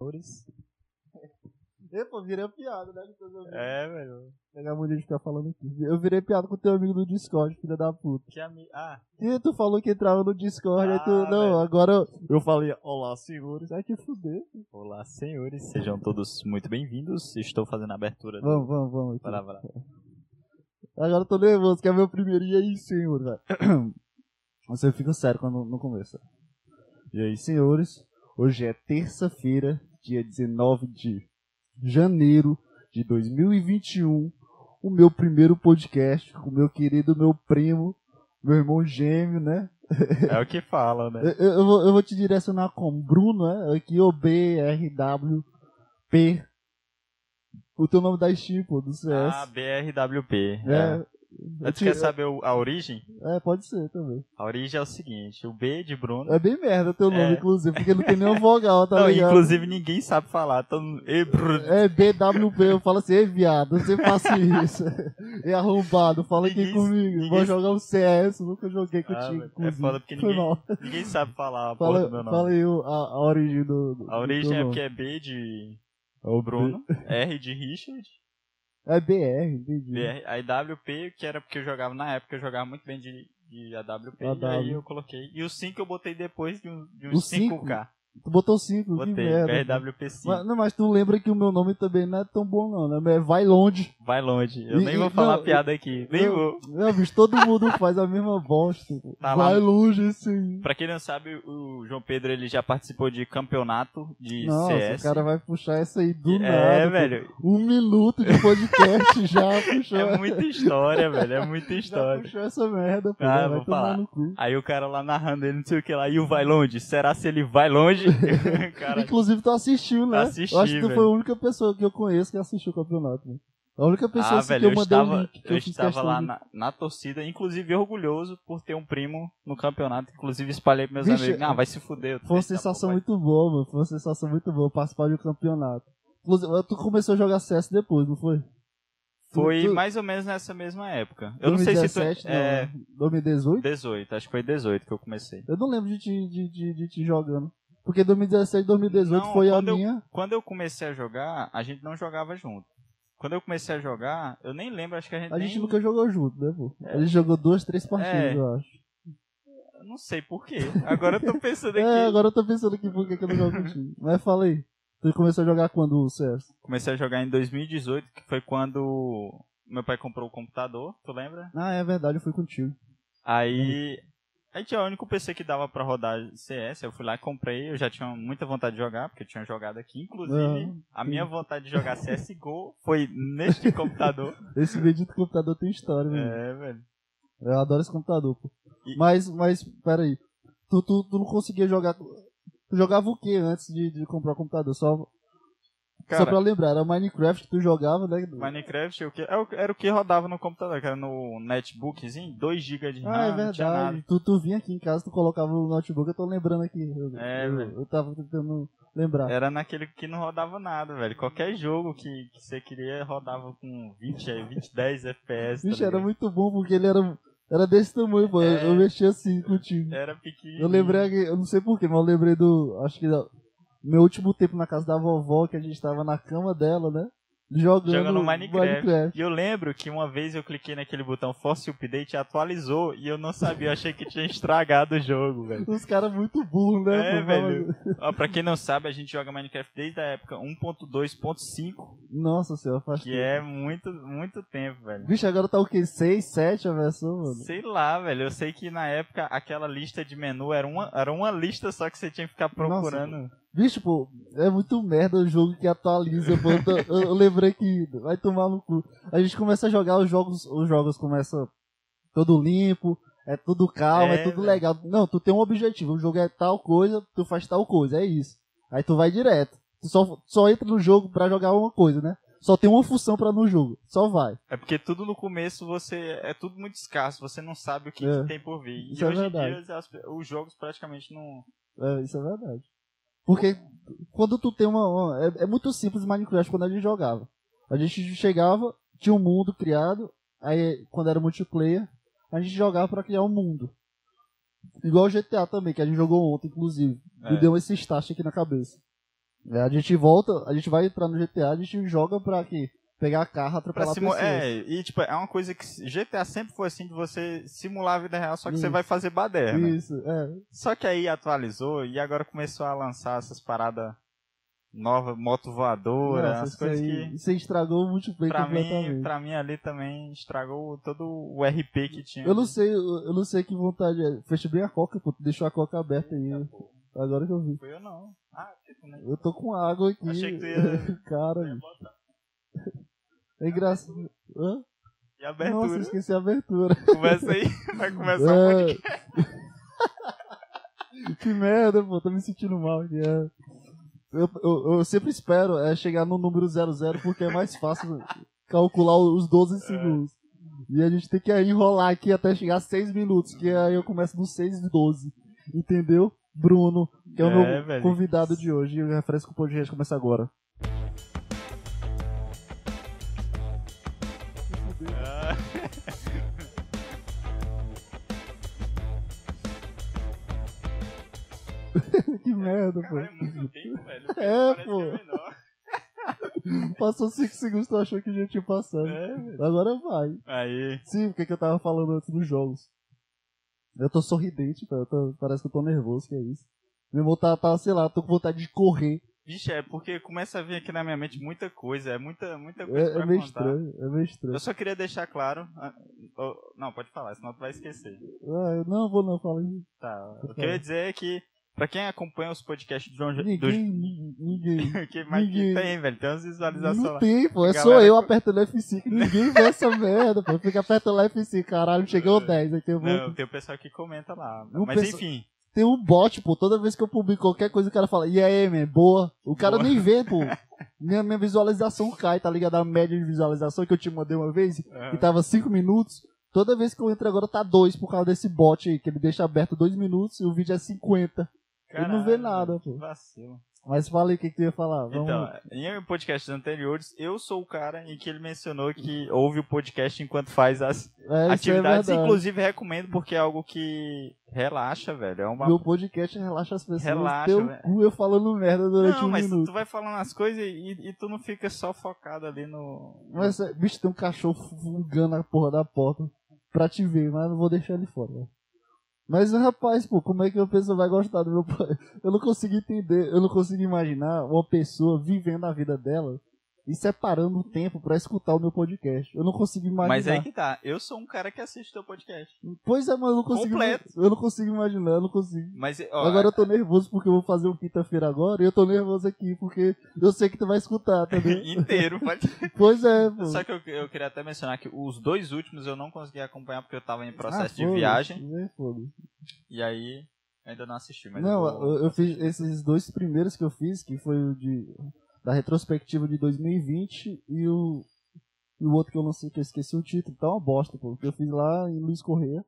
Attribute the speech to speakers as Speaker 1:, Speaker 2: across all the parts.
Speaker 1: Flores.
Speaker 2: Epa, É, virei piada, né? Com teus amigos.
Speaker 1: É, velho.
Speaker 2: Pegar a mulher um de ficar falando aqui. Eu virei piada com teu amigo do Discord, filha da puta.
Speaker 1: Que ami... Ah,
Speaker 2: E tu falou que entrava no Discord, aí tu.
Speaker 1: Ah,
Speaker 2: Não,
Speaker 1: velho.
Speaker 2: agora eu, eu falei, olá, senhores. Ai, que fuder.
Speaker 1: olá, senhores. Sejam todos muito bem-vindos. Estou fazendo a abertura do...
Speaker 2: Vamos, vamos, vamos. aqui.
Speaker 1: Para, para.
Speaker 2: Agora eu tô nervoso, que é meu primeiro. E aí, senhor, velho? Você fica sério quando não começa. E aí, senhores? Hoje é terça-feira, dia 19 de janeiro de 2021. O meu primeiro podcast com o meu querido, meu primo, meu irmão gêmeo, né?
Speaker 1: É o que fala, né?
Speaker 2: Eu, eu- eu vou, eu vou te direcionar como Bruno, é? Aqui, O B, R, W, P. O teu nome da Steam, pô, do CS.
Speaker 1: Ah, BRWP.
Speaker 2: é.
Speaker 1: É.
Speaker 2: Eu
Speaker 1: Mas Tu
Speaker 2: te-
Speaker 1: quer saber o- a origem?
Speaker 2: é, pode ser também.
Speaker 1: A origem é o seguinte: o B de Bruno.
Speaker 2: É bem merda teu nome,
Speaker 1: É.
Speaker 2: inclusive, porque não tem nenhuma vogal, tá
Speaker 1: Não,
Speaker 2: ligado?
Speaker 1: inclusive ninguém sabe falar. Todo... mundo- Ei, Bruno.
Speaker 2: É BWP, eu falo assim, ei viado, você faça isso. É arrombado, fala aqui
Speaker 1: Ninguém-
Speaker 2: comigo. Vou
Speaker 1: ninguém-
Speaker 2: jogar um CS, nunca joguei
Speaker 1: Ah,
Speaker 2: contigo.
Speaker 1: velho, é
Speaker 2: inclusive.
Speaker 1: foda porque
Speaker 2: Foi
Speaker 1: ninguém-
Speaker 2: mal.
Speaker 1: Ninguém sabe falar a porra do meu
Speaker 2: É. Fala,
Speaker 1: nome.
Speaker 2: fala aí o- a, a origem do. do
Speaker 1: A origem
Speaker 2: teu
Speaker 1: é
Speaker 2: nome.
Speaker 1: porque é B de o Bruno, R de Richard,
Speaker 2: É BR, entendi.
Speaker 1: BR, aí WP, que era porque eu jogava na época, eu jogava muito bem de, de AWP, e
Speaker 2: AW.
Speaker 1: aí eu coloquei. E o 5 eu botei depois de, um, de
Speaker 2: O
Speaker 1: uns 5K.
Speaker 2: Tu botou 5, que
Speaker 1: Botei,
Speaker 2: merda.
Speaker 1: BRWP5.
Speaker 2: Mas, não, mas tu lembra que o meu nome também não é tão bom, não, né? É Vai longe.
Speaker 1: Vai longe, eu
Speaker 2: E-
Speaker 1: nem
Speaker 2: e-
Speaker 1: vou falar
Speaker 2: não,
Speaker 1: piada aqui, nem
Speaker 2: não,
Speaker 1: vou.
Speaker 2: Não, bicho, todo mundo faz a mesma bosta.
Speaker 1: Tá lá.
Speaker 2: Vai longe, assim.
Speaker 1: Pra quem não sabe, o João Pedro ele já participou de campeonato de
Speaker 2: Nossa,
Speaker 1: CS.
Speaker 2: o cara vai puxar essa aí do nada.
Speaker 1: é,
Speaker 2: pô.
Speaker 1: velho,
Speaker 2: Um minuto de podcast já puxou.
Speaker 1: é muita história, velho, é muita
Speaker 2: já
Speaker 1: história.
Speaker 2: puxou essa merda, pô.
Speaker 1: Ah,
Speaker 2: vai
Speaker 1: vou
Speaker 2: tomar
Speaker 1: falar.
Speaker 2: no cu.
Speaker 1: Aí o cara lá narrando ele, não sei o que lá, e o vai longe? Será se ele vai longe? cara,
Speaker 2: Inclusive, tu assistiu, né?
Speaker 1: Assisti,
Speaker 2: eu acho que tu
Speaker 1: velho.
Speaker 2: foi a única pessoa que eu conheço que assistiu o campeonato. né? A única pessoa
Speaker 1: ah,
Speaker 2: assim,
Speaker 1: velho,
Speaker 2: que eu
Speaker 1: eu
Speaker 2: mandei o
Speaker 1: estava,
Speaker 2: link. Que
Speaker 1: eu
Speaker 2: eu, fiz
Speaker 1: estava
Speaker 2: questão
Speaker 1: lá
Speaker 2: de-
Speaker 1: na, na torcida, inclusive orgulhoso por ter um primo no campeonato. Inclusive espalhei pros meus
Speaker 2: Vixe,
Speaker 1: amigos. Ah, vai se fuder. eu tô
Speaker 2: Foi uma
Speaker 1: desse da
Speaker 2: sensação
Speaker 1: porra,
Speaker 2: muito boa, mano. Foi uma sensação muito boa participar de um campeonato. Inclusive, tu começou a jogar CS depois, não foi? Tu-
Speaker 1: Foi
Speaker 2: tu-
Speaker 1: mais ou menos nessa mesma época. Eu não sei se tu...
Speaker 2: 2017, não,
Speaker 1: É,
Speaker 2: né? 2018?
Speaker 1: 18, acho que foi 18 que eu comecei.
Speaker 2: Eu não lembro de te, de, de, de te jogando. Porque 2017, 2018
Speaker 1: Não,
Speaker 2: foi a
Speaker 1: quando eu-
Speaker 2: minha.
Speaker 1: Quando eu comecei a jogar, a gente não jogava junto. Quando eu comecei a jogar, eu nem lembro, acho que a gente
Speaker 2: A
Speaker 1: nem...
Speaker 2: gente nunca jogou junto, né, pô? A gente jogou duas, três partidas,
Speaker 1: É.
Speaker 2: eu acho.
Speaker 1: eu Não sei por quê. Agora eu tô pensando aqui.
Speaker 2: É, agora eu tô pensando aqui por que que eu não jogo contigo. Mas fala aí. Tu começou a jogar quando o CS?
Speaker 1: Comecei a jogar em 2018, que foi quando meu pai comprou o computador, tu lembra?
Speaker 2: Ah, é verdade, eu fui contigo.
Speaker 1: Aí.
Speaker 2: Uhum.
Speaker 1: Aí tinha o único PC que dava pra rodar CS, eu fui lá e comprei, eu já tinha muita vontade de jogar, porque eu tinha jogado aqui. Inclusive,
Speaker 2: Aham.
Speaker 1: a minha vontade de jogar CSGO foi neste computador.
Speaker 2: Esse bendito computador tem história, velho.
Speaker 1: é, velho.
Speaker 2: Eu adoro esse computador, pô.
Speaker 1: E-
Speaker 2: Mas, mas, pera aí. Tu, tu, tu não conseguia jogar... Tu jogava o que antes de, de comprar o computador? Só, só
Speaker 1: Cara,
Speaker 2: pra lembrar, era Minecraft que tu jogava, né?
Speaker 1: Minecraft eu que- era o que, era o que rodava no computador, que era no netbookzinho, 2GB de RAM,
Speaker 2: Ah, é
Speaker 1: não tinha nada.
Speaker 2: verdade. Tu, tu vinha aqui em casa, tu colocava o notebook, eu tô lembrando aqui. Eu,
Speaker 1: É,
Speaker 2: eu,
Speaker 1: velho. É,
Speaker 2: eu tava tentando lembrar.
Speaker 1: Era naquele que não rodava nada, velho. Qualquer jogo que, que você queria rodava com 20, aí, 20, 10 FPS. tá
Speaker 2: Vixe, era
Speaker 1: ligado?
Speaker 2: muito bom porque ele era, era desse tamanho, pô. Eu- Eu
Speaker 1: É.
Speaker 2: mexia assim contigo.
Speaker 1: Era pequenininho.
Speaker 2: Eu lembrei, aqui- eu não sei porquê, mas eu lembrei do. Acho que da- meu último tempo na casa da vovó, que a gente tava na cama dela, né? Jogando,
Speaker 1: Jogando Minecraft. E eu lembro que uma vez eu cliquei naquele botão Force Update, atualizou e eu não sabia, eu achei que tinha estragado o jogo, velho.
Speaker 2: Os caras muito burros, né?
Speaker 1: É,
Speaker 2: pô?
Speaker 1: velho. Ó, pra quem não sabe, a gente joga Minecraft desde a época 1.2.5,
Speaker 2: Nossa senhora, faz
Speaker 1: que é muito, muito tempo, velho.
Speaker 2: Vixe, agora tá o quê? 6, 7 a versão, mano?
Speaker 1: Sei lá, velho. Eu sei que na época aquela lista de menu era uma, era uma lista só que você tinha que ficar procurando.
Speaker 2: Vixe, pô, é muito merda o jogo que atualiza, pô. Eu, tô- eu- eu lembrei que vai tomar no cu. A gente começa a jogar os jogos, os jogos começam todo limpo, é tudo calmo, é,
Speaker 1: É,
Speaker 2: tudo
Speaker 1: velho.
Speaker 2: legal. Não, tu tem um objetivo, o jogo é tal coisa, tu faz tal coisa, é isso. Aí tu vai direto. Tu só, só entra no jogo pra jogar uma coisa, né? Só tem uma função pra no jogo, só vai.
Speaker 1: É porque tudo no começo você. É tudo muito escasso, você não sabe o que,
Speaker 2: É.
Speaker 1: que tem por vir. E
Speaker 2: Isso é
Speaker 1: hoje em
Speaker 2: verdade.
Speaker 1: dia as- os jogos praticamente não.
Speaker 2: É, isso é verdade. Porque quando tu tem uma. uma- é, é muito simples Minecraft quando a gente jogava. A gente chegava, tinha um mundo criado, aí quando era multiplayer, a gente jogava pra criar um mundo. Igual o GTA também, que a gente jogou ontem, inclusive.
Speaker 1: É.
Speaker 2: Me deu esse start aqui na cabeça. É, a gente volta, a gente vai entrar no GTA, a gente joga pra que pegar carro,
Speaker 1: Pra
Speaker 2: atropelar
Speaker 1: simu-
Speaker 2: pessoas.
Speaker 1: é, e tipo, é uma coisa que GTA sempre foi assim de você simular a vida real, só que você
Speaker 2: Isso.
Speaker 1: vai fazer baderna.
Speaker 2: Isso, é.
Speaker 1: Só que aí atualizou e agora começou a lançar essas paradas novas, moto voadora,
Speaker 2: Nossa,
Speaker 1: as
Speaker 2: isso
Speaker 1: é coisas
Speaker 2: aí-
Speaker 1: que.
Speaker 2: Isso aí estragou o multiplayer
Speaker 1: Pra
Speaker 2: completamente.
Speaker 1: mim, pra mim ali também estragou todo o RP que tinha.
Speaker 2: Eu não sei, eu eu não sei que vontade é. Fecha bem a coca, pô. Deixou a coca aberta aí. Agora que eu vi.
Speaker 1: Foi eu não. Ah, que tu nem-
Speaker 2: Eu tô com água aqui.
Speaker 1: Achei que tu ia-
Speaker 2: Cara,
Speaker 1: ia
Speaker 2: é engraçado. Hã?
Speaker 1: E a
Speaker 2: Nossa, eu
Speaker 1: abertura.
Speaker 2: esqueci a abertura.
Speaker 1: Começa aí, vai começar um podcast.
Speaker 2: É. que merda, pô. Tô me sentindo mal. aqui, é. Eu, eu, eu sempre espero é, chegar no número 00 porque é mais fácil calcular os
Speaker 1: É.
Speaker 2: 12 segundos. E a gente tem que aí enrolar aqui até chegar a 6 minutos, que aí eu começo no 6 e 12. Entendeu? Bruno, que é o
Speaker 1: É,
Speaker 2: meu
Speaker 1: velho.
Speaker 2: convidado de hoje. E o refresco podcast começa agora.
Speaker 1: Ah.
Speaker 2: Que merda, pô.
Speaker 1: Caralho, muito tempo, velho.
Speaker 2: É,
Speaker 1: Parece que
Speaker 2: pô.
Speaker 1: menor.
Speaker 2: Passou 5 segundos, tu achou que já tinha passado.
Speaker 1: É.
Speaker 2: Agora vai.
Speaker 1: Aí,
Speaker 2: Sim, porque que eu tava falando antes dos jogos. Eu tô sorridente, cara. eu tô- parece que eu tô nervoso, que é isso. Meu irmão tá, tá, sei lá, tô com vontade de correr.
Speaker 1: bicho, é porque começa a vir aqui na minha mente muita coisa, é muita, muita
Speaker 2: É,
Speaker 1: coisa pra
Speaker 2: é meio
Speaker 1: contar.
Speaker 2: estranho, é meio estranho.
Speaker 1: Eu só queria deixar claro. ah, oh, Não, pode falar, senão tu vai esquecer.
Speaker 2: Ah, eu não vou não falar isso.
Speaker 1: Tá. O que eu ia dizer é que, pra quem acompanha os podcasts de João Ge- do
Speaker 2: Ninguém, ninguém, ninguém.
Speaker 1: que mais que
Speaker 2: ninguém.
Speaker 1: tem, velho, tem umas visualizações
Speaker 2: Não
Speaker 1: lá.
Speaker 2: tem, pô. É só
Speaker 1: Galera,
Speaker 2: eu
Speaker 1: co-
Speaker 2: apertando F5. Ninguém vê essa merda, pô. Fica apertando F5, caralho. Chegou 10, aqui eu vou.
Speaker 1: É. Não, tem o pessoal que comenta lá.
Speaker 2: Não
Speaker 1: Mas
Speaker 2: pensa-
Speaker 1: enfim,
Speaker 2: um Tem um bot, pô. Toda vez que eu publico qualquer coisa, o cara fala, e aí, man, boa. O cara
Speaker 1: Boa.
Speaker 2: nem vê, pô. Minha, minha visualização cai, tá ligado? A média de visualização que eu te mandei uma vez,
Speaker 1: ah,
Speaker 2: que tava 5 minutos. Toda vez que eu entro agora tá 2 por causa desse bot aí, que ele deixa aberto 2 minutos e o vídeo é 50. ele não vê
Speaker 1: caralho,
Speaker 2: nada, Tá
Speaker 1: que
Speaker 2: pô.
Speaker 1: Vacilo.
Speaker 2: Mas fala aí o que, que tu ia falar. Vamos
Speaker 1: Então, em podcasts anteriores, eu sou o cara em que ele mencionou que ouve o podcast enquanto faz as
Speaker 2: é, isso
Speaker 1: atividades.
Speaker 2: é verdade.
Speaker 1: Inclusive, recomendo porque é algo que relaxa, velho. É uma.
Speaker 2: Meu podcast relaxa as pessoas.
Speaker 1: Relaxa,
Speaker 2: teu
Speaker 1: velho.
Speaker 2: cu eu falando merda durante
Speaker 1: Não,
Speaker 2: um
Speaker 1: mas tu,
Speaker 2: minuto.
Speaker 1: tu vai falando as coisas e, e tu não fica só focado ali no.
Speaker 2: Mas, é, bicho, tem um cachorro fungando a porra da porta pra te ver, mas eu não vou deixar ele fora. né? Mas, rapaz, pô, como é que uma pessoa vai gostar do meu pai? Eu não consigo entender, eu não consigo imaginar uma pessoa vivendo a vida dela e separando o tempo pra escutar o meu podcast. Eu não consigo imaginar.
Speaker 1: Mas aí que tá. Eu sou um cara que assiste teu podcast.
Speaker 2: Pois é, mas eu não consigo.
Speaker 1: Completo.
Speaker 2: Eu não consigo imaginar, eu não consigo.
Speaker 1: Mas, ó, é.
Speaker 2: agora eu tô nervoso porque eu vou fazer um quinta-feira agora e eu tô nervoso aqui porque eu sei que tu vai escutar, tá ligado?
Speaker 1: inteiro. pode-
Speaker 2: pois é, pô.
Speaker 1: Só que eu, eu queria até mencionar que os dois últimos eu não consegui acompanhar porque eu tava em processo
Speaker 2: Ah,
Speaker 1: de
Speaker 2: foda-se,
Speaker 1: viagem.
Speaker 2: né, foda-se.
Speaker 1: E aí, ainda não assisti. Mas
Speaker 2: não,
Speaker 1: eu vou-
Speaker 2: eu, eu fiz esses dois primeiros que eu fiz, que foi o de da retrospectiva de 2020 e o e o outro que eu não sei que eu esqueci o título, tá uma bosta, pô, que eu fiz lá em Luiz Correia.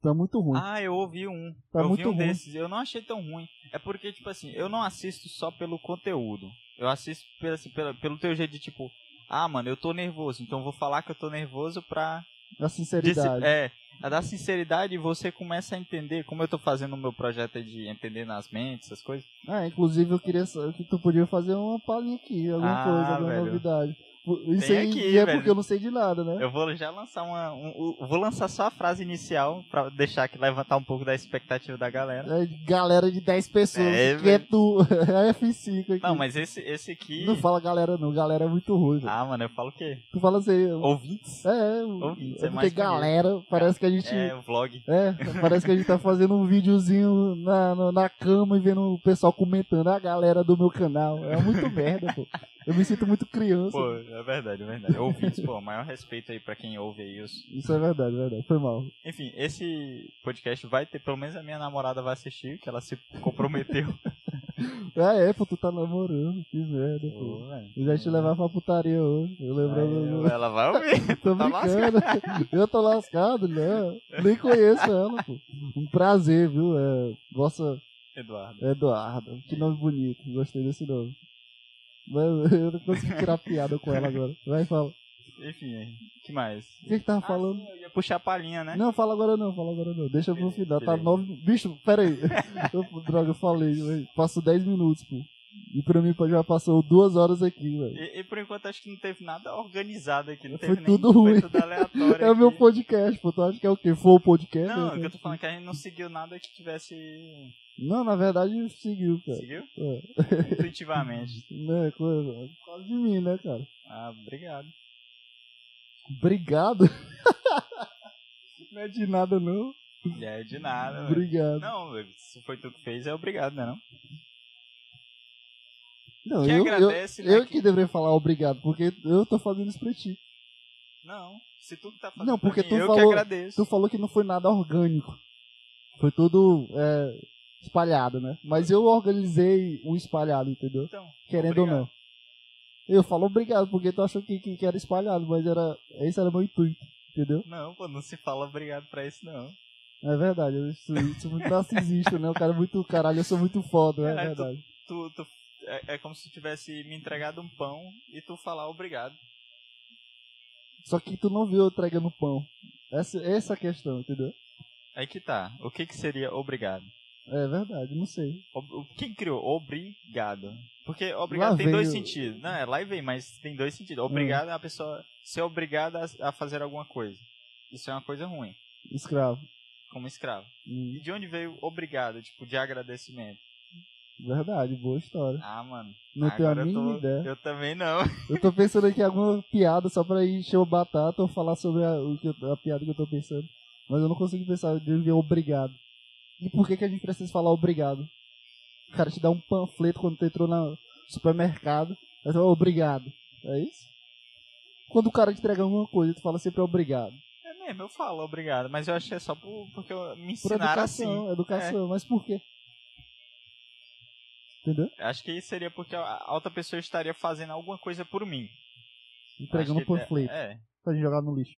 Speaker 2: Tá muito ruim.
Speaker 1: Ah, eu ouvi um.
Speaker 2: tá
Speaker 1: eu
Speaker 2: muito
Speaker 1: vi um
Speaker 2: ruim.
Speaker 1: desses, eu não achei tão ruim. É porque, tipo assim, eu não assisto só pelo conteúdo. Eu assisto pelo, assim, pelo, pelo teu jeito de, tipo, ah, mano, eu tô nervoso, então eu vou falar que eu tô nervoso pra.
Speaker 2: A
Speaker 1: Disse-
Speaker 2: sinceridade.
Speaker 1: é, a da sinceridade você começa a entender, como eu tô fazendo o meu projeto aí de entender nas mentes, essas coisas.
Speaker 2: Ah, inclusive eu queria sa- que tu podia fazer uma palhinha aqui, alguma
Speaker 1: Ah,
Speaker 2: coisa, alguma
Speaker 1: velho.
Speaker 2: novidade. Pô, Isso
Speaker 1: Tem
Speaker 2: aí
Speaker 1: aqui,
Speaker 2: e é
Speaker 1: velho.
Speaker 2: porque eu não sei de nada, né?
Speaker 1: Eu vou já lançar uma. um- um- vou lançar só a frase inicial pra deixar que levantar um pouco da expectativa da galera.
Speaker 2: É galera de 10 pessoas,
Speaker 1: É,
Speaker 2: que é tu, é F5 aqui.
Speaker 1: Não, mas esse, esse aqui.
Speaker 2: Não fala galera não, galera é muito ruim, velho.
Speaker 1: Ah, mano, eu falo o quê?
Speaker 2: Tu fala assim,
Speaker 1: Ouvintes?
Speaker 2: É,
Speaker 1: Ouvintes,
Speaker 2: é porque
Speaker 1: é mais maneiro.
Speaker 2: galera, parece que a gente. É.
Speaker 1: É, vlog.
Speaker 2: parece que a gente tá fazendo um videozinho na, na, na cama e vendo o pessoal comentando "Ah, a galera do meu canal. É muito merda, pô. Eu me sinto muito criança.
Speaker 1: Pô, é verdade, é verdade. Ouvintes, pô, maior respeito aí pra quem ouve aí os.
Speaker 2: Isso é verdade, é verdade. Foi mal.
Speaker 1: Enfim, esse podcast vai ter, pelo menos a minha namorada vai assistir, que ela se comprometeu.
Speaker 2: Ah, é, pô, tu tá namorando, que merda, pô.
Speaker 1: Pô, velho.
Speaker 2: Eu já te levar pra putaria hoje. Eu lembrando.
Speaker 1: Aí, ela vai ouvir.
Speaker 2: Tô
Speaker 1: Tá
Speaker 2: brincando. eu tô lascado, né? Nem conheço ela, pô. Um prazer, viu? É, nossa,
Speaker 1: Eduardo.
Speaker 2: Eduardo, que nome bonito, gostei desse nome. Mas eu não consegui tirar piada com ela agora. Vai, fala. O
Speaker 1: Enfim, aí, que mais?
Speaker 2: que que tava
Speaker 1: Ah,
Speaker 2: Tá falando?
Speaker 1: sim, eu ia puxar a palhinha, né?
Speaker 2: Não, fala agora não, fala agora não. Deixa pro
Speaker 1: Beleza,
Speaker 2: final, tá
Speaker 1: beleza.
Speaker 2: nove... Bicho, pera aí. Eu, droga, eu falei, eu passo 10 minutos, pô. E pra mim pô, já passou duas horas aqui, velho.
Speaker 1: E, e por enquanto acho que não teve nada organizado aqui. Não
Speaker 2: Foi
Speaker 1: teve
Speaker 2: tudo
Speaker 1: nem,
Speaker 2: ruim.
Speaker 1: Foi tudo aleatório.
Speaker 2: É o
Speaker 1: aqui.
Speaker 2: meu podcast, pô. Tu acha que é o quê? Foi o podcast?
Speaker 1: Não, é
Speaker 2: né?
Speaker 1: o que eu tô falando que a gente não seguiu nada que tivesse.
Speaker 2: Não, na verdade seguiu, cara.
Speaker 1: Seguiu?
Speaker 2: É.
Speaker 1: Intuitivamente.
Speaker 2: Né, coisa. Por causa de mim, né, cara?
Speaker 1: Ah, obrigado.
Speaker 2: Obrigado. não é de nada, não.
Speaker 1: É de nada, velho.
Speaker 2: Obrigado.
Speaker 1: Não, velho, se foi tu que fez, é obrigado, né? Não?
Speaker 2: Não,
Speaker 1: Quem
Speaker 2: eu, eu,
Speaker 1: agradece, né,
Speaker 2: eu
Speaker 1: que-
Speaker 2: que deveria falar obrigado, porque eu tô fazendo isso pra ti.
Speaker 1: Não, se tu que tá fazendo.
Speaker 2: Não, porque
Speaker 1: pra
Speaker 2: tu
Speaker 1: mim, eu
Speaker 2: falou-
Speaker 1: que agradeço.
Speaker 2: Tu falou que não foi nada orgânico. Foi tudo é, espalhado, né? Mas eu organizei o espalhado, entendeu?
Speaker 1: Então,
Speaker 2: Querendo ou não. Eu falo obrigado, porque tu achou que, que, que era espalhado, mas era. Esse era meu intuito, entendeu?
Speaker 1: Não, pô, não se fala obrigado pra isso, não.
Speaker 2: É verdade, eu sou, sou muito narcisista, né? O cara é muito. Caralho, eu sou muito foda, é
Speaker 1: Caralho, tu-
Speaker 2: verdade.
Speaker 1: Tu, tu, é, é como se tu tivesse me entregado um pão e tu falar obrigado.
Speaker 2: Só que tu não viu eu entregando pão. Essa, essa é a questão, entendeu?
Speaker 1: Aí que tá. O que que seria obrigado?
Speaker 2: É verdade, não sei.
Speaker 1: O- o- Quem criou? Obrigado. Porque obrigado tem
Speaker 2: vem
Speaker 1: dois
Speaker 2: o-
Speaker 1: sentidos. Não, é lá e vem, mas tem dois sentidos. Obrigado é a pessoa ser obrigada a, a fazer alguma coisa. Isso é uma coisa ruim,
Speaker 2: Escravo.
Speaker 1: como escravo.
Speaker 2: Hum,
Speaker 1: E de onde veio obrigado, tipo, de agradecimento?
Speaker 2: Verdade, boa história.
Speaker 1: Ah, mano.
Speaker 2: Não tenho
Speaker 1: agora
Speaker 2: a
Speaker 1: eu
Speaker 2: mínima
Speaker 1: tô-
Speaker 2: ideia.
Speaker 1: Eu também não.
Speaker 2: Eu tô pensando aqui em alguma piada só pra encher o batata ou falar sobre a, o que eu- a piada que eu tô pensando. Mas eu não consigo pensar de ver obrigado. E por que, que a gente precisa falar obrigado? O cara te dá um panfleto quando tu entrou no supermercado. Aí tu fala, obrigado. É isso? Quando o cara te entrega alguma coisa, tu fala sempre obrigado.
Speaker 1: É mesmo, eu falo obrigado, mas eu achei só por, porque eu- me
Speaker 2: Por
Speaker 1: ensinaram assim.
Speaker 2: educação, educação. Mas por quê? Entendeu?
Speaker 1: Acho que seria porque a a outra pessoa estaria fazendo alguma coisa por mim.
Speaker 2: Entregando
Speaker 1: Acho que-
Speaker 2: panfleto
Speaker 1: É.
Speaker 2: pra gente jogar no lixo.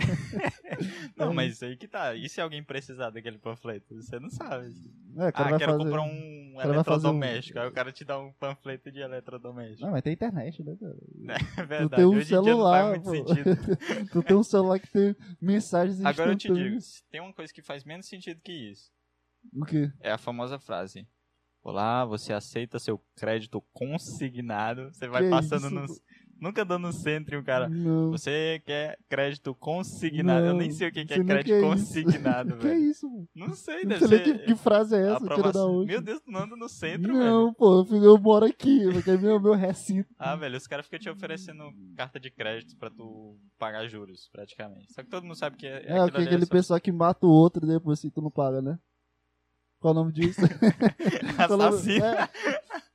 Speaker 2: É.
Speaker 1: Não, mas isso aí que tá. E se alguém precisar daquele panfleto? Você não sabe.
Speaker 2: É, o cara
Speaker 1: Ah,
Speaker 2: vai
Speaker 1: quero
Speaker 2: fazer-
Speaker 1: comprar um
Speaker 2: cara vai fazer um-
Speaker 1: eletrodoméstico. Aí o cara te dá um panfleto de eletrodoméstico.
Speaker 2: Não, mas tem internet, né, cara?
Speaker 1: É verdade.
Speaker 2: tem um
Speaker 1: Hoje em dia não
Speaker 2: celular,
Speaker 1: faz muito
Speaker 2: pô.
Speaker 1: sentido.
Speaker 2: Tu tem um celular que tem mensagens instantâneas.
Speaker 1: Agora eu te digo, se tem uma coisa que faz menos sentido que isso.
Speaker 2: O quê?
Speaker 1: É a famosa frase. Olá, você aceita seu crédito consignado? Você vai
Speaker 2: Que
Speaker 1: passando
Speaker 2: isso,
Speaker 1: nos. Nunca dando um centro e o cara.
Speaker 2: não.
Speaker 1: Você quer crédito consignado? eu
Speaker 2: Não,
Speaker 1: nem sei o que, que é
Speaker 2: você não
Speaker 1: crédito
Speaker 2: quer
Speaker 1: consignado,
Speaker 2: Que
Speaker 1: velho.
Speaker 2: isso, mano?
Speaker 1: Não sei,
Speaker 2: Não
Speaker 1: deve
Speaker 2: sei nem que,
Speaker 1: ser.
Speaker 2: que frase é essa, tira da
Speaker 1: aprovação.
Speaker 2: onde.
Speaker 1: Meu Deus, tu não anda no centro, velho.
Speaker 2: Não, pô, eu, fico- eu moro aqui, porque é meu, meu recinto.
Speaker 1: Ah, velho, os caras ficam te oferecendo carta de crédito pra tu pagar juros, praticamente. Só que todo mundo sabe que
Speaker 2: É,
Speaker 1: é,
Speaker 2: o que
Speaker 1: aquilo ali
Speaker 2: aquele
Speaker 1: só-
Speaker 2: pessoal que mata o outro e depois se tu não paga, né? Qual o nome disso? Qual o nome-
Speaker 1: assassino.
Speaker 2: É.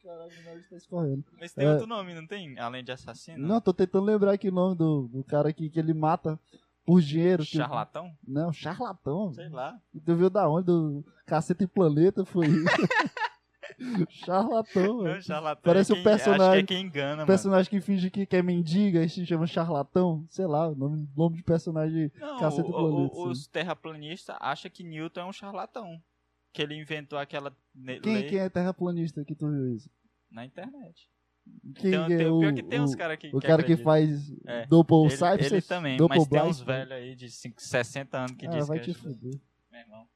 Speaker 2: Caralho, não está escorrendo.
Speaker 1: Mas tem
Speaker 2: É.
Speaker 1: outro nome, não tem? Além de assassino?
Speaker 2: Não, tô tentando lembrar aqui o nome do, do cara que, que ele mata por dinheiro. que-
Speaker 1: Charlatão?
Speaker 2: Não, charlatão.
Speaker 1: Sei lá.
Speaker 2: Tu viu da onde? Do Caceta e Planeta foi. charlatão,
Speaker 1: Não,
Speaker 2: velho.
Speaker 1: charlatão.
Speaker 2: Parece
Speaker 1: é
Speaker 2: um
Speaker 1: quem, Acho
Speaker 2: personagem-
Speaker 1: que é quem engana,
Speaker 2: O
Speaker 1: mano.
Speaker 2: personagem que finge que, que é mendiga, aí se chama charlatão, sei lá, o nome, nome de personagem.
Speaker 1: Não,
Speaker 2: Caceta do
Speaker 1: o- o-
Speaker 2: planeta, sim.
Speaker 1: os terraplanistas acham que Newton é um charlatão. Que ele inventou aquela ne-
Speaker 2: Quem,
Speaker 1: lei
Speaker 2: quem é terraplanista que tu viu isso?
Speaker 1: na internet.
Speaker 2: Quem
Speaker 1: Tem- um-
Speaker 2: que é
Speaker 1: tem-
Speaker 2: o,
Speaker 1: pior que tem uns
Speaker 2: o-
Speaker 1: caras que.
Speaker 2: o cara que
Speaker 1: acreditam.
Speaker 2: faz
Speaker 1: É,
Speaker 2: double
Speaker 1: Ele-
Speaker 2: cypher?
Speaker 1: Ele, também,
Speaker 2: double
Speaker 1: mas tem uns
Speaker 2: blind?
Speaker 1: velhos aí de cinco- 60 anos que
Speaker 2: Ah,
Speaker 1: diz
Speaker 2: vai
Speaker 1: que.
Speaker 2: te
Speaker 1: é charlatão.
Speaker 2: fuder.
Speaker 1: Meu irmão,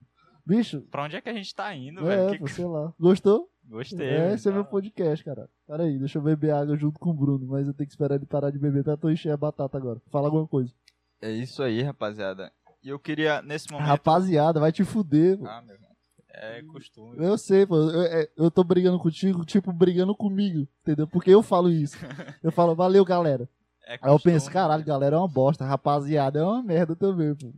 Speaker 2: Bicho,
Speaker 1: Pra onde é que a gente tá indo,
Speaker 2: é,
Speaker 1: velho?
Speaker 2: pô,
Speaker 1: Que-
Speaker 2: sei lá. Gostou?
Speaker 1: Gostei.
Speaker 2: é, esse é
Speaker 1: velho.
Speaker 2: meu podcast, cara. Pera aí, deixa eu beber água junto com o Bruno, mas eu tenho que esperar ele parar de beber pra tu encher a batata agora. Fala alguma coisa.
Speaker 1: É isso aí, rapaziada. E eu queria, nesse momento.
Speaker 2: Rapaziada, vai te fuder, pô.
Speaker 1: Ah, meu irmão. É costume.
Speaker 2: Eu sei, pô. Eu, é- eu tô brigando contigo, tipo, brigando comigo, entendeu? Porque eu falo isso. Eu falo, valeu, galera.
Speaker 1: É
Speaker 2: Aí eu
Speaker 1: costume.
Speaker 2: penso, caralho, galera é uma bosta, rapaziada, é uma merda também, pô.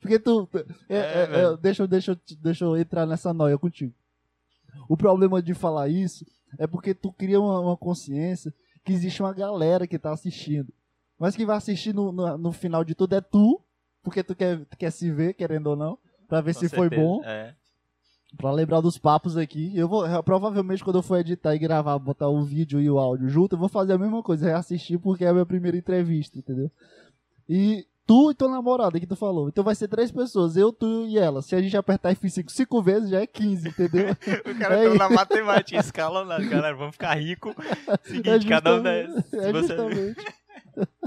Speaker 2: Porque tu. tu- é-
Speaker 1: É,
Speaker 2: é-
Speaker 1: velho.
Speaker 2: é, deixa, eu- deixa, eu te- deixa eu entrar nessa noia contigo. O problema de falar isso é porque tu cria uma, uma consciência que existe uma galera que tá assistindo. Mas quem vai assistir no, no, no final de tudo é tu, porque tu quer, tu quer se ver, querendo ou não, pra ver
Speaker 1: Com
Speaker 2: se foi
Speaker 1: certeza.
Speaker 2: bom.
Speaker 1: É.
Speaker 2: Pra lembrar dos papos aqui, eu vou. é, Provavelmente quando eu for editar e gravar, botar o vídeo e o áudio junto, eu vou fazer a mesma coisa, reassistir porque é a minha primeira entrevista, entendeu? E tu e tua namorada que tu falou. Então vai ser três pessoas, eu, tu e ela. Se a gente apertar F5 cinco vezes, já é 15, entendeu?
Speaker 1: O cara
Speaker 2: É
Speaker 1: tá na matemática escalonada, galera. Vamos ficar rico. Seguinte, cada um dá.
Speaker 2: justamente-
Speaker 1: se
Speaker 2: É
Speaker 1: você-
Speaker 2: justamente.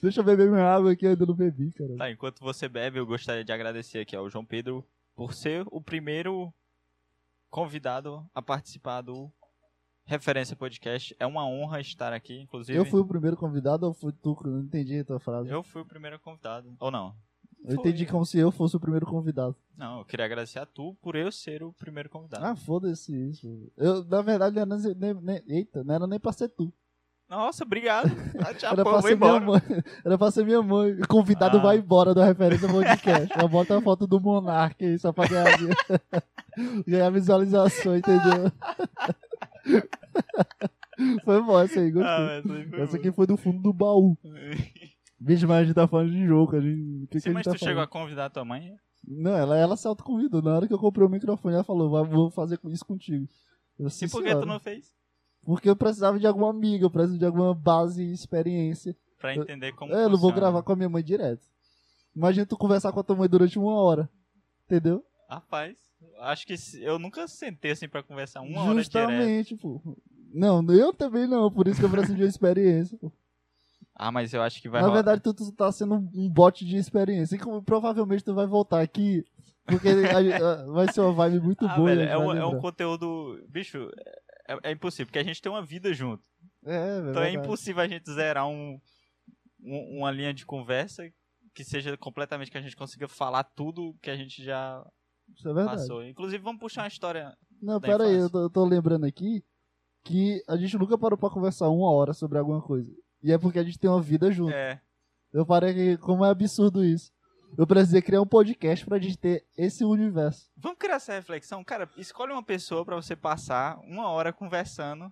Speaker 2: Deixa eu beber minha água aqui, eu ainda não bebi, cara.
Speaker 1: Tá, enquanto você bebe, eu gostaria de agradecer aqui ao João Pedro por ser o primeiro convidado a participar do Referência Podcast. É uma honra estar aqui, inclusive.
Speaker 2: Eu fui o primeiro convidado ou fui tu? Eu Não entendi a tua frase.
Speaker 1: eu fui o primeiro convidado. Ou não?
Speaker 2: Eu entendi como se eu fosse o primeiro convidado.
Speaker 1: Não, eu queria agradecer a tu por eu ser o primeiro convidado.
Speaker 2: Ah, foda-se isso. Eu, na verdade, não era nem, nem- eita, não era nem pra ser tu.
Speaker 1: Nossa, obrigado. Ah, tchau,
Speaker 2: Era
Speaker 1: pô,
Speaker 2: pra
Speaker 1: eu vou
Speaker 2: ser minha
Speaker 1: embora.
Speaker 2: mãe. Era pra ser minha mãe. O convidado
Speaker 1: Ah.
Speaker 2: vai embora do referência podcast. Eu boto a foto do Monark aí só pra ganhar, ganhar visualização, entendeu? foi bom essa aí, gostei.
Speaker 1: Ah, mas aí foi
Speaker 2: essa
Speaker 1: bom.
Speaker 2: aqui foi do fundo do baú. Bicho, mas a gente tá falando de jogo. A gente, o que que
Speaker 1: Sim,
Speaker 2: a gente
Speaker 1: mas
Speaker 2: tá
Speaker 1: tu chegou
Speaker 2: falando?
Speaker 1: a convidar tua mãe?
Speaker 2: Não, ela, ela se autoconvidou. Na hora que eu comprei o microfone, ela falou: "Vai, vou fazer isso contigo. Eu,
Speaker 1: E
Speaker 2: "Sim,
Speaker 1: por que
Speaker 2: senhora."
Speaker 1: tu não fez?
Speaker 2: Porque eu precisava de algum amigo, eu precisava de alguma base e experiência.
Speaker 1: Pra entender como
Speaker 2: É, eu não vou
Speaker 1: funciona.
Speaker 2: gravar com a minha mãe direto. Imagina tu conversar com a tua mãe durante uma hora. Entendeu?
Speaker 1: Rapaz, acho que se- eu nunca sentei assim pra conversar uma hora direto.
Speaker 2: Justamente, pô. Não, eu também não, por isso que eu preciso de uma experiência. Pô.
Speaker 1: Ah, mas eu acho que vai
Speaker 2: Na
Speaker 1: rolar.
Speaker 2: verdade, tu, tu tá sendo um bote de experiência. E como provavelmente tu vai voltar aqui, porque a- a- vai ser uma vibe muito
Speaker 1: ah,
Speaker 2: boa.
Speaker 1: velho,
Speaker 2: a gente
Speaker 1: é,
Speaker 2: vai
Speaker 1: um, é um
Speaker 2: lembrar.
Speaker 1: conteúdo. Bicho, é, é impossível, porque a gente tem uma vida junto.
Speaker 2: É, velho.
Speaker 1: Então é
Speaker 2: verdade.
Speaker 1: impossível a gente zerar um, um- uma linha de conversa que seja completamente que a gente consiga falar tudo que a gente já
Speaker 2: Isso é verdade.
Speaker 1: passou. Inclusive, vamos puxar uma história.
Speaker 2: Não,
Speaker 1: da
Speaker 2: pera aí, eu
Speaker 1: infância.
Speaker 2: tô, eu tô lembrando aqui que a gente nunca parou pra conversar uma hora sobre alguma coisa. E é porque a gente tem uma vida junto.
Speaker 1: É,
Speaker 2: Eu parei que como é absurdo isso. Eu precisei criar um podcast pra gente ter esse universo.
Speaker 1: vamos criar essa reflexão? Cara, escolhe uma pessoa pra você passar uma hora conversando.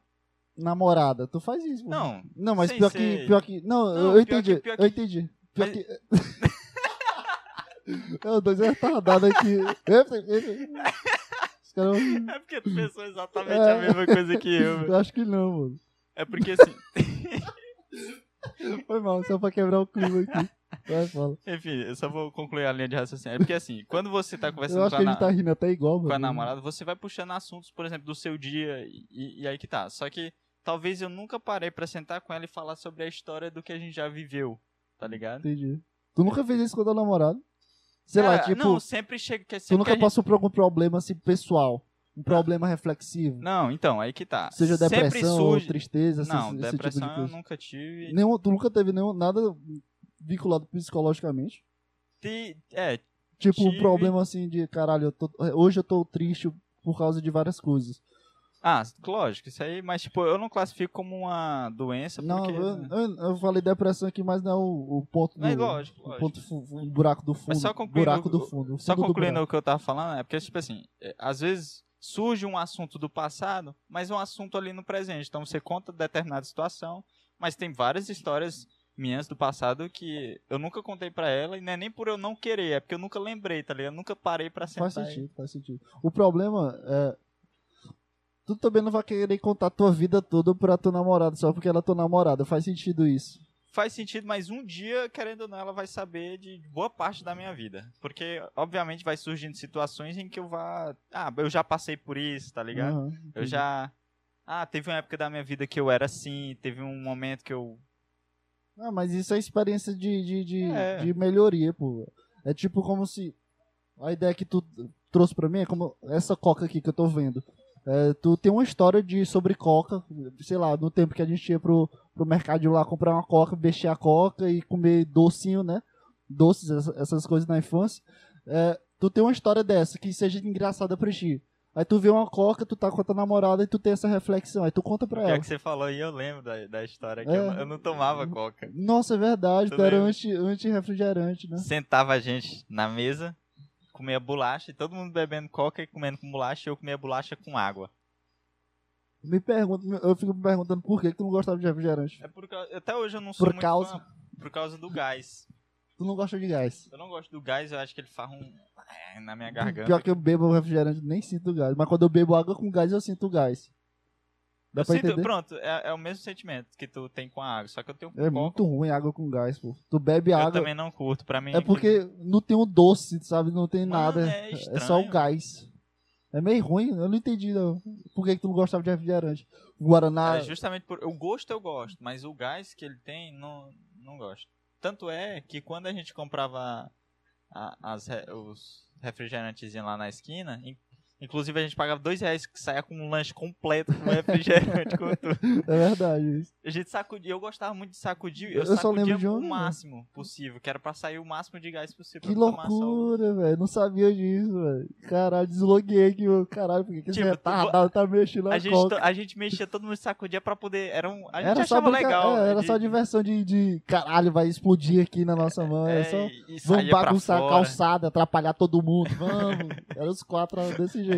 Speaker 2: Namorada, tu faz isso. pô.
Speaker 1: Não,
Speaker 2: Não, mas
Speaker 1: sei,
Speaker 2: pior
Speaker 1: sei.
Speaker 2: que, pior que. Não,
Speaker 1: Não,
Speaker 2: eu- eu
Speaker 1: pior
Speaker 2: entendi.
Speaker 1: que- pior
Speaker 2: Eu
Speaker 1: que-
Speaker 2: entendi. Pior
Speaker 1: Mas-
Speaker 2: que. eu tô retardado aqui. Eita, eita. Os caras.
Speaker 1: é porque tu pensou exatamente
Speaker 2: É.
Speaker 1: a mesma coisa que eu. velho.
Speaker 2: Eu acho que não, mano.
Speaker 1: É porque assim,
Speaker 2: Foi mal, só pra quebrar o clima aqui. Vai, fala.
Speaker 1: enfim, eu só vou concluir a linha de raciocínio. É porque assim, quando você tá
Speaker 2: Eu
Speaker 1: conversando
Speaker 2: acho
Speaker 1: com
Speaker 2: que
Speaker 1: a,
Speaker 2: a gente
Speaker 1: na...
Speaker 2: tá rindo até igual, mano.
Speaker 1: com a namorada, você vai puxando assuntos, por exemplo, do seu dia e, e aí que tá. Só que talvez eu nunca parei pra sentar com ela e falar sobre a história do que a gente já viveu, tá ligado?
Speaker 2: Entendi. Tu nunca fez isso com a tua namorada? Sei lá,
Speaker 1: Cara,
Speaker 2: tipo.
Speaker 1: É, Não, sempre chega. que- é
Speaker 2: Tu
Speaker 1: Sempre que a
Speaker 2: nunca
Speaker 1: gente-
Speaker 2: passou por algum problema assim, pessoal? Um problema reflexivo?
Speaker 1: Não, então, aí que tá.
Speaker 2: Seja
Speaker 1: sempre
Speaker 2: depressão ou
Speaker 1: surge.
Speaker 2: tristeza, esse,
Speaker 1: Não,
Speaker 2: esse tipo
Speaker 1: depressão
Speaker 2: de coisa.
Speaker 1: eu nunca tive.
Speaker 2: Nenhum, tu nunca teve nenhum, nada vinculado psicologicamente?
Speaker 1: Ti- É,
Speaker 2: Tipo, um
Speaker 1: Tive.
Speaker 2: problema assim de, caralho, eu tô- hoje eu tô triste por causa de várias coisas.
Speaker 1: ah, lógico, isso aí, mas tipo, eu não classifico como uma doença,
Speaker 2: Não,
Speaker 1: porque.
Speaker 2: eu, eu- eu falei depressão aqui, mas não é o, o ponto do...
Speaker 1: né? Mas lógico,
Speaker 2: o
Speaker 1: lógico.
Speaker 2: ponto fu- fu- o buraco do fundo.
Speaker 1: só concluindo-
Speaker 2: buraco do fundo. o
Speaker 1: Só
Speaker 2: fundo do
Speaker 1: concluindo
Speaker 2: buraco.
Speaker 1: o que eu tava falando, é porque, tipo assim, é, às vezes surge um assunto do passado, mas um assunto ali no presente. Então você conta determinada situação, mas tem várias histórias minhas do passado que eu nunca contei pra ela, e não é nem por eu não querer, é porque eu nunca lembrei, tá ligado? Eu nunca parei pra sentar.
Speaker 2: Faz
Speaker 1: e-
Speaker 2: sentido, faz sentido. O problema é. Tu também não vai querer contar tua vida toda pra tua namorada, só porque ela é tua namorada. Faz sentido isso.
Speaker 1: Faz sentido, mas um dia, querendo ou não, ela vai saber de boa parte da minha vida. Porque, obviamente, vai surgindo situações em que eu vá. Ah, eu já passei por isso, tá ligado?
Speaker 2: Aham,
Speaker 1: Eu
Speaker 2: entendi.
Speaker 1: já. Ah, teve uma época da minha vida que eu era assim, teve um momento que eu.
Speaker 2: Ah, mas isso é experiência de, de, de,
Speaker 1: É.
Speaker 2: de melhoria, pô. É tipo como se. A ideia que tu trouxe pra mim é como essa coca aqui que eu tô vendo. É, tu tem uma história de sobre coca, sei lá, no tempo que a gente ia pro, pro mercadinho lá comprar uma coca, mexer a coca e comer docinho, né? Doces, essa- essas coisas na infância. É, tu tem uma história dessa que seja engraçada pra ti. Aí tu vê uma coca, tu tá com a tua namorada e tu tem essa reflexão. Aí tu conta pra
Speaker 1: Pior
Speaker 2: ela.
Speaker 1: que você falou e eu lembro da, da história que
Speaker 2: É.
Speaker 1: eu, não- eu não tomava coca.
Speaker 2: Nossa, é verdade,
Speaker 1: Tu
Speaker 2: tu era
Speaker 1: lembra?
Speaker 2: anti- anti-refrigerante, né?
Speaker 1: Sentava a gente na mesa, comia bolacha, e todo mundo bebendo coca e comendo com bolacha, e eu comia bolacha com água.
Speaker 2: Me pergunto, eu fico me perguntando por que, que tu não gostava de refrigerante.
Speaker 1: É por causa, até hoje eu não sou
Speaker 2: Por
Speaker 1: muito
Speaker 2: causa?
Speaker 1: fã, por causa do gás.
Speaker 2: Tu não gosta de gás.
Speaker 1: Eu não gosto do gás, eu acho que ele farra um é, na minha garganta.
Speaker 2: Pior que eu bebo refrigerante, nem sinto gás. Mas quando eu bebo água com gás, eu sinto gás. Dá
Speaker 1: eu
Speaker 2: pra
Speaker 1: sinto,
Speaker 2: entender?
Speaker 1: pronto, é, é o mesmo sentimento que tu tem com a água, só que eu tenho
Speaker 2: É
Speaker 1: coca,
Speaker 2: muito ruim água com gás, pô. Tu bebe
Speaker 1: eu
Speaker 2: água.
Speaker 1: também não curto, pra mim
Speaker 2: É porque não tem o doce, sabe? Não tem
Speaker 1: Mano,
Speaker 2: nada.
Speaker 1: é
Speaker 2: É só o
Speaker 1: estranho.
Speaker 2: gás. É meio ruim, eu não entendi não. por que, que tu não gostava de refrigerante. Guaraná.
Speaker 1: É justamente por. O gosto eu gosto, mas o gás que ele tem, não, não gosto. Tanto é que quando a gente comprava a- as re- os refrigerantes lá na esquina, in- Inclusive, a gente pagava dois reais que saia com um lanche completo, com refrigerante, com tudo.
Speaker 2: É verdade isso.
Speaker 1: A gente sacudia, eu gostava muito de sacudir, eu,
Speaker 2: Eu só
Speaker 1: sacudia
Speaker 2: lembro de
Speaker 1: o
Speaker 2: um, né?
Speaker 1: máximo possível, que era pra sair o máximo de gás possível.
Speaker 2: Que
Speaker 1: pra tomar sol.
Speaker 2: loucura, velho. Não sabia disso, velho. Caralho, desloguei aqui, mano. Caralho, por que que esse
Speaker 1: Tipo,
Speaker 2: retardado tá mexendo
Speaker 1: A
Speaker 2: na
Speaker 1: gente, to-
Speaker 2: coca?
Speaker 1: a gente mexia, todo mundo sacudia pra poder. Era um, a gente
Speaker 2: era só
Speaker 1: achava
Speaker 2: brinca-
Speaker 1: legal.
Speaker 2: é,
Speaker 1: né,
Speaker 2: era
Speaker 1: de-
Speaker 2: só diversão de, de caralho, vai explodir aqui na nossa mão. É,
Speaker 1: é,
Speaker 2: só
Speaker 1: e- e
Speaker 2: vamos
Speaker 1: saía pra
Speaker 2: bagunçar a
Speaker 1: fora.
Speaker 2: calçada, atrapalhar todo mundo. Vamos. Era os quatro desse jeito.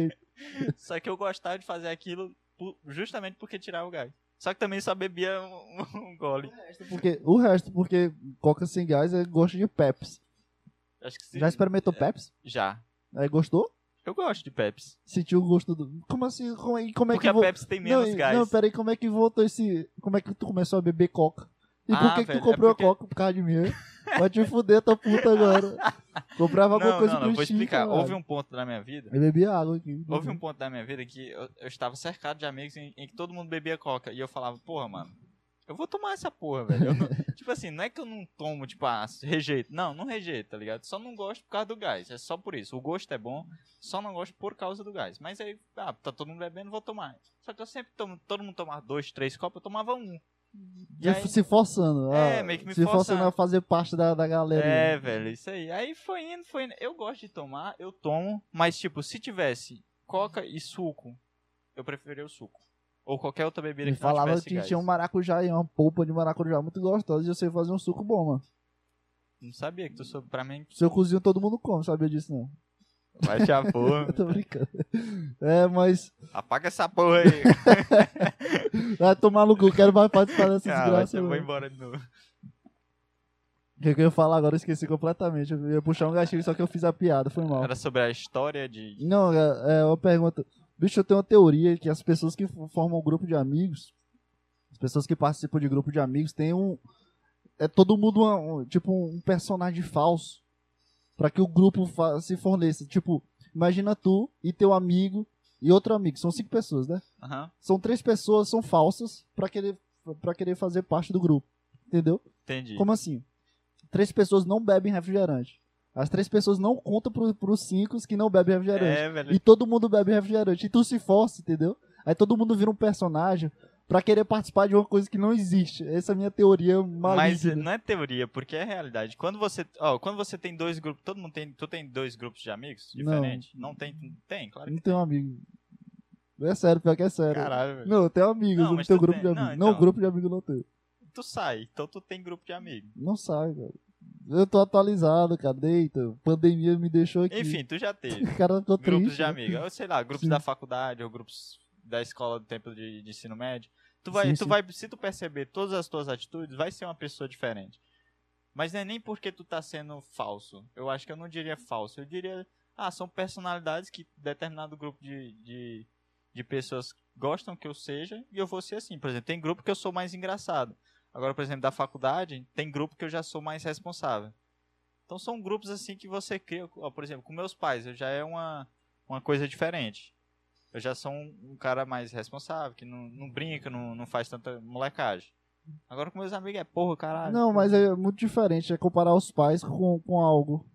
Speaker 1: Só que eu gostava de fazer aquilo pu- justamente porque tirava o gás. Só que também só bebia um, um gole.
Speaker 2: Porque, o resto, porque coca sem gás é gosto de Pepsi.
Speaker 1: Acho que sim. É.
Speaker 2: Já experimentou Pepsi?
Speaker 1: Já.
Speaker 2: Aí gostou?
Speaker 1: Eu gosto de Pepsi.
Speaker 2: Sentiu o gosto do. Como assim? Como, é- como é
Speaker 1: porque
Speaker 2: que
Speaker 1: a
Speaker 2: vo-
Speaker 1: Pepsi tem menos
Speaker 2: não, e-
Speaker 1: gás.
Speaker 2: Não, peraí, como é que voltou esse. Como é que tu começou a beber coca? E por
Speaker 1: Ah,
Speaker 2: que, que tu
Speaker 1: velho, é
Speaker 2: comprou
Speaker 1: porque-
Speaker 2: a coca por causa de mim? Vai te fuder, tua puta agora. Comprava
Speaker 1: não,
Speaker 2: alguma
Speaker 1: não,
Speaker 2: coisa
Speaker 1: não,
Speaker 2: pro
Speaker 1: vou
Speaker 2: Chico,
Speaker 1: explicar.
Speaker 2: caralho.
Speaker 1: Houve um ponto na minha vida.
Speaker 2: Eu bebi água aqui.
Speaker 1: Houve um ponto da minha vida que eu, eu estava cercado de amigos em, em que todo mundo bebia coca. E eu falava, porra, mano, eu vou tomar essa porra, velho. Eu não- tipo assim, não é que eu não tomo, tipo, ah, rejeito. Não, não rejeito, tá ligado? Só não gosto por causa do gás. É só por isso. O gosto é bom, só não gosto por causa do gás. Mas aí, ah, tá todo mundo bebendo, vou tomar. Só que eu sempre tomo, todo mundo tomava dois, três copos, eu tomava um. E
Speaker 2: Se-
Speaker 1: aí,
Speaker 2: Se forçando.
Speaker 1: É,
Speaker 2: ah,
Speaker 1: meio que me
Speaker 2: Se forçando
Speaker 1: forçando.
Speaker 2: a fazer parte da, da galera.
Speaker 1: É, velho, isso aí. Aí foi indo, foi indo. Eu gosto de tomar, eu tomo, mas tipo, se tivesse coca e suco, eu preferia o suco. Ou qualquer outra bebida
Speaker 2: Me
Speaker 1: que não
Speaker 2: falava
Speaker 1: tivesse
Speaker 2: que
Speaker 1: gás.
Speaker 2: tinha um maracujá e uma polpa de maracujá muito gostosa e eu sei fazer um suco bom, mano.
Speaker 1: Não sabia que tu soube pra mim.
Speaker 2: Se eu cozinho, todo mundo come, sabia disso não.
Speaker 1: Vai já porra.
Speaker 2: Eu tô brincando. É, mas.
Speaker 1: Apaga essa porra aí.
Speaker 2: Vai tomar no cu, quero mais participar dessa
Speaker 1: Ah, vai
Speaker 2: desgraça.
Speaker 1: ser, eu
Speaker 2: não.
Speaker 1: vou embora de novo.
Speaker 2: O que que eu ia falar agora, eu esqueci completamente. Eu ia puxar um gatilho, só que eu fiz a piada, foi mal.
Speaker 1: Era sobre a história de.
Speaker 2: Não, é, é uma pergunta. Bicho, eu tenho uma teoria que as pessoas que f- formam um grupo de amigos, as pessoas que participam de grupo de amigos, tem um. É todo mundo uma- um, tipo um personagem falso. Pra que o grupo fa- se forneça. Tipo, imagina tu e teu amigo e outro amigo. São cinco pessoas, né?
Speaker 1: Aham,
Speaker 2: São três pessoas, são falsas, pra querer, pra querer fazer parte do grupo. Entendeu?
Speaker 1: entendi.
Speaker 2: Como assim? Três pessoas não bebem refrigerante. As três pessoas não contam pro, pros cinco que não bebem refrigerante.
Speaker 1: é, velho.
Speaker 2: E todo mundo bebe refrigerante. E tu se força, entendeu? Aí todo mundo vira um personagem pra querer participar de uma coisa que não existe. Essa é né? a minha teoria
Speaker 1: Mas
Speaker 2: maligna.
Speaker 1: não é teoria, porque é realidade. Quando você, ó, quando você tem dois grupos, todo mundo tem, tu tem dois grupos de amigos
Speaker 2: Não.
Speaker 1: diferentes? Não, tem, tem, claro.
Speaker 2: Não tenho amigo. É sério, pior que é sério.
Speaker 1: Caralho, velho.
Speaker 2: Não, eu tenho amigos,
Speaker 1: Não,
Speaker 2: eu não
Speaker 1: mas
Speaker 2: tenho
Speaker 1: tu
Speaker 2: grupo de
Speaker 1: tem.
Speaker 2: amigos.
Speaker 1: Não,
Speaker 2: Não,
Speaker 1: então.
Speaker 2: grupo de amigos eu não tenho.
Speaker 1: tu sai, então tu tem grupo de amigos.
Speaker 2: Não sai, cara. Eu tô atualizado, cara. Deita, pandemia me deixou aqui.
Speaker 1: Enfim, tu já teve
Speaker 2: o cara ficou
Speaker 1: grupos
Speaker 2: triste. né?
Speaker 1: de amigos, ou sei lá, grupos
Speaker 2: Sim.
Speaker 1: da faculdade, ou grupos da escola do tempo de, de ensino médio. Tu vai,
Speaker 2: Sim,
Speaker 1: tu
Speaker 2: sim.
Speaker 1: vai, se tu perceber todas as tuas atitudes, vai ser uma pessoa diferente. Mas não é nem porque tu tá sendo falso. Eu acho que eu não diria falso, eu diria, ah, são personalidades que determinado grupo de, de, de pessoas gostam que eu seja e eu vou ser assim. Por exemplo, tem grupo que eu sou mais engraçado. Agora, por exemplo, da faculdade, tem grupo que eu já sou mais responsável. Então são grupos assim que você cria. Ó, Por exemplo, com meus pais, eu já é uma, uma coisa diferente. Eu já sou um, um cara mais responsável, que não, não brinca, não, não faz tanta molecagem. Agora com meus amigos é porra, caralho.
Speaker 2: Não, mas é muito diferente. É comparar os pais com, com algo.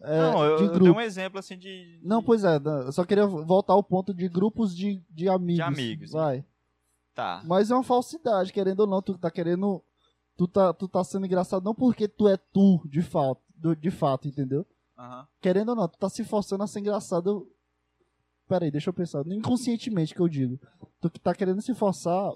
Speaker 2: é,
Speaker 1: não, eu,
Speaker 2: de
Speaker 1: eu
Speaker 2: grupo.
Speaker 1: dei um exemplo assim de.
Speaker 2: Não,
Speaker 1: de-
Speaker 2: pois é, da- eu só queria voltar ao ponto de grupos de, de amigos.
Speaker 1: amigos, né?
Speaker 2: Vai.
Speaker 1: Tá.
Speaker 2: Mas é uma falsidade, querendo ou não, tu tá querendo. Tu tá, tu tá sendo engraçado não porque tu é tu, de fato, do- de fato, entendeu?
Speaker 1: Aham.
Speaker 2: Querendo ou não, tu tá se forçando a ser engraçado. Peraí, deixa eu pensar. Inconscientemente que eu digo. Tu que tá querendo se forçar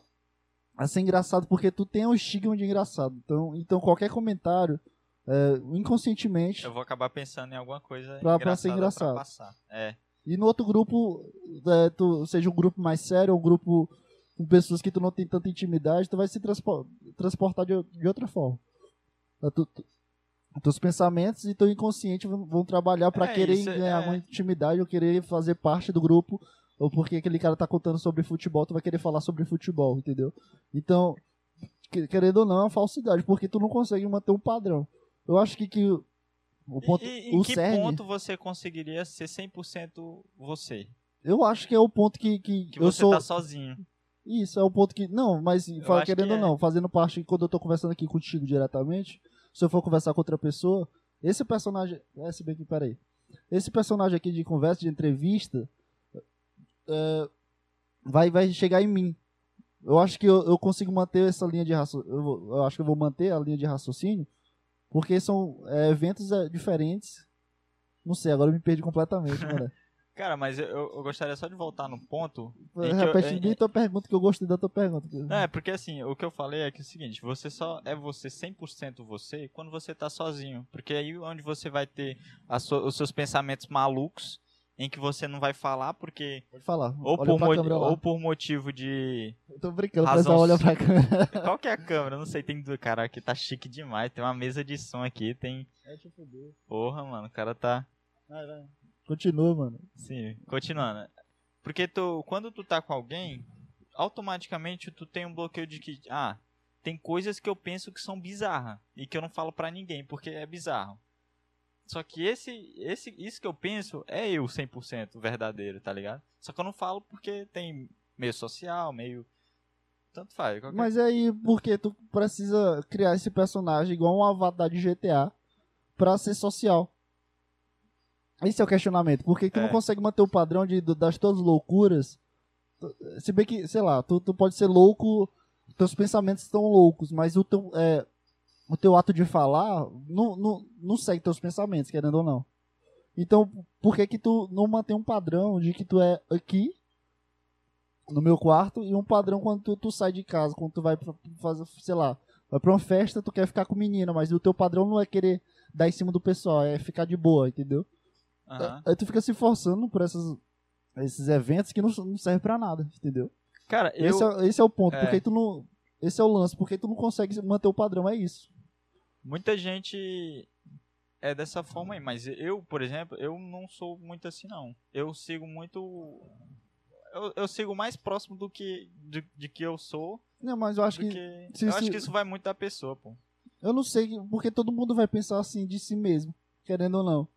Speaker 2: a ser engraçado porque tu tem um estigma de engraçado. Então, então qualquer comentário, é, inconscientemente.
Speaker 1: Eu vou acabar pensando em alguma coisa
Speaker 2: Pra- pra ser
Speaker 1: engraçada
Speaker 2: engraçado.
Speaker 1: pra passar. É.
Speaker 2: E no outro grupo, é, tu, seja um grupo mais sério, um grupo com pessoas que tu não tem tanta intimidade, tu vai se transpo- transportar de, de outra forma. Tá, tu- tu- teus pensamentos e teu inconsciente vão, vão trabalhar pra
Speaker 1: É,
Speaker 2: querer
Speaker 1: isso é-
Speaker 2: ganhar
Speaker 1: é.
Speaker 2: uma intimidade ou querer fazer parte do grupo, ou porque aquele cara tá contando sobre futebol, tu vai querer falar sobre futebol, entendeu? Então, que- querendo ou não, é uma falsidade, porque tu não consegue manter um padrão. Eu acho que, que o- o ponto.
Speaker 1: e, e em
Speaker 2: o
Speaker 1: que
Speaker 2: cerne-
Speaker 1: ponto você conseguiria ser 100% você?
Speaker 2: Eu acho que é o ponto que, que,
Speaker 1: Que
Speaker 2: eu
Speaker 1: você
Speaker 2: sou.
Speaker 1: tá sozinho.
Speaker 2: Isso, é o ponto que. Não, mas fala,
Speaker 1: acho que
Speaker 2: querendo ou
Speaker 1: é.
Speaker 2: não, fazendo parte, quando eu tô conversando aqui contigo diretamente, se eu for conversar com outra pessoa, esse personagem. É, se bem que, peraí. Esse personagem aqui de conversa, de entrevista, é, vai, vai chegar em mim. Eu acho que eu, eu consigo manter essa linha de raciocínio. Eu, vou- eu acho que eu vou manter a linha de raciocínio, porque são é, eventos é, diferentes. Não sei, agora eu me perdi completamente, mano.
Speaker 1: Cara, mas eu, eu- eu gostaria só de voltar no ponto. em que eu-
Speaker 2: Repete
Speaker 1: em-
Speaker 2: bem tua pergunta, que eu gostei da tua pergunta.
Speaker 1: Não, é porque assim, o que eu falei é que é o seguinte, você só é você 100% você quando você tá sozinho, porque aí é onde você vai ter a sua- os seus pensamentos malucos, em que você não vai falar porque
Speaker 2: Pode falar.
Speaker 1: ou,
Speaker 2: olha
Speaker 1: por,
Speaker 2: pra
Speaker 1: mo-
Speaker 2: câmera lá.
Speaker 1: ou por motivo de
Speaker 2: Eu tô brincando, o
Speaker 1: razão
Speaker 2: pessoal olha
Speaker 1: su-
Speaker 2: pra câmera.
Speaker 1: qual que é a câmera, Eu não sei, tem do cara aqui tá chique demais, tem uma mesa de som aqui, tem porra, mano, o cara tá
Speaker 2: Continua, mano.
Speaker 1: Sim, continuando. Porque tu, quando tu tá com alguém, automaticamente tu tem um bloqueio de que, ah, tem coisas que eu penso que são bizarras e que eu não falo pra ninguém porque é bizarro. Só que esse, esse, isso que eu penso é eu 100% verdadeiro, tá ligado? Só que eu não falo porque tem meio social, meio. Tanto faz. Qualquer...
Speaker 2: Mas é aí, porque tu precisa criar esse personagem igual um avatar de GTA pra ser social? Esse é o questionamento. Por que que tu
Speaker 1: É.
Speaker 2: não consegue manter o padrão de, do- das tuas loucuras? Tu- Se bem que, sei lá, tu, tu pode ser louco, teus pensamentos estão loucos, mas o teu, é, o teu ato de falar não, não, não segue teus pensamentos, querendo ou não. Então, por que que tu não mantém um padrão de que tu é aqui, no meu quarto, e um padrão quando tu, tu sai de casa, quando tu vai pra- fazer, sei lá, vai pra uma festa, tu quer ficar com menina, mas o teu padrão não é querer dar em cima do pessoal, é ficar de boa, entendeu? É,
Speaker 1: Aham.
Speaker 2: Aí tu fica se forçando por essas, esses eventos que não, não servem pra nada, entendeu?
Speaker 1: Cara, eu.
Speaker 2: Esse, é, esse é o ponto,
Speaker 1: é.
Speaker 2: porque tu não... Esse é o lance, porque tu não consegue manter o padrão, é isso.
Speaker 1: Muita gente é dessa forma aí, mas eu, por exemplo, eu não sou muito assim não. Eu sigo muito eu, eu sigo mais próximo do que de, de que eu sou
Speaker 2: Não, mas eu acho
Speaker 1: do
Speaker 2: que...
Speaker 1: que
Speaker 2: se-
Speaker 1: eu
Speaker 2: se-
Speaker 1: acho que isso vai muito da pessoa, pô.
Speaker 2: Eu não sei, porque todo mundo vai pensar assim de si mesmo, querendo ou não.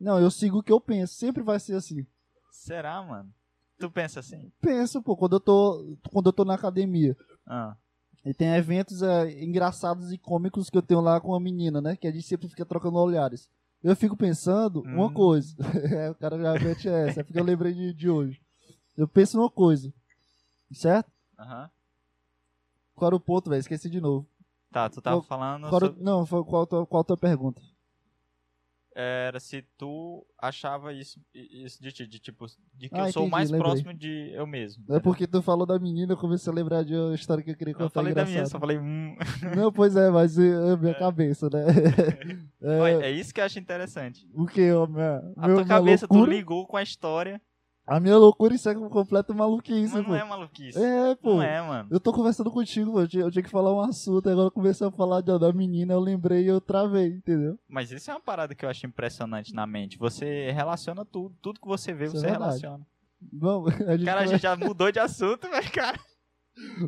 Speaker 2: Não, eu sigo o que eu penso, sempre vai ser assim.
Speaker 1: Será, mano? Tu pensa assim?
Speaker 2: Penso, pô, quando eu tô, quando eu tô na academia.
Speaker 1: Ah,
Speaker 2: E tem eventos é, engraçados e cômicos que eu tenho lá com a menina, né? Que a gente sempre fica trocando olhares. Eu fico pensando uma
Speaker 1: Hum.
Speaker 2: coisa. É, o cara já mete essa, é porque eu lembrei de, de hoje. Eu penso numa coisa, certo?
Speaker 1: aham.
Speaker 2: Qual era o ponto, velho? Esqueci de novo.
Speaker 1: Tá, tu tava
Speaker 2: Qual-
Speaker 1: falando
Speaker 2: Qual era o-
Speaker 1: sobre-
Speaker 2: não, foi- qual a tua, qual a tua pergunta?
Speaker 1: era se tu achava isso isso de ti, de tipo de que
Speaker 2: Ah,
Speaker 1: eu sou o
Speaker 2: entendi,
Speaker 1: mais
Speaker 2: lembrei.
Speaker 1: próximo de eu mesmo.
Speaker 2: É porque tu falou da menina, eu comecei a lembrar de uma história que eu queria contar
Speaker 1: eu falei da minha,
Speaker 2: engraçada.
Speaker 1: só falei, hum.
Speaker 2: Não, pois é, mas é, é a minha cabeça, né? É,
Speaker 1: é isso que eu acho interessante.
Speaker 2: o que? A minha,
Speaker 1: A
Speaker 2: meu-
Speaker 1: tua
Speaker 2: minha
Speaker 1: cabeça, tu
Speaker 2: loucura,
Speaker 1: ligou com a história,
Speaker 2: A minha loucura, isso é um completo maluquice,
Speaker 1: mas
Speaker 2: pô.
Speaker 1: não é maluquice.
Speaker 2: É, pô.
Speaker 1: Não é, mano.
Speaker 2: Eu tô conversando contigo, pô. Eu tinha, eu tinha que falar um assunto, agora eu comecei a falar de- da menina, eu lembrei e eu travei, entendeu?
Speaker 1: Mas isso é uma parada que eu acho impressionante na mente. Você relaciona tudo. Tudo que você vê,
Speaker 2: Isso é
Speaker 1: você
Speaker 2: verdade.
Speaker 1: relaciona.
Speaker 2: Vamos, a gente
Speaker 1: Cara, a
Speaker 2: vai-
Speaker 1: gente já mudou de assunto, velho, cara.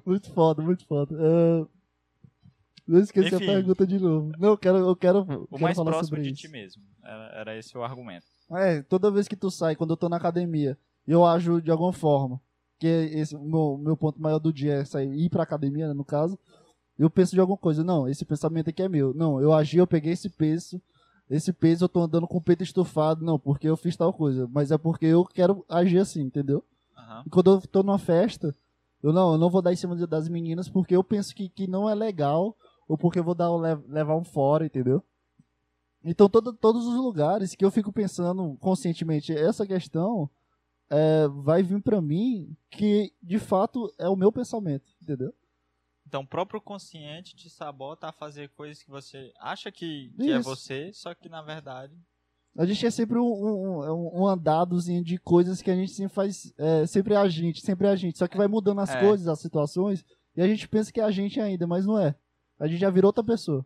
Speaker 2: Muito foda, muito foda. Ah, Não esqueci
Speaker 1: Enfim.
Speaker 2: a pergunta de novo. Não, eu quero, eu quero, eu
Speaker 1: O
Speaker 2: quero
Speaker 1: mais
Speaker 2: falar
Speaker 1: próximo
Speaker 2: sobre
Speaker 1: de
Speaker 2: isso.
Speaker 1: ti mesmo. Era, era esse o argumento.
Speaker 2: É, toda vez que tu sai, quando eu tô na academia, eu ajo de alguma forma. Que esse o meu, meu ponto maior do dia é sair, ir pra academia, né, no caso. Eu penso de alguma coisa. Não, esse pensamento aqui é meu. Não, eu agi, eu peguei esse peso. Esse peso eu tô andando com o peito estufado. Não, porque eu fiz tal coisa. Mas é porque eu quero agir assim, entendeu?
Speaker 1: Aham.
Speaker 2: E quando eu tô numa festa, eu não, eu não vou dar em cima de- das meninas porque eu penso que, que não é legal ou porque eu vou dar, um le- levar um fora, entendeu? Então, todo, todos os lugares que eu fico pensando conscientemente essa questão é, vai vir pra mim que de fato é o meu pensamento, entendeu?
Speaker 1: Então, o próprio consciente te sabota a fazer coisas que você acha que, que é
Speaker 2: Isso.
Speaker 1: você, só que na verdade.
Speaker 2: A gente é sempre um, um, um- um andadozinho de coisas que a gente sempre faz, é, sempre a gente, sempre a gente. Só que vai mudando as
Speaker 1: É.
Speaker 2: coisas, as situações, e a gente pensa que é a gente ainda, mas não é. A gente já virou outra pessoa.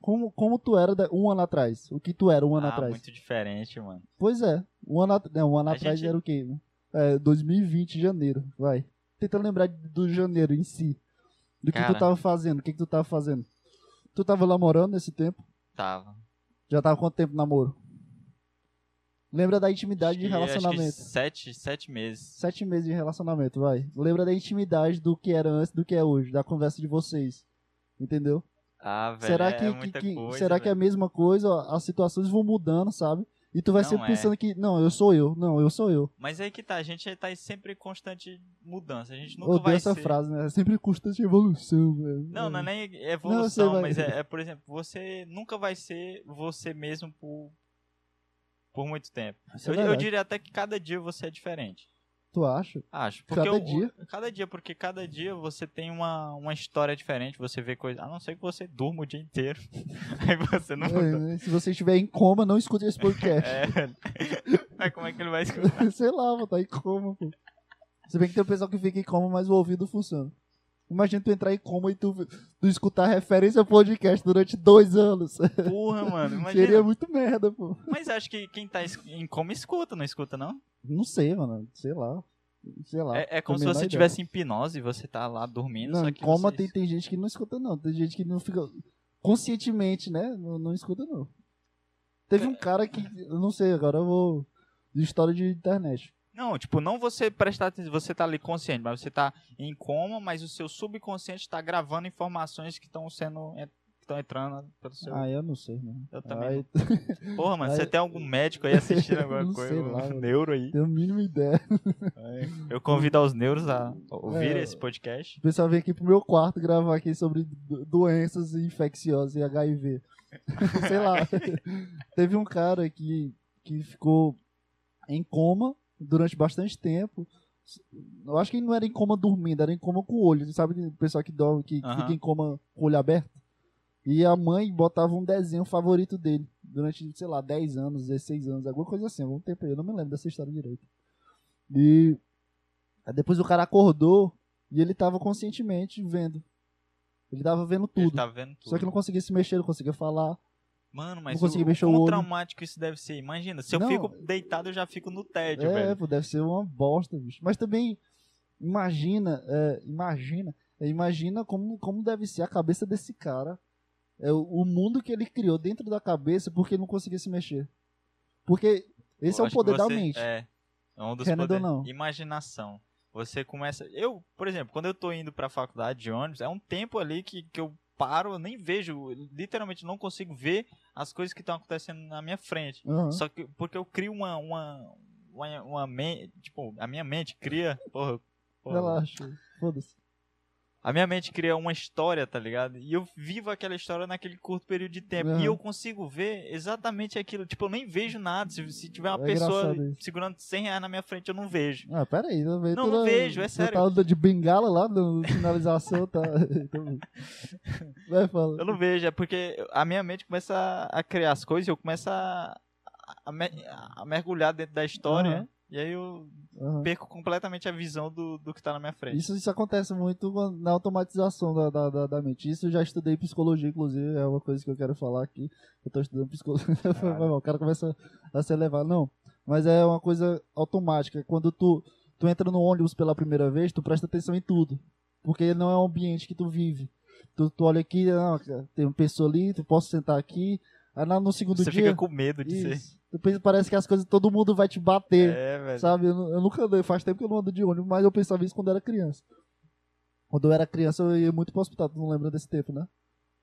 Speaker 2: Como, como tu era da- um ano atrás? O que tu era um ano
Speaker 1: ah,
Speaker 2: atrás?
Speaker 1: muito diferente, mano.
Speaker 2: Pois é. Um ano, at- não, um ano
Speaker 1: A
Speaker 2: atrás
Speaker 1: gente-
Speaker 2: era o quê? É, 2020, janeiro, vai. Tentando lembrar do janeiro em si. Do que
Speaker 1: Cara.
Speaker 2: tu tava fazendo, o que, que tu tava fazendo. Tu tava namorando nesse tempo?
Speaker 1: Tava.
Speaker 2: Já tava quanto tempo de namoro? Lembra da intimidade
Speaker 1: Acho
Speaker 2: de
Speaker 1: que- acho que
Speaker 2: relacionamento.
Speaker 1: Sete, sete meses.
Speaker 2: Sete meses de relacionamento, vai. Lembra da intimidade do que era antes do que é hoje, da conversa de vocês. Entendeu?
Speaker 1: Ah, velho.
Speaker 2: será
Speaker 1: é
Speaker 2: que,
Speaker 1: muita
Speaker 2: que- que-
Speaker 1: coisa,
Speaker 2: será que é a
Speaker 1: velho.
Speaker 2: mesma coisa? As situações vão mudando, sabe? E tu vai
Speaker 1: Não
Speaker 2: sempre
Speaker 1: é.
Speaker 2: pensando que, não, eu sou eu, não, eu sou eu.
Speaker 1: Mas aí que tá, a gente tá em sempre em constante mudança. A gente nunca
Speaker 2: Odeio
Speaker 1: vai
Speaker 2: essa
Speaker 1: ser...
Speaker 2: frase, né? É sempre constante evolução, velho.
Speaker 1: Não, não é
Speaker 2: né?
Speaker 1: nem
Speaker 2: Não, você
Speaker 1: evolução,
Speaker 2: vai-
Speaker 1: mas é, é, por exemplo, você nunca vai ser você mesmo por, por muito tempo.
Speaker 2: Isso é
Speaker 1: Eu, eu
Speaker 2: verdade.
Speaker 1: diria até que cada dia você é diferente.
Speaker 2: Tu acha?
Speaker 1: Acho. Porque
Speaker 2: Cada
Speaker 1: o-
Speaker 2: dia?
Speaker 1: o- cada dia, porque cada dia você tem uma, uma história diferente, você vê coisas. A não ser que você durma o dia inteiro. aí você não.
Speaker 2: É, né? Se você estiver em coma, não escute esse podcast.
Speaker 1: É. Mas como é que ele vai escutar?
Speaker 2: Sei lá, vou estar em coma, pô. Se bem que tem o pessoal que fica em coma, mas o ouvido funciona. Imagina tu entrar em coma e tu, tu escutar referência ao podcast durante dois anos.
Speaker 1: Porra, mano. Imagina.
Speaker 2: Seria muito merda, pô.
Speaker 1: Mas acho que quem tá es- em coma escuta, não escuta, não?
Speaker 2: Não sei, mano. Sei lá. Sei lá.
Speaker 1: É, é como se
Speaker 2: Tenho a menor
Speaker 1: você
Speaker 2: ideia.
Speaker 1: tivesse em hipnose e você tá lá dormindo,
Speaker 2: Não,
Speaker 1: só
Speaker 2: em
Speaker 1: que
Speaker 2: coma
Speaker 1: você...
Speaker 2: tem, tem gente que não escuta, não. Tem gente que não fica. Conscientemente, né? Não, não escuta, não. Teve um cara que. Eu não sei, agora eu vou. De história de internet.
Speaker 1: Não, tipo, não você prestar atenção, você tá ali consciente, mas você tá em coma, mas o seu subconsciente tá gravando informações que estão sendo estão entrando pelo seu.
Speaker 2: Ah, eu não sei, mano.
Speaker 1: eu também.
Speaker 2: Ai,
Speaker 1: Porra, mano,
Speaker 2: ai.
Speaker 1: você tem algum médico aí assistindo alguma
Speaker 2: Não
Speaker 1: coisa,
Speaker 2: sei
Speaker 1: um
Speaker 2: lá, mano.
Speaker 1: neuro aí?
Speaker 2: tenho a mínima ideia.
Speaker 1: Eu convido aos neuros a ouvir
Speaker 2: É.
Speaker 1: esse podcast.
Speaker 2: O pessoal vem aqui pro meu quarto gravar aqui sobre do- doenças infecciosas e HIV. Sei lá. Teve um cara que, que ficou em coma durante bastante tempo. Eu acho que ele não era em coma dormindo, era em coma com o olho. Você sabe o pessoal que dorme, que
Speaker 1: Aham.
Speaker 2: fica em coma com o olho aberto? E a mãe botava um desenho favorito dele durante, sei lá, 10 anos, 16 anos, alguma coisa assim, algum tempo aí. Eu não me lembro dessa história direito. E aí depois o cara acordou e ele tava conscientemente vendo. Ele tava vendo
Speaker 1: Ele
Speaker 2: tudo.
Speaker 1: tá vendo tudo.
Speaker 2: Só que não conseguia se mexer, não conseguia falar.
Speaker 1: Mano, mas
Speaker 2: não consegui
Speaker 1: o, o
Speaker 2: mexer o
Speaker 1: quão
Speaker 2: olho.
Speaker 1: traumático isso deve ser. Imagina, se eu
Speaker 2: Não.
Speaker 1: fico deitado, eu já fico no tédio,
Speaker 2: é,
Speaker 1: velho.
Speaker 2: pô, deve ser uma bosta, bicho. Mas também, imagina, é, imagina, é, imagina como, como deve ser a cabeça desse cara. É, o, o mundo que ele criou dentro da cabeça porque ele não conseguia se mexer. Porque esse é
Speaker 1: Eu
Speaker 2: o
Speaker 1: acho que
Speaker 2: poder da
Speaker 1: você-
Speaker 2: mente.
Speaker 1: É, é um dos
Speaker 2: Querendo ou
Speaker 1: poderes.
Speaker 2: não.
Speaker 1: Imaginação. Você começa. Eu, por exemplo, quando eu tô indo pra faculdade de ônibus, é um tempo ali que, que eu paro, eu nem vejo, literalmente não consigo ver as coisas que estão acontecendo na minha frente.
Speaker 2: Aham.
Speaker 1: Só que porque eu crio uma. uma, uma, uma men- Tipo, a minha mente cria. Porra, porra,
Speaker 2: Relaxa, foda-se.
Speaker 1: a minha mente cria uma história, tá ligado? E eu vivo aquela história naquele curto período de tempo.
Speaker 2: Aham.
Speaker 1: E eu consigo ver exatamente aquilo. Tipo, eu nem vejo nada. Se, se tiver uma
Speaker 2: É
Speaker 1: pessoa
Speaker 2: engraçado isso.
Speaker 1: segurando 100 reais na minha frente, eu não vejo.
Speaker 2: Ah, peraí, não veio
Speaker 1: Não,
Speaker 2: toda-
Speaker 1: não vejo, é sério.
Speaker 2: Você tá de bengala lá no no finalização, tá? Então, Vai, fala.
Speaker 1: Eu não vejo. É porque a minha mente começa a- a criar as coisas e eu começo a, a me- a mergulhar dentro da história.
Speaker 2: Aham.
Speaker 1: E aí eu
Speaker 2: Aham.
Speaker 1: perco completamente a visão do, do que tá na minha frente.
Speaker 2: Isso, isso acontece muito quando- na automatização da, da, da, da mente. Isso eu já estudei psicologia, inclusive, é uma coisa que eu quero falar aqui. Eu tô estudando psicologia. Foi mal, o cara começa a se elevar. Não, mas é uma coisa automática. Quando tu, tu entra no ônibus pela primeira vez, tu presta atenção em tudo. Porque não é o ambiente que tu vive. Tu, tu olha aqui, ah, tem uma pessoa ali, tu posso sentar aqui. Aí lá no segundo
Speaker 1: Você
Speaker 2: dia.
Speaker 1: fica com medo de ser.
Speaker 2: Isso. Depois parece que as coisas todo mundo vai te bater.
Speaker 1: É, velho.
Speaker 2: Sabe? Eu, nu- eu nunca andei, faz tempo que eu não ando de ônibus, mas eu pensava isso quando eu era criança. Quando eu era criança, eu ia muito pro hospital, tu não lembra desse tempo, né?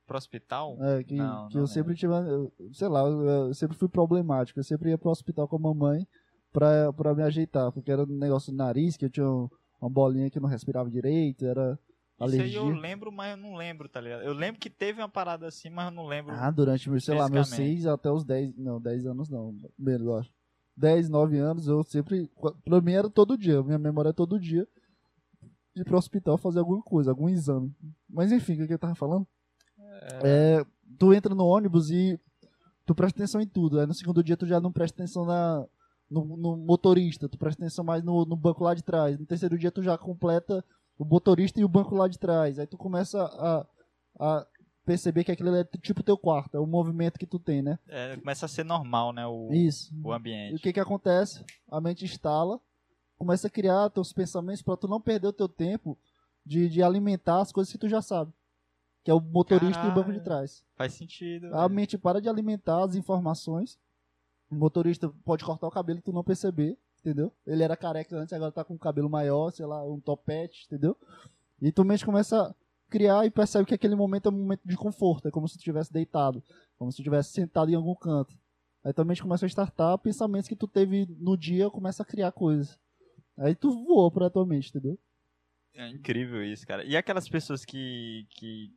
Speaker 1: Pro hospital?
Speaker 2: É, que,
Speaker 1: Não,
Speaker 2: que
Speaker 1: não
Speaker 2: eu sempre tive. eu- sei lá, eu, eu sempre fui problemático. Eu sempre ia pro hospital com a mamãe pra, pra me ajeitar, porque era um negócio do nariz, que eu tinha um- uma bolinha que eu não respirava direito, era
Speaker 1: Isso aí
Speaker 2: alergia.
Speaker 1: eu lembro, mas eu não lembro, tá ligado? Eu lembro que teve uma parada assim, mas eu não lembro.
Speaker 2: Ah, durante, meus, sei lá, meus
Speaker 1: Fisicamente.
Speaker 2: 6 até os 10. Não, 10 anos não. Menos, eu acho. 10, 9 anos, eu sempre. Pra mim era todo dia. Minha memória é todo dia. Ir pro hospital fazer alguma coisa, algum exame. Mas enfim, o que que eu tava falando? É, tu entra no ônibus e tu presta atenção em tudo. Aí no segundo dia tu já não presta atenção na, no, no motorista, tu presta atenção mais no, no banco lá de trás. No terceiro dia tu já completa o motorista e o banco lá de trás. Aí tu começa a, a perceber que aquilo é tipo teu quarto, é o movimento que tu tem, né?
Speaker 1: É, começa a ser normal, né? O,
Speaker 2: Isso.
Speaker 1: o
Speaker 2: E o
Speaker 1: ambiente.
Speaker 2: que que acontece? A mente instala, começa a criar teus pensamentos pra tu não perder o teu tempo de, de alimentar as coisas que tu já sabe. Que é o motorista e o banco de
Speaker 1: Caralho.
Speaker 2: trás.
Speaker 1: Faz sentido.
Speaker 2: A
Speaker 1: velho.
Speaker 2: mente para de alimentar as informações. O motorista pode cortar o cabelo e tu não perceber, entendeu? Ele era careca antes, agora tá com o cabelo maior, sei lá, um topete, entendeu? E tua mente começa a criar e percebe que aquele momento é um momento de conforto, é como se tu estivesse deitado, como se tu estivesse sentado em algum canto. Aí tua mente começa a startar, pensamentos que tu teve no dia começa a criar coisas. Aí tu voa pra tua mente, entendeu?
Speaker 1: É incrível isso, cara. E aquelas pessoas que. que,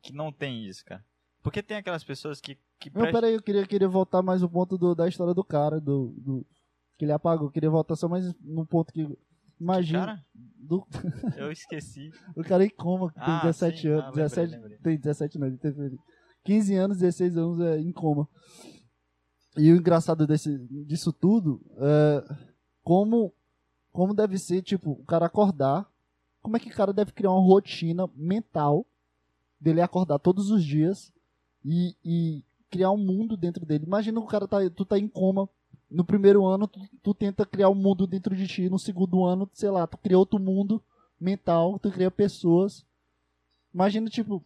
Speaker 1: que não tem isso, cara? Porque tem aquelas pessoas que. que
Speaker 2: Não, pera aí, eu queria, queria voltar mais um ponto do- da história do cara, do, do- que ele apagou. Eu queria voltar só mais num ponto que. Imagina.
Speaker 1: Cara,
Speaker 2: do,
Speaker 1: eu esqueci.
Speaker 2: o cara em coma, que tem
Speaker 1: Ah,
Speaker 2: 17
Speaker 1: sim. Ah,
Speaker 2: anos.
Speaker 1: lembrei,
Speaker 2: 17,
Speaker 1: lembrei.
Speaker 2: Tem 17 anos, ele teve 15 anos, 16 anos é, em coma. E o engraçado desse, disso tudo é como, como deve ser, tipo, o cara acordar. Como é que o cara deve criar uma rotina mental dele acordar todos os dias e, e criar um mundo dentro dele. Imagina o cara tá, tu tá em coma. No primeiro ano, tu, tu tenta criar um mundo dentro de ti. No segundo ano, sei lá, tu cria outro mundo mental, tu cria pessoas. Imagina, tipo,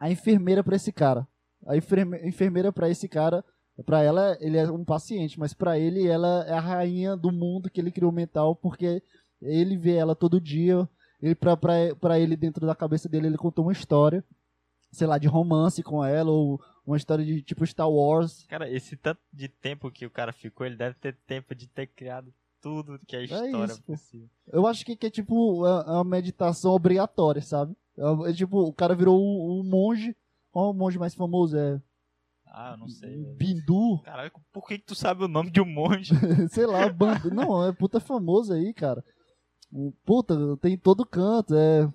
Speaker 2: a enfermeira pra esse cara. A enferme- enfermeira pra esse cara, pra ela, ele é um paciente, mas pra ele, ela é a rainha do mundo que ele criou mental, porque ele vê ela todo dia. Ele, pra, pra, pra ele, dentro da cabeça dele, ele contou uma história, sei lá, de romance com ela, ou uma história de tipo Star Wars.
Speaker 1: Cara, esse tanto de tempo que o cara ficou, ele deve ter tempo de ter criado tudo que é história
Speaker 2: isso, pô.
Speaker 1: possível.
Speaker 2: Eu acho que, que é tipo é- é uma meditação obrigatória, sabe? É, é tipo, o cara virou um, um monge. Qual é o monge mais famoso? É
Speaker 1: Ah, eu não
Speaker 2: Uhum.
Speaker 1: sei. velho.
Speaker 2: Bindu?
Speaker 1: Caralho, por que, que tu sabe o nome de um monge?
Speaker 2: sei lá, bando. Não, é puta famoso aí, cara. O- Puta, tem em todo canto. É.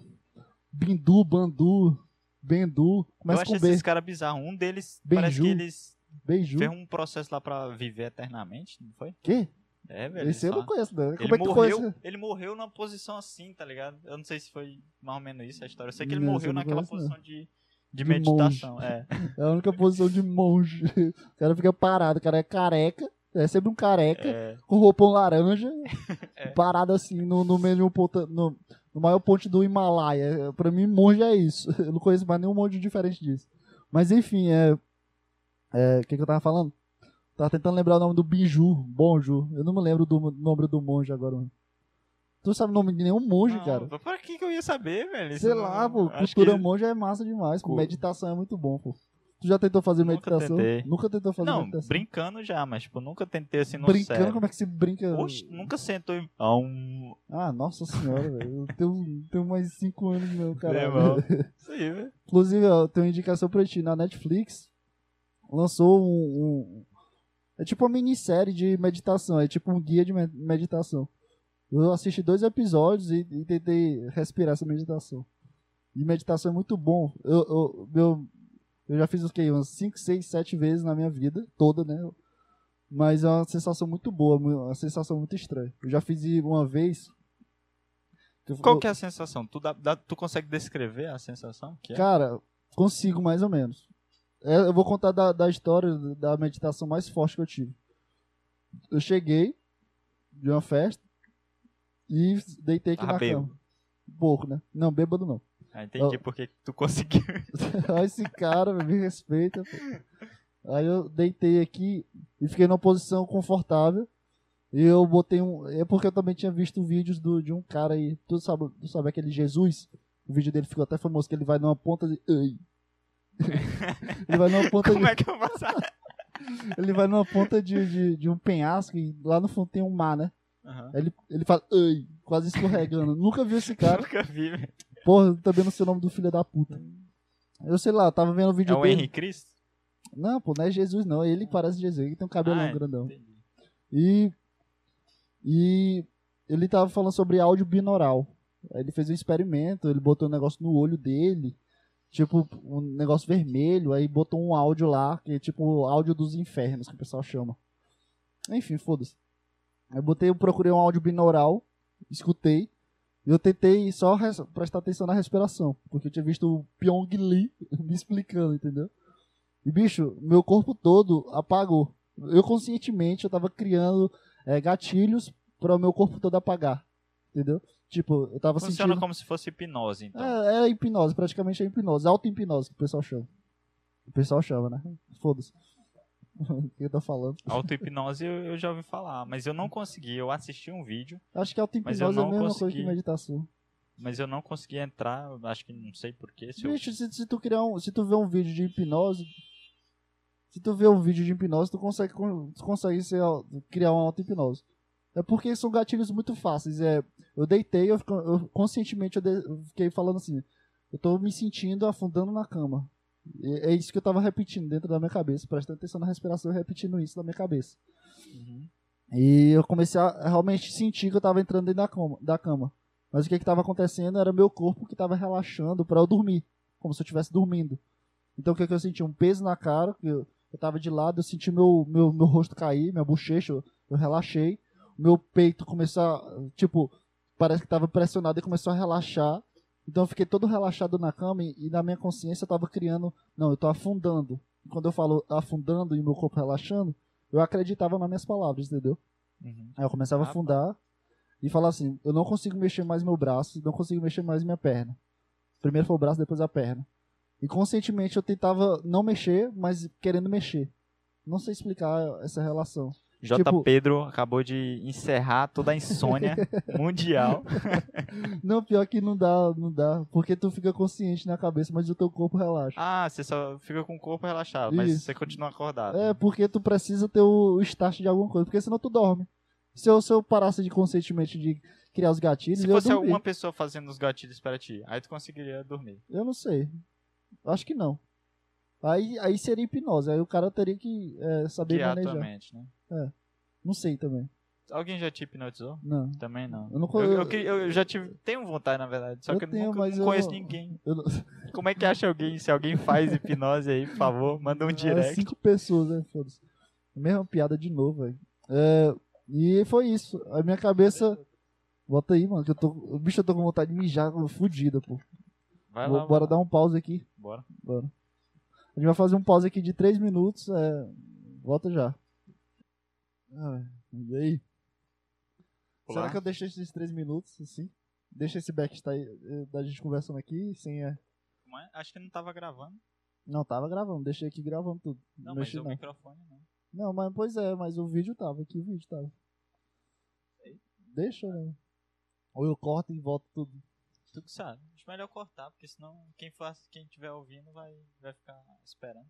Speaker 2: Bindu, Bandu, Bendu.
Speaker 1: eu
Speaker 2: Começa
Speaker 1: acho
Speaker 2: com B.
Speaker 1: esses caras bizarros. Um deles
Speaker 2: Benju.
Speaker 1: parece que eles
Speaker 2: Beiju.
Speaker 1: fez um processo lá pra viver eternamente, não foi?
Speaker 2: Quê?
Speaker 1: É, velho.
Speaker 2: Esse eu
Speaker 1: ele
Speaker 2: não
Speaker 1: só-
Speaker 2: conheço, né?
Speaker 1: Ele
Speaker 2: Como é que tu
Speaker 1: morreu,
Speaker 2: conhece?
Speaker 1: ele morreu numa posição assim, tá ligado? Eu não sei se foi mais ou menos isso a história. Eu sei que ele
Speaker 2: Não, isso
Speaker 1: morreu
Speaker 2: eu não
Speaker 1: naquela
Speaker 2: conheço, não.
Speaker 1: posição de, de
Speaker 2: De
Speaker 1: meditação. É.
Speaker 2: É a única posição de monge. O cara fica parado, o cara é careca. É sempre um careca.
Speaker 1: é.
Speaker 2: com roupão laranja,
Speaker 1: É.
Speaker 2: parado assim no, no meio de um ponta- no, no maior ponte do Himalaia. Pra mim, monge é isso. Eu não conheço mais nenhum monge diferente disso. Mas enfim, é. é, O que, que eu tava falando? Tava tentando lembrar o nome do Biju, Bonju. Eu não me lembro do nome do monge agora. Mano. Tu não sabe o nome de nenhum monge,
Speaker 1: Não,
Speaker 2: cara?
Speaker 1: Pra que, que eu ia saber, velho?
Speaker 2: Sei
Speaker 1: Isso
Speaker 2: lá,
Speaker 1: não-
Speaker 2: pô.
Speaker 1: acho
Speaker 2: Cultura
Speaker 1: que-
Speaker 2: monge é massa demais. pô.
Speaker 1: Cu-
Speaker 2: Meditação é muito bom, pô. Tu já tentou fazer
Speaker 1: Nunca
Speaker 2: meditação?
Speaker 1: tentei.
Speaker 2: Nunca tentou fazer
Speaker 1: Não,
Speaker 2: meditação?
Speaker 1: brincando já, mas tipo, nunca tentei assim no
Speaker 2: assim. Brincando,
Speaker 1: sério.
Speaker 2: como é que se brinca?
Speaker 1: Oxe, nunca sentou em. Ah, um...
Speaker 2: Ah, nossa senhora, velho. Eu tenho, tenho mais 5 anos, meu,
Speaker 1: Meu
Speaker 2: cara.
Speaker 1: irmão. Isso aí, velho.
Speaker 2: Inclusive, ó, eu tenho uma indicação pra ti. Na Netflix, lançou um. um- é tipo uma minissérie de meditação. É tipo um guia de me- meditação. Eu assisti dois episódios e, e tentei respirar essa meditação. E meditação é muito bom. Eu, eu, eu, eu já fiz o quê? Umas 5, 6, 7 vezes na minha vida, toda, né? Mas é uma sensação muito boa, mu- uma sensação muito estranha. Eu já fiz uma vez. eu-
Speaker 1: Qual que é a sensação? Tu, dá- dá- tu consegue descrever a sensação? Que é?
Speaker 2: Cara, consigo mais ou menos. É, eu vou contar da, da história da meditação mais forte que eu tive. Eu cheguei de uma festa e deitei aqui
Speaker 1: Ah,
Speaker 2: na
Speaker 1: bêbado.
Speaker 2: cama. Um pouco, né? Não, bêbado não.
Speaker 1: Ah, entendi porque tu conseguiu.
Speaker 2: Olha esse cara, me respeita. pô. Aí eu deitei aqui e fiquei numa posição confortável. E eu botei um. É porque eu também tinha visto vídeos do, de um cara aí. Tu sabe, tu sabe aquele Jesus? O vídeo dele ficou até famoso, que ele vai numa ponta de. Ai. ele vai numa ponta
Speaker 1: Como
Speaker 2: de.
Speaker 1: é que eu vou saber?
Speaker 2: Ele vai numa ponta de, de, de um penhasco e lá no fundo tem um mar, né?
Speaker 1: Aham.
Speaker 2: Aí ele, ele fala, ai, quase escorregando. Nunca vi esse cara.
Speaker 1: Nunca vi, velho.
Speaker 2: Porra, eu também não sei o nome do filho da puta. Eu sei lá, eu tava vendo o
Speaker 1: É
Speaker 2: vídeo
Speaker 1: o
Speaker 2: dele.
Speaker 1: Henry Cristo?
Speaker 2: Não, pô, não é Jesus não. Ele parece Jesus, ele tem um cabelão
Speaker 1: Ah,
Speaker 2: grandão.
Speaker 1: entendi.
Speaker 2: E. E. Ele tava falando sobre áudio binaural. Aí ele fez um experimento, ele botou um negócio no olho dele, tipo, um negócio vermelho, aí botou um áudio lá, que é tipo o áudio dos infernos, que o pessoal chama. Enfim, foda-se. Aí eu botei, eu procurei um áudio binaural, escutei, e eu tentei só res- prestar atenção na respiração, porque eu tinha visto o Pyong Lee me explicando, entendeu? E, bicho, meu corpo todo apagou. Eu conscientemente eu tava criando eh, gatilhos para o meu corpo todo apagar. Entendeu? Tipo, eu tava
Speaker 1: Funciona
Speaker 2: sentindo.
Speaker 1: como se fosse hipnose, então.
Speaker 2: É, é hipnose, praticamente é hipnose, auto-hipnose que o pessoal chama. O pessoal chama, né? Foda-se. O que eu tô falando?
Speaker 1: Auto-hipnose eu, eu já ouvi falar, mas
Speaker 2: Hum.
Speaker 1: eu não consegui. Eu assisti um vídeo,
Speaker 2: Acho que auto-hipnose é a
Speaker 1: Mas eu não
Speaker 2: mesma coisa
Speaker 1: consegui.
Speaker 2: que meditação.
Speaker 1: mas eu não consegui entrar. Acho que não sei porquê. Se eu...
Speaker 2: Bicho, se, se tu criar um. Se tu ver um vídeo de hipnose, Se tu vê um vídeo de hipnose, tu consegue, con- tu consegue ser au- criar uma auto-hipnose. É porque são gatilhos muito fáceis. É, eu deitei, eu, fico- eu- conscientemente eu, de- eu fiquei falando assim, eu tô me sentindo afundando na cama. E é isso que eu tava repetindo dentro da minha cabeça, prestando atenção na respiração e repetindo isso na minha cabeça.
Speaker 1: Uhum,
Speaker 2: E eu comecei a realmente sentir que eu tava entrando dentro da cama. Da cama. Mas o que que tava acontecendo era meu corpo que tava relaxando para eu dormir, como se eu estivesse dormindo. Então o que que eu senti? Um peso na cara, que eu, eu tava de lado, eu senti meu, meu, meu rosto cair, minha bochecha, eu, eu relaxei. Meu peito começou a, tipo, parece que tava pressionado e começou a relaxar. Então eu fiquei todo relaxado na cama e, e na minha consciência eu tava criando, não, eu tô afundando. E quando eu falo afundando e meu corpo relaxando, eu acreditava nas minhas palavras, entendeu?
Speaker 1: Uhum.
Speaker 2: Aí eu começava a
Speaker 1: Ah,
Speaker 2: afundar e falar assim: eu não consigo mexer mais meu braço, não consigo mexer mais minha perna. Primeiro foi o braço, depois a perna. E conscientemente eu tentava não mexer, mas querendo mexer. Não sei explicar essa relação.
Speaker 1: J.
Speaker 2: Tipo-
Speaker 1: Pedro acabou de encerrar toda a insônia mundial.
Speaker 2: Não, pior que não dá, não dá. Porque tu fica consciente na cabeça, mas o teu corpo relaxa.
Speaker 1: Ah, você só fica com o corpo relaxado, mas
Speaker 2: Isso.
Speaker 1: você continua acordado.
Speaker 2: É, porque tu precisa ter o start de alguma coisa, porque senão tu dorme. Se eu, se eu parasse de conscientemente de criar os gatilhos,
Speaker 1: Se
Speaker 2: eu
Speaker 1: fosse
Speaker 2: dormia.
Speaker 1: alguma pessoa fazendo os gatilhos para ti, aí tu conseguiria dormir.
Speaker 2: Eu não sei. Acho que não. Aí, aí seria hipnose. Aí o cara teria que é, saber
Speaker 1: Guiar a tua
Speaker 2: manejar.
Speaker 1: mente, né?
Speaker 2: Não sei também.
Speaker 1: Alguém já te hipnotizou?
Speaker 2: Não.
Speaker 1: Também não.
Speaker 2: Eu não co-
Speaker 1: eu, eu que- eu já tive, tenho vontade, na verdade, só
Speaker 2: Eu
Speaker 1: que eu
Speaker 2: tenho,
Speaker 1: nunca
Speaker 2: mas
Speaker 1: não
Speaker 2: eu
Speaker 1: conheço
Speaker 2: não-
Speaker 1: ninguém.
Speaker 2: Eu não...
Speaker 1: Como é que acha alguém? Se alguém faz hipnose aí, por favor, manda um
Speaker 2: Ah,
Speaker 1: direct.
Speaker 2: é Cinco pessoas, né? Foda-se. Mesma piada de novo, velho. É, e foi isso. A minha cabeça. Bota aí, mano, que eu tô. Bicho, eu tô com vontade de mijar fudida, pô.
Speaker 1: Vai
Speaker 2: Vou-
Speaker 1: lá,
Speaker 2: bora
Speaker 1: vai lá.
Speaker 2: dar um pause aqui.
Speaker 1: Bora.
Speaker 2: Bora. A gente vai fazer um pause aqui de 3 minutos. É... Volta já. Ah, e aí?
Speaker 1: Olá.
Speaker 2: Será que eu deixo esses 3 minutos assim? Deixa esse backstage eh, da gente conversando aqui sem. eh,
Speaker 1: Como é? Acho que não tava gravando.
Speaker 2: Não, tava gravando, deixei aqui gravando tudo.
Speaker 1: Não,
Speaker 2: Não, mexi,
Speaker 1: mas o
Speaker 2: não.
Speaker 1: microfone né? não.
Speaker 2: Não, mas pois é, mas o vídeo tava aqui, o vídeo tava. Deixa, né? Ou eu corto e volto tudo.
Speaker 1: Tu que sabe. Acho melhor cortar, porque senão quem for, quem tiver ouvindo vai, vai ficar esperando.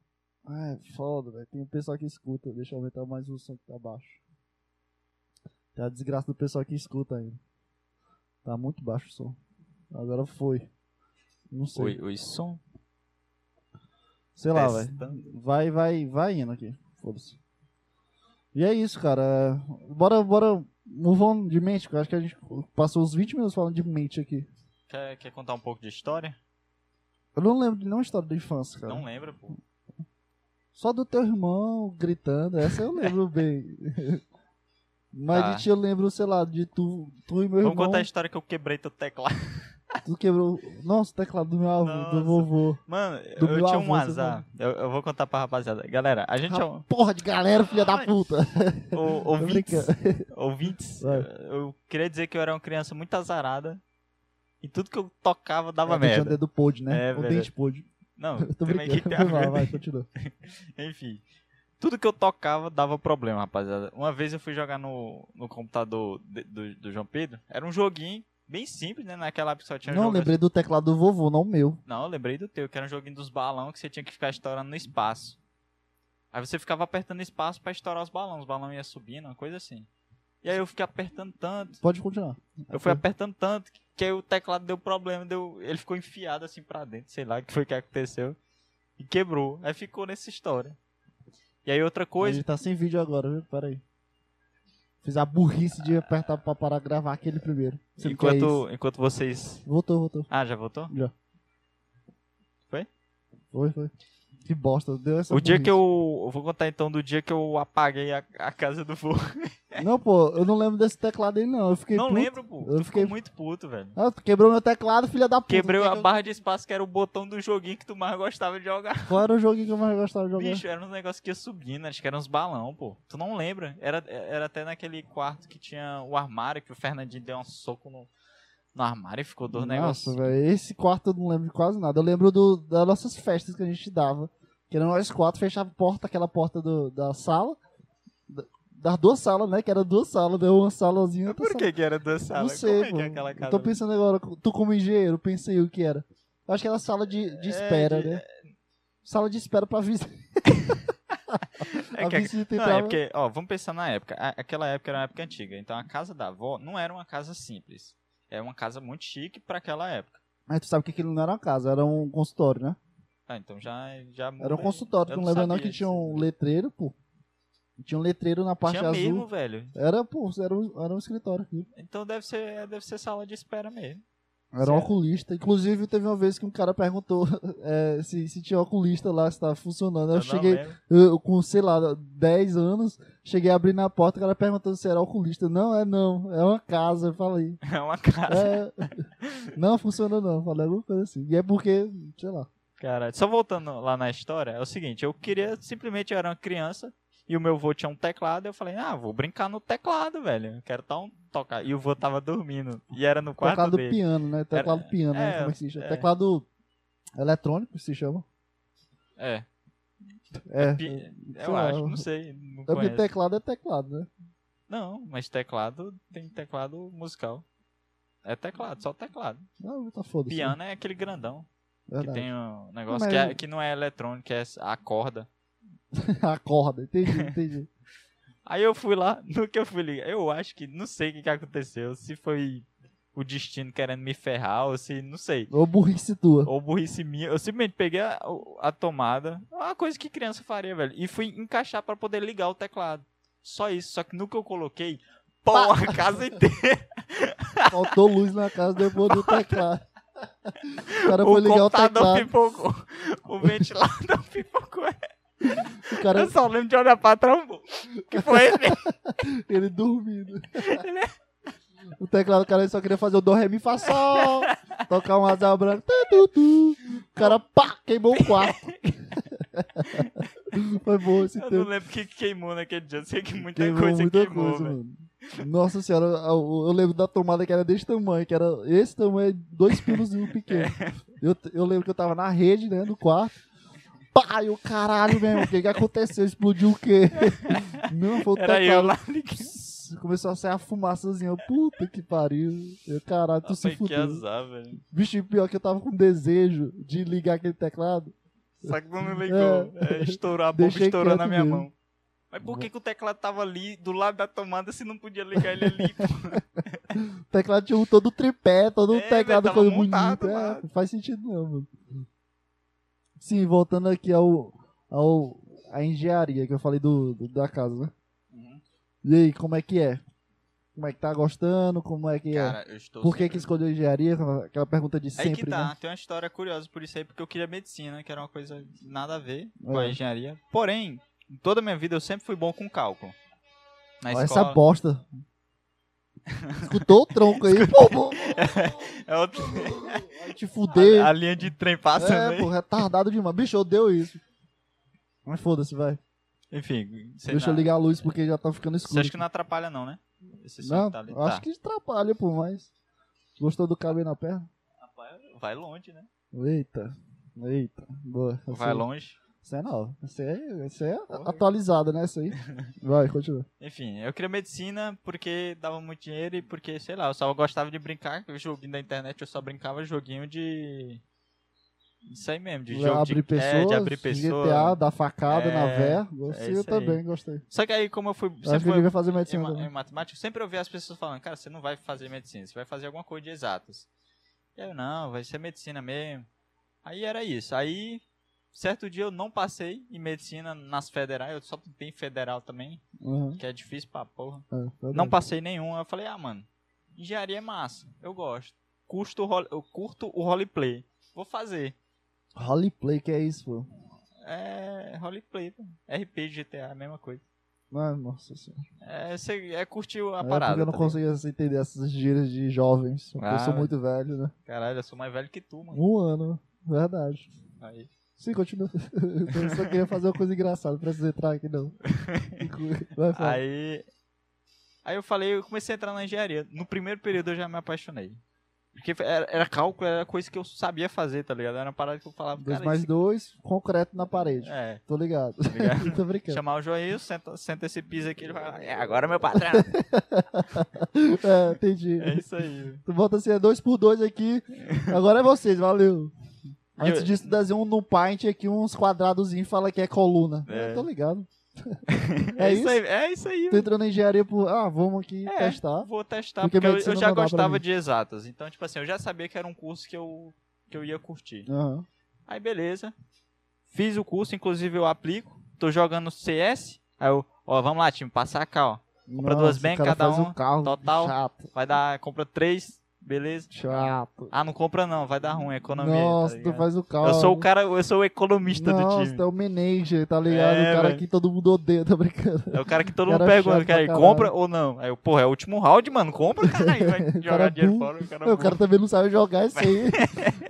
Speaker 2: Ah, é foda, velho. Tem um pessoal que escuta. Deixa eu aumentar mais o som que tá baixo. Tem a desgraça do pessoal que escuta ainda. Tá muito baixo o som. Agora foi. Não sei.
Speaker 1: Oi, oi, som.
Speaker 2: Sei lá, velho.
Speaker 1: Testando.
Speaker 2: Vai, vai, vai indo aqui. Foda-se. E é isso, cara. Bora, bora. Move on de mente, que eu acho que a gente passou uns 20 minutos falando de mente aqui.
Speaker 1: Quer, quer contar um pouco de história?
Speaker 2: Eu não lembro de nenhuma história da infância, cara.
Speaker 1: Não lembra, pô.
Speaker 2: Só do teu irmão gritando, essa eu lembro bem. Mas
Speaker 1: Tá.
Speaker 2: de ti eu lembro, sei lá, de tu, tu e meu
Speaker 1: Vamos
Speaker 2: irmão.
Speaker 1: contar a história que eu quebrei teu teclado.
Speaker 2: Tu quebrou. Nossa, o teclado do meu avô,
Speaker 1: Nossa.
Speaker 2: do vovô.
Speaker 1: Mano,
Speaker 2: Do
Speaker 1: eu
Speaker 2: meu
Speaker 1: tinha
Speaker 2: avô,
Speaker 1: um
Speaker 2: você
Speaker 1: azar. Eu, eu vou contar pra rapaziada. Galera, a gente é um.
Speaker 2: Porra de galera, filha da
Speaker 1: Ai,
Speaker 2: puta.
Speaker 1: o-
Speaker 2: Tô
Speaker 1: Ouvintes.
Speaker 2: brincando.
Speaker 1: ouvintes eh,
Speaker 2: Vai.
Speaker 1: eu queria dizer que eu era uma criança muito azarada. E tudo que eu tocava
Speaker 2: É,
Speaker 1: dava
Speaker 2: Eu tinha o
Speaker 1: merda.
Speaker 2: dedo pod, né?
Speaker 1: É,
Speaker 2: o
Speaker 1: velho.
Speaker 2: dente pod.
Speaker 1: Não,
Speaker 2: Eu tô
Speaker 1: também
Speaker 2: brincando.
Speaker 1: que tem a
Speaker 2: Vai,
Speaker 1: ver,
Speaker 2: vai,
Speaker 1: né?
Speaker 2: vai, continua.
Speaker 1: Enfim. Tudo que eu tocava dava problema, rapaziada. Uma vez eu fui jogar no, no computador de- do, do João Pedro. Era um joguinho bem simples, né? Naquela época só tinha
Speaker 2: Não,
Speaker 1: jogo
Speaker 2: lembrei do teclado do vovô, não o meu.
Speaker 1: Não, eu lembrei do teu, que era um joguinho dos balão que você tinha que ficar estourando no espaço. Aí você ficava apertando espaço pra estourar os balões, os balões ia subindo, uma coisa assim. E aí eu fiquei apertando tanto,
Speaker 2: Pode continuar.
Speaker 1: eu fui apertando tanto, que, que aí o teclado deu problema, deu, ele ficou enfiado assim pra dentro, sei lá o que foi que aconteceu. E quebrou, aí ficou nessa história. E aí outra
Speaker 2: Pois.
Speaker 1: coisa,
Speaker 2: tá sem vídeo agora, viu? Pera aí. Fiz a burrice de apertar pra parar de gravar aquele primeiro. Você não quer isso.
Speaker 1: enquanto, enquanto vocês...
Speaker 2: Voltou, voltou.
Speaker 1: Ah, já voltou?
Speaker 2: Foi, foi. Que bosta, deu essa
Speaker 1: o dia
Speaker 2: burrice.
Speaker 1: que eu... eu Vou contar então do dia que eu apaguei a, a casa do voo.
Speaker 2: Não, pô, eu não lembro desse teclado aí, não. Eu fiquei.
Speaker 1: Não
Speaker 2: puto.
Speaker 1: lembro, pô.
Speaker 2: Eu
Speaker 1: Eu fiquei
Speaker 2: fiquei-
Speaker 1: muito puto, velho.
Speaker 2: Ah, tu quebrou meu teclado, filha da puta.
Speaker 1: Quebrei
Speaker 2: Por que
Speaker 1: a
Speaker 2: que
Speaker 1: barra de espaço, que era o botão do joguinho que tu mais gostava de jogar.
Speaker 2: eu- Qual era o jogo que eu mais gostava de jogar?
Speaker 1: Bicho, era uns negócios que ia subindo, acho que eram uns balão, pô. Tu não lembra? Era, era até naquele quarto que tinha o armário, que o Fernandinho deu um soco no, no armário e ficou dois
Speaker 2: Nossa,
Speaker 1: negócios.
Speaker 2: velho, esse quarto eu não lembro de quase nada. Eu lembro do, das nossas festas que a gente dava. Que eram nós quatro, fechava a porta, aquela porta do- da sala. da- Das duas salas, né? Que era duas salas, deu uma salazinha e outra
Speaker 1: Por
Speaker 2: sala.
Speaker 1: que que era duas
Speaker 2: Não
Speaker 1: salas?
Speaker 2: sei,
Speaker 1: Como
Speaker 2: pô.
Speaker 1: é que é aquela
Speaker 2: Eu
Speaker 1: casa?
Speaker 2: tô pensando agora, tu como engenheiro, pensei o que era. Eu acho que era sala de, de
Speaker 1: É,
Speaker 2: espera,
Speaker 1: de-
Speaker 2: né? Sala de espera pra visita.
Speaker 1: É
Speaker 2: A
Speaker 1: que-
Speaker 2: visita
Speaker 1: Não,
Speaker 2: entrava-
Speaker 1: é porque, ó, vamos pensar na época. A- aquela época era uma época antiga. Então a casa da avó não era uma casa simples. Era uma casa muito chique pra aquela época.
Speaker 2: Mas tu sabe que aquilo não era uma casa, era um consultório, né?
Speaker 1: Ah, então já, já muda
Speaker 2: Era um
Speaker 1: aí.
Speaker 2: consultório,
Speaker 1: Eu
Speaker 2: tu não lembra não
Speaker 1: sabia
Speaker 2: que tinha
Speaker 1: disso.
Speaker 2: um letreiro, pô. Tinha um letreiro na parte
Speaker 1: Tinha
Speaker 2: azul.
Speaker 1: mesmo, velho.
Speaker 2: Era, pô, era um, era um escritório aqui.
Speaker 1: Então deve ser, deve ser sala de espera mesmo.
Speaker 2: Era um
Speaker 1: Sério?
Speaker 2: oculista. Inclusive, teve uma vez que um cara perguntou é, se, se tinha oculista lá, se tava funcionando. Eu,
Speaker 1: não
Speaker 2: cheguei
Speaker 1: lembro.
Speaker 2: eu, com, sei lá, 10 anos, cheguei a abrir na porta, o cara perguntando se era oculista. Não, é não, é uma casa, eu falei.
Speaker 1: É uma casa.
Speaker 2: É, não, funciona não, eu falei alguma coisa assim. E é porque, sei lá.
Speaker 1: Caralho. Só voltando lá na história, é o seguinte, eu queria simplesmente eu era uma criança e o meu avô tinha um teclado, eu falei, ah, vou brincar no teclado, velho. Eu quero tá um tocar. E o vô tava dormindo. E era no quarto
Speaker 2: teclado
Speaker 1: dele.
Speaker 2: piano, né? Teclado piano, né?
Speaker 1: é,
Speaker 2: Como é que se chama?
Speaker 1: é.
Speaker 2: Teclado eletrônico se chama.
Speaker 1: É.
Speaker 2: É.
Speaker 1: Pi-
Speaker 2: sei
Speaker 1: Eu
Speaker 2: lá,
Speaker 1: acho, não sei. Não
Speaker 2: É porque
Speaker 1: conheço.
Speaker 2: teclado é teclado, né?
Speaker 1: Não, mas teclado tem teclado musical. É teclado, só teclado.
Speaker 2: Ah, tá foda-se.
Speaker 1: Piano é aquele grandão
Speaker 2: né?
Speaker 1: que
Speaker 2: Verdade.
Speaker 1: tem um negócio
Speaker 2: Mas-
Speaker 1: que, é- que não é eletrônico, que é a corda.
Speaker 2: A corda, entendi, entendi.
Speaker 1: Aí eu fui lá, no que eu fui ligar, eu acho que não sei o que, que aconteceu, se foi o destino querendo me ferrar ou se não sei.
Speaker 2: Ô burrice tua.
Speaker 1: Ou burrice minha, eu simplesmente peguei a, a tomada, uma coisa que criança faria, velho, e fui encaixar pra poder ligar o teclado. Só isso, só que no que eu coloquei, pau a casa inteira.
Speaker 2: Faltou luz na casa depois do teclado. O cara foi
Speaker 1: o
Speaker 2: ligar o
Speaker 1: computador
Speaker 2: teclado.
Speaker 1: pipocou. O ventilador pipocou.
Speaker 2: O cara,
Speaker 1: Eu só lembro de olhar pra trás. pô. Que foi esse?
Speaker 2: ele dormindo.
Speaker 1: é-
Speaker 2: O teclado, o cara só queria fazer o do, ré, mi, fá, sol. Tocar um azar branco. Tu, tu, tu. O cara, pá, queimou o quarto. Foi bom esse
Speaker 1: Eu
Speaker 2: tempo.
Speaker 1: não lembro o que que queimou naquele dia. Eu sei que muita
Speaker 2: Queimou
Speaker 1: coisa
Speaker 2: muita
Speaker 1: queimou.
Speaker 2: coisa,
Speaker 1: velho.
Speaker 2: mano. Nossa senhora, eu, eu lembro da tomada que era desse tamanho, que era esse tamanho, é dois pinos e um pequeno.
Speaker 1: É.
Speaker 2: Eu, eu lembro que eu tava na rede, né, no quarto. Pai, o caralho mesmo, o que que aconteceu? Explodiu o quê? Não, foi o
Speaker 1: Era eu
Speaker 2: teclado.
Speaker 1: lá ligando.
Speaker 2: Começou a sair a fumaçazinha, eu, puta que pariu. Eu, caralho, tu se
Speaker 1: Foi que
Speaker 2: fudeu.
Speaker 1: azar, velho.
Speaker 2: Bicho, e pior que eu tava com desejo de ligar aquele teclado.
Speaker 1: Só que não ligou. É, estourou, a bomba
Speaker 2: Deixei
Speaker 1: estourou na
Speaker 2: quieto
Speaker 1: minha
Speaker 2: mesmo.
Speaker 1: mão. Mas por que, que o teclado tava ali, do lado da tomada, se não podia ligar ele ali?
Speaker 2: O teclado tinha um todo tripé, todo
Speaker 1: É,
Speaker 2: um
Speaker 1: velho,
Speaker 2: teclado
Speaker 1: tava
Speaker 2: coisa
Speaker 1: montado,
Speaker 2: bonita. É,
Speaker 1: mano.
Speaker 2: não faz sentido não, mano. Sim, voltando aqui ao, ao a engenharia que eu falei do, do- da casa, né?
Speaker 1: Uhum.
Speaker 2: E aí, como é que é? Como é que tá gostando? Como é que é?
Speaker 1: Cara, eu estou.
Speaker 2: Por que
Speaker 1: sempre-
Speaker 2: que escolheu engenharia? Aquela pergunta de
Speaker 1: Aí
Speaker 2: sempre,
Speaker 1: que tá,
Speaker 2: né?
Speaker 1: tem uma história curiosa por isso aí, porque eu queria medicina, que era uma coisa nada a ver com
Speaker 2: É.
Speaker 1: a engenharia. Porém, em toda a minha vida eu sempre fui bom com cálculo. Na
Speaker 2: Ó,
Speaker 1: escola.
Speaker 2: Essa bosta. Escutou o tronco aí? pô, pô,
Speaker 1: É outra-
Speaker 2: vai te fuder.
Speaker 1: a, a linha de trem né? passando
Speaker 2: é,
Speaker 1: aí.
Speaker 2: pô, retardado demais. Bicho, eu deu isso. Mas foda-se, vai.
Speaker 1: Enfim, sei
Speaker 2: Deixa
Speaker 1: lá.
Speaker 2: eu ligar a luz porque já tá ficando escuro.
Speaker 1: Você acha que não atrapalha, não, né? Esse som
Speaker 2: Não,
Speaker 1: que tá ali.
Speaker 2: acho
Speaker 1: Tá.
Speaker 2: que atrapalha, pô, mas. Gostou do cabelo na perna?
Speaker 1: Rapaz, Vai longe, né?
Speaker 2: Eita, eita, boa.
Speaker 1: Vai longe.
Speaker 2: Isso é nova. Isso é, isso é atualizada, né? Isso aí. Vai, continua.
Speaker 1: Enfim, eu queria medicina porque dava muito dinheiro e porque, sei lá, eu só gostava de brincar. O joguinho da internet eu só brincava joguinho de. Isso aí mesmo, de jogo
Speaker 2: abrir
Speaker 1: de...
Speaker 2: pessoas,
Speaker 1: é, de abrir pessoa.
Speaker 2: GTA, dar facada
Speaker 1: É,
Speaker 2: na véia.
Speaker 1: é
Speaker 2: Gostei,
Speaker 1: isso
Speaker 2: eu também, gostei.
Speaker 1: Só que aí, como eu fui.
Speaker 2: acho que
Speaker 1: Sempre
Speaker 2: eu devia
Speaker 1: fui
Speaker 2: fazer
Speaker 1: em,
Speaker 2: medicina
Speaker 1: ma-
Speaker 2: também.
Speaker 1: em matemática, eu sempre ouvi as pessoas falando, cara, você não vai fazer medicina, você vai fazer alguma coisa de exatas. E eu, não, vai ser medicina mesmo. Aí era isso. Aí, certo dia eu não passei em medicina nas federais, eu só tentei em federal também,
Speaker 2: Uhum,
Speaker 1: que é difícil pra porra.
Speaker 2: é, tá
Speaker 1: Não
Speaker 2: bem.
Speaker 1: passei nenhum. Eu falei, ah, mano, engenharia é massa. Eu gosto. Curto o role, eu curto o roleplay. Vou fazer.
Speaker 2: Roleplay, que é isso, pô?
Speaker 1: É roleplay, pô. RP de GTA, a mesma coisa.
Speaker 2: Ah, nossa senhora.
Speaker 1: É, cê, é curtir a
Speaker 2: É
Speaker 1: parada.
Speaker 2: porque eu não
Speaker 1: tá ligado?
Speaker 2: consigo assim, entender essas gírias de jovens. Porque
Speaker 1: Ah,
Speaker 2: eu sou
Speaker 1: velho.
Speaker 2: muito velho, né?
Speaker 1: Caralho, eu sou mais velho que tu, mano.
Speaker 2: Um ano, verdade.
Speaker 1: Aí.
Speaker 2: Sim, continua. Eu só queria fazer uma coisa engraçada, não precisa entrar aqui não. Vai, fala.
Speaker 1: Aí, aí eu falei, eu comecei a entrar na engenharia. No primeiro período eu já me apaixonei. Porque era, era cálculo, era coisa que eu sabia fazer, tá ligado? Era uma parada que eu falava,
Speaker 2: dois
Speaker 1: cara,
Speaker 2: mais
Speaker 1: esse...
Speaker 2: dois, concreto na parede.
Speaker 1: É,
Speaker 2: Tô ligado.
Speaker 1: tá ligado?
Speaker 2: Tô brincando.
Speaker 1: Chamar o joelho, senta, senta esse piso aqui, ele vai lá, é agora meu patrão.
Speaker 2: É, entendi.
Speaker 1: é isso aí.
Speaker 2: Tu bota assim, é dois por dois aqui. Agora é vocês, valeu. Antes
Speaker 1: Eu-
Speaker 2: disso, desenha um no Paint aqui, uns quadrados e fala que é coluna.
Speaker 1: É.
Speaker 2: Eu tô ligado.
Speaker 1: É,
Speaker 2: É
Speaker 1: isso
Speaker 2: isso?
Speaker 1: aí, é isso aí.
Speaker 2: Tô entrando na engenharia por. Ah, vamos aqui
Speaker 1: É.
Speaker 2: testar.
Speaker 1: Vou testar,
Speaker 2: Porque
Speaker 1: porque eu,
Speaker 2: medicina
Speaker 1: eu já
Speaker 2: não dá pra
Speaker 1: gostava
Speaker 2: mim.
Speaker 1: de exatas. Então, tipo assim, eu já sabia que era um curso que eu, que eu ia curtir.
Speaker 2: Aham.
Speaker 1: Aí, beleza. Fiz o curso, inclusive eu aplico. Tô jogando CS. Aí eu, ó, vamos lá, time, passar cá, ó. Compra duas
Speaker 2: Nossa,
Speaker 1: bem,
Speaker 2: o cara
Speaker 1: cada
Speaker 2: faz
Speaker 1: um,
Speaker 2: o carro.
Speaker 1: total.
Speaker 2: Chato.
Speaker 1: Vai dar, compra três, beleza.
Speaker 2: Chato.
Speaker 1: Ah, não compra não, vai dar ruim, economia. tá
Speaker 2: Nossa, tu
Speaker 1: ligado?
Speaker 2: faz o carro.
Speaker 1: eu sou o cara, eu sou o economista do
Speaker 2: Nossa,
Speaker 1: time.
Speaker 2: tu é o manager, tá ligado?
Speaker 1: É,
Speaker 2: o cara
Speaker 1: velho.
Speaker 2: que todo mundo odeia, tá brincando.
Speaker 1: É o cara que todo
Speaker 2: Cara
Speaker 1: mundo pergunta,
Speaker 2: chato pra
Speaker 1: cara,
Speaker 2: caralho.
Speaker 1: compra ou não? Aí eu, porra, é o último round, mano, compra, caralho. Vai jogar
Speaker 2: cara é
Speaker 1: dinheiro
Speaker 2: burro.
Speaker 1: fora, o cara, é
Speaker 2: Meu, o cara também não sabe jogar isso aí.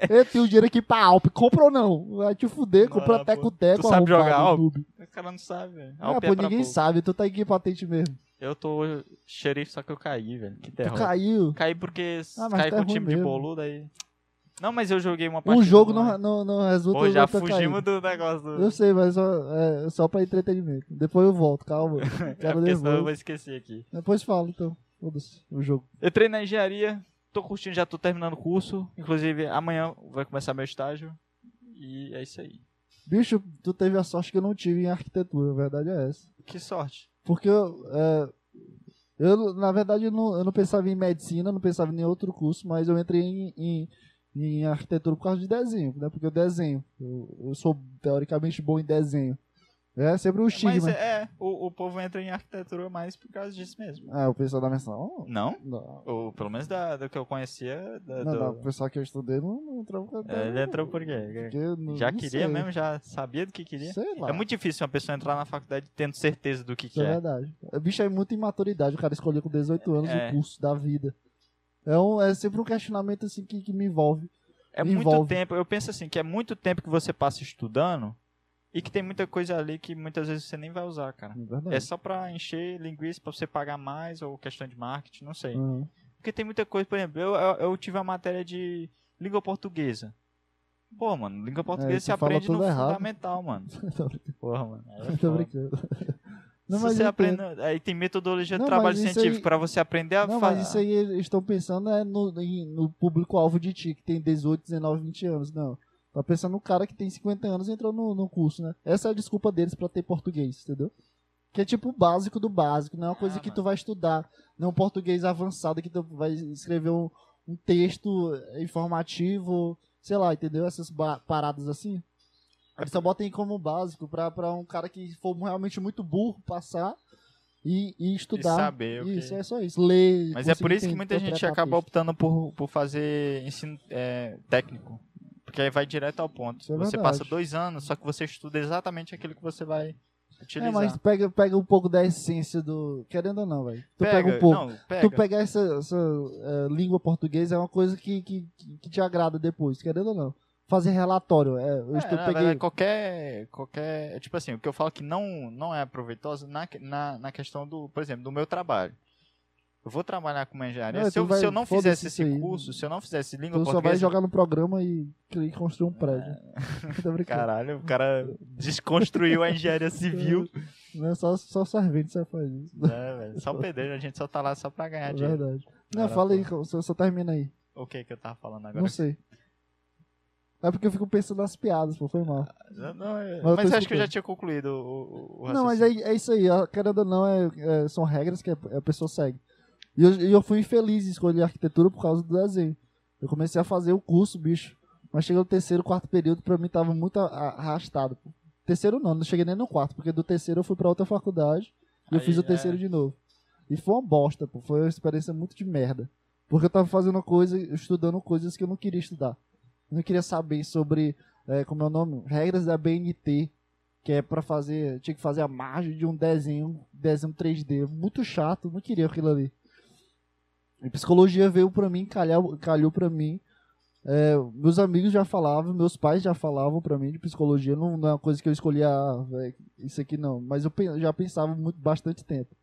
Speaker 2: Eu tenho dinheiro aqui pra Alp, compra ou não? Vai te fuder,
Speaker 1: Não,
Speaker 2: compra
Speaker 1: pô.
Speaker 2: teco-teco.
Speaker 1: Tu sabe jogar
Speaker 2: arrombado,
Speaker 1: Alp?
Speaker 2: noob.
Speaker 1: burro. O cara não sabe, velho. Ah, o
Speaker 2: Ah,
Speaker 1: pé
Speaker 2: pô,
Speaker 1: pra
Speaker 2: ninguém
Speaker 1: pouco.
Speaker 2: sabe, tu tá aqui em patente mesmo.
Speaker 1: Eu tô xerife, só que eu caí, velho. Que
Speaker 2: Tu
Speaker 1: derrota.
Speaker 2: caiu.
Speaker 1: Caí porque
Speaker 2: Ah, mas
Speaker 1: caí
Speaker 2: tá
Speaker 1: com o
Speaker 2: ruim
Speaker 1: time de
Speaker 2: mesmo.
Speaker 1: boludo aí. Não, mas eu joguei uma
Speaker 2: Um
Speaker 1: partida.
Speaker 2: jogo
Speaker 1: online.
Speaker 2: não, é não, não resulta.
Speaker 1: Pô, já
Speaker 2: eu tô
Speaker 1: fugimos
Speaker 2: tá caindo.
Speaker 1: do negócio do.
Speaker 2: Eu sei, mas só, é, só pra entretenimento. Depois eu volto, calma. O Cara
Speaker 1: É porque senão eu
Speaker 2: nervoso.
Speaker 1: vou esquecer aqui.
Speaker 2: Depois falo, então. Foda-se, o jogo.
Speaker 1: Entrei na engenharia, tô curtindo, já tô terminando o curso. Inclusive, amanhã vai começar meu estágio. E é isso aí.
Speaker 2: Bicho, tu teve a sorte que eu não tive em arquitetura, a verdade é essa.
Speaker 1: Que sorte.
Speaker 2: Porque eu, é, eu na verdade, eu não, eu não pensava em medicina, não pensava em nenhum outro curso, mas eu entrei em, em, em arquitetura por causa de desenho, né? Porque eu desenho. Eu, eu sou teoricamente bom em desenho. É sempre um
Speaker 1: Mas
Speaker 2: estigma.
Speaker 1: é, é, o, o povo entra em arquitetura mais por causa disso mesmo.
Speaker 2: Ah, o pessoal da menção.
Speaker 1: Não?
Speaker 2: Não,
Speaker 1: Ou pelo menos da, do que eu conhecia. Da,
Speaker 2: não, não,
Speaker 1: É do-
Speaker 2: o pessoal que eu estudei não, não entrou com
Speaker 1: É, ele entrou por quê?
Speaker 2: porque eu não-
Speaker 1: Já
Speaker 2: não
Speaker 1: queria
Speaker 2: sei.
Speaker 1: mesmo, já sabia do que queria.
Speaker 2: Sei lá.
Speaker 1: É muito difícil uma pessoa entrar na faculdade tendo certeza do que,
Speaker 2: Isso
Speaker 1: que
Speaker 2: é
Speaker 1: é.
Speaker 2: verdade. O bicho é muita imaturidade, o cara escolher com 18 anos
Speaker 1: É.
Speaker 2: o curso da vida. É, um, é sempre um questionamento assim que, que me envolve.
Speaker 1: É muito
Speaker 2: Envolve.
Speaker 1: tempo. Eu penso assim, que é muito tempo que você passa estudando e que tem muita coisa ali que muitas vezes você nem vai usar, cara.
Speaker 2: É verdade.
Speaker 1: É só pra encher linguiça, pra você pagar mais, ou questão de marketing, não sei.
Speaker 2: Uhum.
Speaker 1: Porque tem muita coisa, por exemplo, eu, eu, eu tive a matéria de língua portuguesa. Pô, mano, língua portuguesa
Speaker 2: É, tu
Speaker 1: você
Speaker 2: fala
Speaker 1: aprende no
Speaker 2: tudo errado.
Speaker 1: fundamental, mano.
Speaker 2: Tô brincando.
Speaker 1: Porra, mano. aí é
Speaker 2: Tô
Speaker 1: foda.
Speaker 2: brincando.
Speaker 1: Se
Speaker 2: mas
Speaker 1: você
Speaker 2: eu
Speaker 1: aprende,
Speaker 2: entendo.
Speaker 1: aí tem metodologia
Speaker 2: Não,
Speaker 1: de trabalho
Speaker 2: mas isso aí-
Speaker 1: científico pra você aprender a
Speaker 2: Não,
Speaker 1: fazer.
Speaker 2: mas isso aí é eles estão pensando é no, em- no público-alvo de ti, que tem 18, 19, 20 anos. Não. Tá pensando no cara que tem 50 anos e entrou no, no curso, né? Essa é a desculpa deles pra ter português, entendeu? Que é tipo o básico do básico, não é uma coisa
Speaker 1: Ah,
Speaker 2: que
Speaker 1: mano.
Speaker 2: tu vai estudar, não é um português avançado que tu vai escrever um, um texto informativo, sei lá, entendeu? Essas ba- paradas assim. Eles só botam aí como básico pra, pra um cara que for realmente muito burro passar e, e
Speaker 1: E
Speaker 2: estudar.
Speaker 1: saber o que-
Speaker 2: Isso, é só isso. Ler.
Speaker 1: Mas é por
Speaker 2: conseguir
Speaker 1: isso que
Speaker 2: enten-
Speaker 1: muita gente
Speaker 2: interpretar
Speaker 1: acaba
Speaker 2: texto.
Speaker 1: optando por, por fazer ensino é, técnico. Porque aí vai direto ao ponto.
Speaker 2: Isso é
Speaker 1: você
Speaker 2: verdade.
Speaker 1: passa dois anos, só que você estuda exatamente aquilo que você vai utilizar.
Speaker 2: É, mas pega, pega um pouco da essência do. Querendo ou não, velho. Tu pega, um pouco.
Speaker 1: não, pega.
Speaker 2: Tu pegar essa, essa, eh, língua portuguesa é uma coisa que, que, que te agrada depois, querendo ou não. Fazer relatório. É, eu
Speaker 1: É,
Speaker 2: estu-
Speaker 1: na
Speaker 2: peguei.
Speaker 1: verdade, qualquer, qualquer. Tipo assim, o que eu falo que não, não é proveitoso na, na, na questão do, por exemplo, do meu trabalho. Eu vou trabalhar com uma engenharia.
Speaker 2: Não,
Speaker 1: se, eu,
Speaker 2: tu vai-
Speaker 1: se eu não
Speaker 2: foda-se
Speaker 1: fizesse
Speaker 2: isso
Speaker 1: esse
Speaker 2: aí.
Speaker 1: curso, se eu não fizesse língua
Speaker 2: Tu só vai
Speaker 1: portuguesa.
Speaker 2: jogar no programa e cri- construir um prédio. Tô brincando.
Speaker 1: É. Caralho, o cara desconstruiu a engenharia civil.
Speaker 2: Não é só, só servente você faz isso.
Speaker 1: né, velho? Só pedreiro, a gente só tá lá só pra ganhar
Speaker 2: É
Speaker 1: dinheiro.
Speaker 2: verdade. Não,
Speaker 1: Era
Speaker 2: fala aí,
Speaker 1: foda.
Speaker 2: só, só termina aí.
Speaker 1: O que que eu tava falando agora?
Speaker 2: Não sei. É porque eu fico pensando nas piadas, pô, foi mal.
Speaker 1: Não, não,
Speaker 2: Mas
Speaker 1: é-
Speaker 2: eu tô
Speaker 1: mas eu acho que eu
Speaker 2: escutando.
Speaker 1: já tinha concluído o, o, o
Speaker 2: Não, mas
Speaker 1: raciocínio.
Speaker 2: é, é isso aí, ó, querendo ou não, é- é- são regras que a, a pessoa segue. E eu, e eu fui infeliz em escolher arquitetura por causa do desenho. Eu comecei a fazer o curso, bicho. Mas chegou no terceiro, quarto período, pra mim tava muito a- a- arrastado. pô. Terceiro não, não cheguei nem no quarto, porque do terceiro eu fui pra outra faculdade e eu
Speaker 1: Aí,
Speaker 2: fiz o
Speaker 1: é.
Speaker 2: terceiro de novo. E foi uma bosta, pô. Foi uma experiência muito de merda. Porque eu tava fazendo coisa, estudando coisas que eu não queria estudar. Eu não queria saber sobre, eh, como é o nome? Regras da BNT, que é pra fazer, tinha que fazer a margem de um desenho, desenho 3D, muito chato, não queria aquilo ali. E psicologia veio pra mim, calhou, calhou pra mim. É, meus amigos já falavam, meus pais já falavam pra mim de psicologia, não, não é uma coisa que eu escolhi, ah, véi, isso aqui não, mas eu pe- já pensava muito, bastante tempo.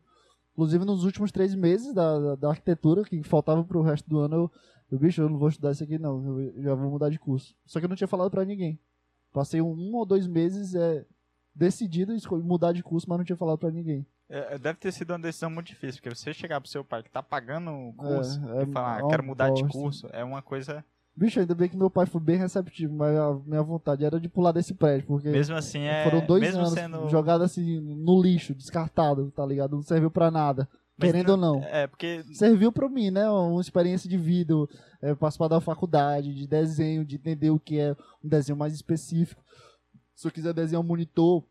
Speaker 2: Inclusive nos últimos três meses da, da, da arquitetura, que faltava pro resto do ano, eu, eu, bicho, eu não vou estudar isso aqui não, eu já vou mudar de curso. Só que eu não tinha falado pra ninguém. Passei um, um ou dois meses é, decidido em escol- mudar de curso, mas não tinha falado pra ninguém.
Speaker 1: É, Deve ter sido uma decisão muito difícil, porque você chegar pro seu pai que tá pagando o
Speaker 2: É,
Speaker 1: curso
Speaker 2: é
Speaker 1: e falar, ah,
Speaker 2: uma
Speaker 1: quero mudar de
Speaker 2: bosta.
Speaker 1: curso, é uma coisa
Speaker 2: Bicho, ainda bem que meu pai foi bem receptivo, mas a minha vontade era de pular desse prédio, porque
Speaker 1: Mesmo assim, é.
Speaker 2: foram dois
Speaker 1: mesmo
Speaker 2: anos
Speaker 1: sendo.
Speaker 2: jogado assim no lixo, descartado, tá ligado? Não serviu pra nada,
Speaker 1: Mas
Speaker 2: querendo ou não.
Speaker 1: É, porque.
Speaker 2: Serviu pra mim, né? Uma experiência de vida, é, participar da faculdade, de desenho, de entender o que é um desenho mais específico. Se eu quiser desenhar um monitor,